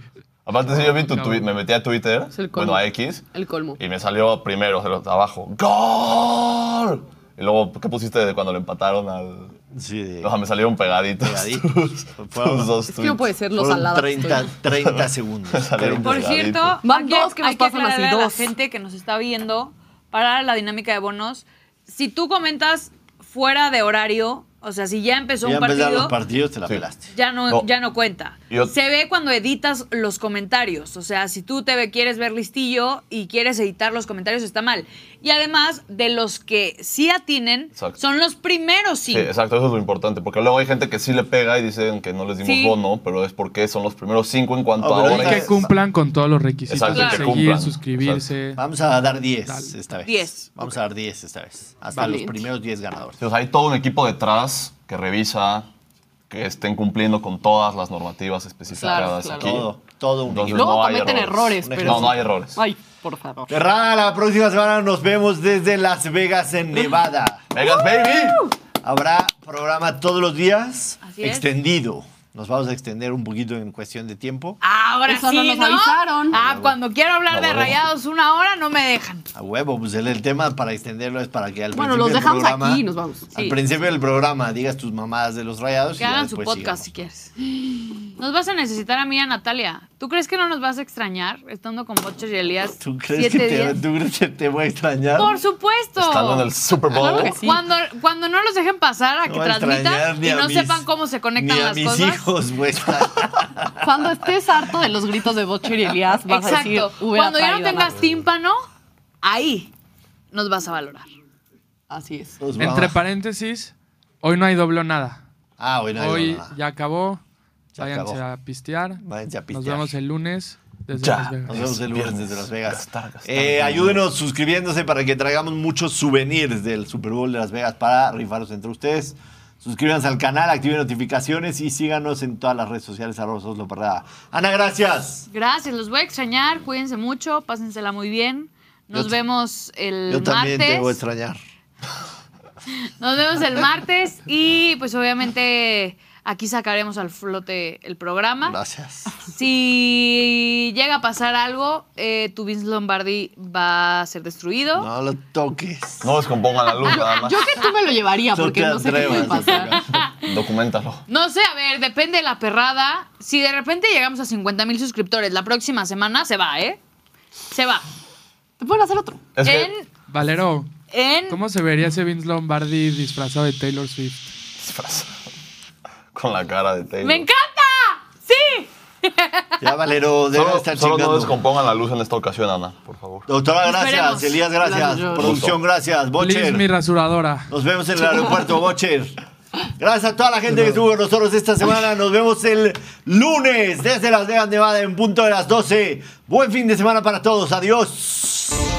Speaker 2: Aparte, si yo vi tu tweet, me metí a Twitter,
Speaker 5: Es el colmo.
Speaker 2: bueno, a X,
Speaker 5: El colmo.
Speaker 1: Eh,
Speaker 2: y me salió primero, de los de abajo, ¡Gol! Y luego, ¿qué pusiste de cuando le empataron al...?
Speaker 1: sí, de-
Speaker 2: O sea, me salieron pegaditos.
Speaker 1: Pegaditos.
Speaker 2: tus-
Speaker 1: Fue-
Speaker 2: tus dos
Speaker 5: Es que no
Speaker 2: tweets.
Speaker 5: puede ser los
Speaker 1: fueron
Speaker 5: alados.
Speaker 1: 30, 30 segundos. 30.
Speaker 2: Salieron
Speaker 4: Por
Speaker 2: Pegadito.
Speaker 4: cierto,
Speaker 5: Van
Speaker 4: aquí hay-
Speaker 5: dos que
Speaker 4: hay
Speaker 5: nos
Speaker 4: que
Speaker 5: pasan así,
Speaker 4: aclararle a la
Speaker 5: dos.
Speaker 4: gente que nos está viendo para la dinámica de bonos. Si tú comentas fuera de horario, o sea, si ya empezó
Speaker 1: Ya
Speaker 4: un partido,
Speaker 1: empezaron los partidos, te la
Speaker 2: Sí.
Speaker 1: pelaste.
Speaker 4: ya no,
Speaker 2: No.
Speaker 4: ya no cuenta.
Speaker 2: Yo-
Speaker 4: Se ve cuando editas los comentarios. O sea, si tú te ve- quieres ver listillo y quieres editar los comentarios, está mal. Y además, de los que sí atinen,
Speaker 2: Exacto.
Speaker 4: son los primeros
Speaker 2: Sí,
Speaker 4: cinco.
Speaker 2: exacto, eso es lo importante, porque luego hay gente que sí le pega y dicen que no les dimos
Speaker 4: Sí.
Speaker 2: bono, pero es porque son los primeros cinco en cuanto
Speaker 1: Ah,
Speaker 2: a
Speaker 1: pero
Speaker 2: horas.
Speaker 1: hay
Speaker 3: Que cumplan con todos los requisitos.
Speaker 2: Exacto,
Speaker 4: que
Speaker 3: seguir,
Speaker 2: cumplan.
Speaker 3: suscribirse.
Speaker 1: Vamos a dar 10
Speaker 3: Dale.
Speaker 1: esta vez.
Speaker 4: 10.
Speaker 1: Vamos a dar 10 esta vez. Hasta
Speaker 5: Vale.
Speaker 1: los primeros 10 ganadores.
Speaker 2: Sí, o sea, hay todo un equipo detrás que revisa que estén cumpliendo con todas las normativas especificadas
Speaker 5: Claro,
Speaker 2: aquí.
Speaker 5: claro.
Speaker 1: Todo, todo un
Speaker 2: Entonces,
Speaker 1: equipo.
Speaker 5: Luego
Speaker 2: no hay
Speaker 5: cometen errores,
Speaker 2: errores.
Speaker 5: pero.
Speaker 2: No,
Speaker 5: sí.
Speaker 2: no hay errores.
Speaker 5: Ay, por favor.
Speaker 1: Cerrada la próxima semana, nos vemos desde Las Vegas en Nevada.
Speaker 2: ¡Vegas, baby!
Speaker 1: Habrá programa todos los días
Speaker 4: Así es.
Speaker 1: extendido. Nos vamos a extender un poquito en cuestión de tiempo.
Speaker 4: Ahora
Speaker 5: Eso
Speaker 4: sí,
Speaker 5: no nos avisaron.
Speaker 4: Ah, cuando quiero hablar de
Speaker 2: No.
Speaker 4: rayados una hora, no me dejan.
Speaker 1: A huevo, pues el, el tema para extenderlo es para que al
Speaker 5: Bueno,
Speaker 1: principio
Speaker 5: los
Speaker 1: del
Speaker 5: dejamos
Speaker 1: programa,
Speaker 5: aquí y nos vamos.
Speaker 1: Al
Speaker 5: Sí.
Speaker 1: principio del programa digas tus mamadas de los rayados. y
Speaker 4: Que
Speaker 1: ya
Speaker 4: hagan su
Speaker 1: después
Speaker 4: podcast si
Speaker 1: sigamos.
Speaker 4: quieres. Nos vas a necesitar a mí y a Natalia. ¿Tú crees que no nos vas a extrañar estando con Boches y Elías
Speaker 1: ¿Tú crees, que
Speaker 4: siete
Speaker 1: te,
Speaker 4: días?
Speaker 1: ¿Tú crees que te voy a extrañar?
Speaker 4: Por supuesto.
Speaker 2: Estando en el Super Bowl.
Speaker 5: Claro que sí.
Speaker 4: Cuando, cuando no los dejen pasar a
Speaker 1: No
Speaker 4: que
Speaker 1: voy a extrañar
Speaker 4: transmitan
Speaker 1: ni
Speaker 4: y
Speaker 1: a
Speaker 4: no
Speaker 1: mis-
Speaker 4: sepan cómo se conectan
Speaker 1: ni a
Speaker 4: las
Speaker 1: mis
Speaker 4: cosas.
Speaker 1: hijos, güey.
Speaker 5: Cuando estés harto de los gritos de Bocher y Elías, vas a decir.
Speaker 4: Exacto.
Speaker 5: "Hubiera
Speaker 4: Cuando ya no
Speaker 5: traído a
Speaker 4: tengas
Speaker 5: Natalia".
Speaker 4: tímpano, ahí nos vas a valorar.
Speaker 5: Así es.
Speaker 1: Pues
Speaker 3: Entre paréntesis, hoy no hay dobló nada.
Speaker 1: Ah, bueno, ahí
Speaker 3: hoy
Speaker 1: va, va.
Speaker 3: ya acabó.
Speaker 1: Ya
Speaker 3: Váyanse
Speaker 1: acabó.
Speaker 3: a pistear.
Speaker 1: Váyanse a
Speaker 3: Nos
Speaker 1: pistear.
Speaker 3: vemos el lunes desde
Speaker 2: Ya.
Speaker 3: Las Vegas.
Speaker 1: Nos vemos el lunes
Speaker 2: Viernes.
Speaker 1: desde Las Vegas.
Speaker 2: Gastar, gastar.
Speaker 1: Eh, ayúdenos suscribiéndose para que traigamos muchos souvenirs del Super Bowl de Las Vegas para rifarlos entre ustedes. Suscríbanse al canal, activen notificaciones y síganos en todas las redes sociales arroba Soslo Parrada. Ana, gracias.
Speaker 4: Gracias, los voy a extrañar. Cuídense mucho, pásensela muy bien. Nos
Speaker 1: Yo-
Speaker 4: vemos el
Speaker 1: Yo también te voy a
Speaker 4: martes.
Speaker 1: extrañar.
Speaker 4: Nos vemos el martes y pues obviamente aquí sacaremos al flote el programa.
Speaker 1: Gracias.
Speaker 5: ¿Ah?
Speaker 4: Si llega a pasar algo, eh, tu Vince Lombardi va a ser destruido.
Speaker 1: No lo toques.
Speaker 2: No descompongan la luz nada más.
Speaker 5: Yo que tú me lo llevaría
Speaker 1: No
Speaker 5: Ah, porque
Speaker 1: te
Speaker 5: no sé qué puede
Speaker 1: atrevas,
Speaker 5: pasar.
Speaker 2: Documentalo.
Speaker 4: No sé, a ver, depende de la perrada. Si de repente llegamos a 50 mil suscriptores la próxima semana, se va, ¿eh? Se va.
Speaker 5: Te pueden hacer otro.
Speaker 2: Es que-
Speaker 4: en.
Speaker 3: Valero,
Speaker 4: en
Speaker 3: ¿cómo se vería ese Vince Lombardi disfrazado de Taylor Swift?
Speaker 2: disfrazado. Con la cara de Taylor.
Speaker 4: ¡Me encanta! ¡Sí!
Speaker 1: Ya, Valero, debe
Speaker 2: Solo,
Speaker 1: estar
Speaker 2: solo no
Speaker 1: chingando.
Speaker 2: descompongan la luz en esta ocasión, Ana, por favor.
Speaker 1: Doctora, gracias.
Speaker 4: Esperemos.
Speaker 1: Elías, gracias.
Speaker 5: Gracias, George.
Speaker 1: Producción, gracias.
Speaker 3: Please, mi
Speaker 1: Bocher.
Speaker 3: rasuradora.
Speaker 1: Nos vemos en el aeropuerto, Bocher. Gracias a toda la gente que estuvo con nosotros esta semana. Nos vemos el lunes desde Las Vegas, Nevada, en punto de las 12. Buen fin de semana para todos. Adiós.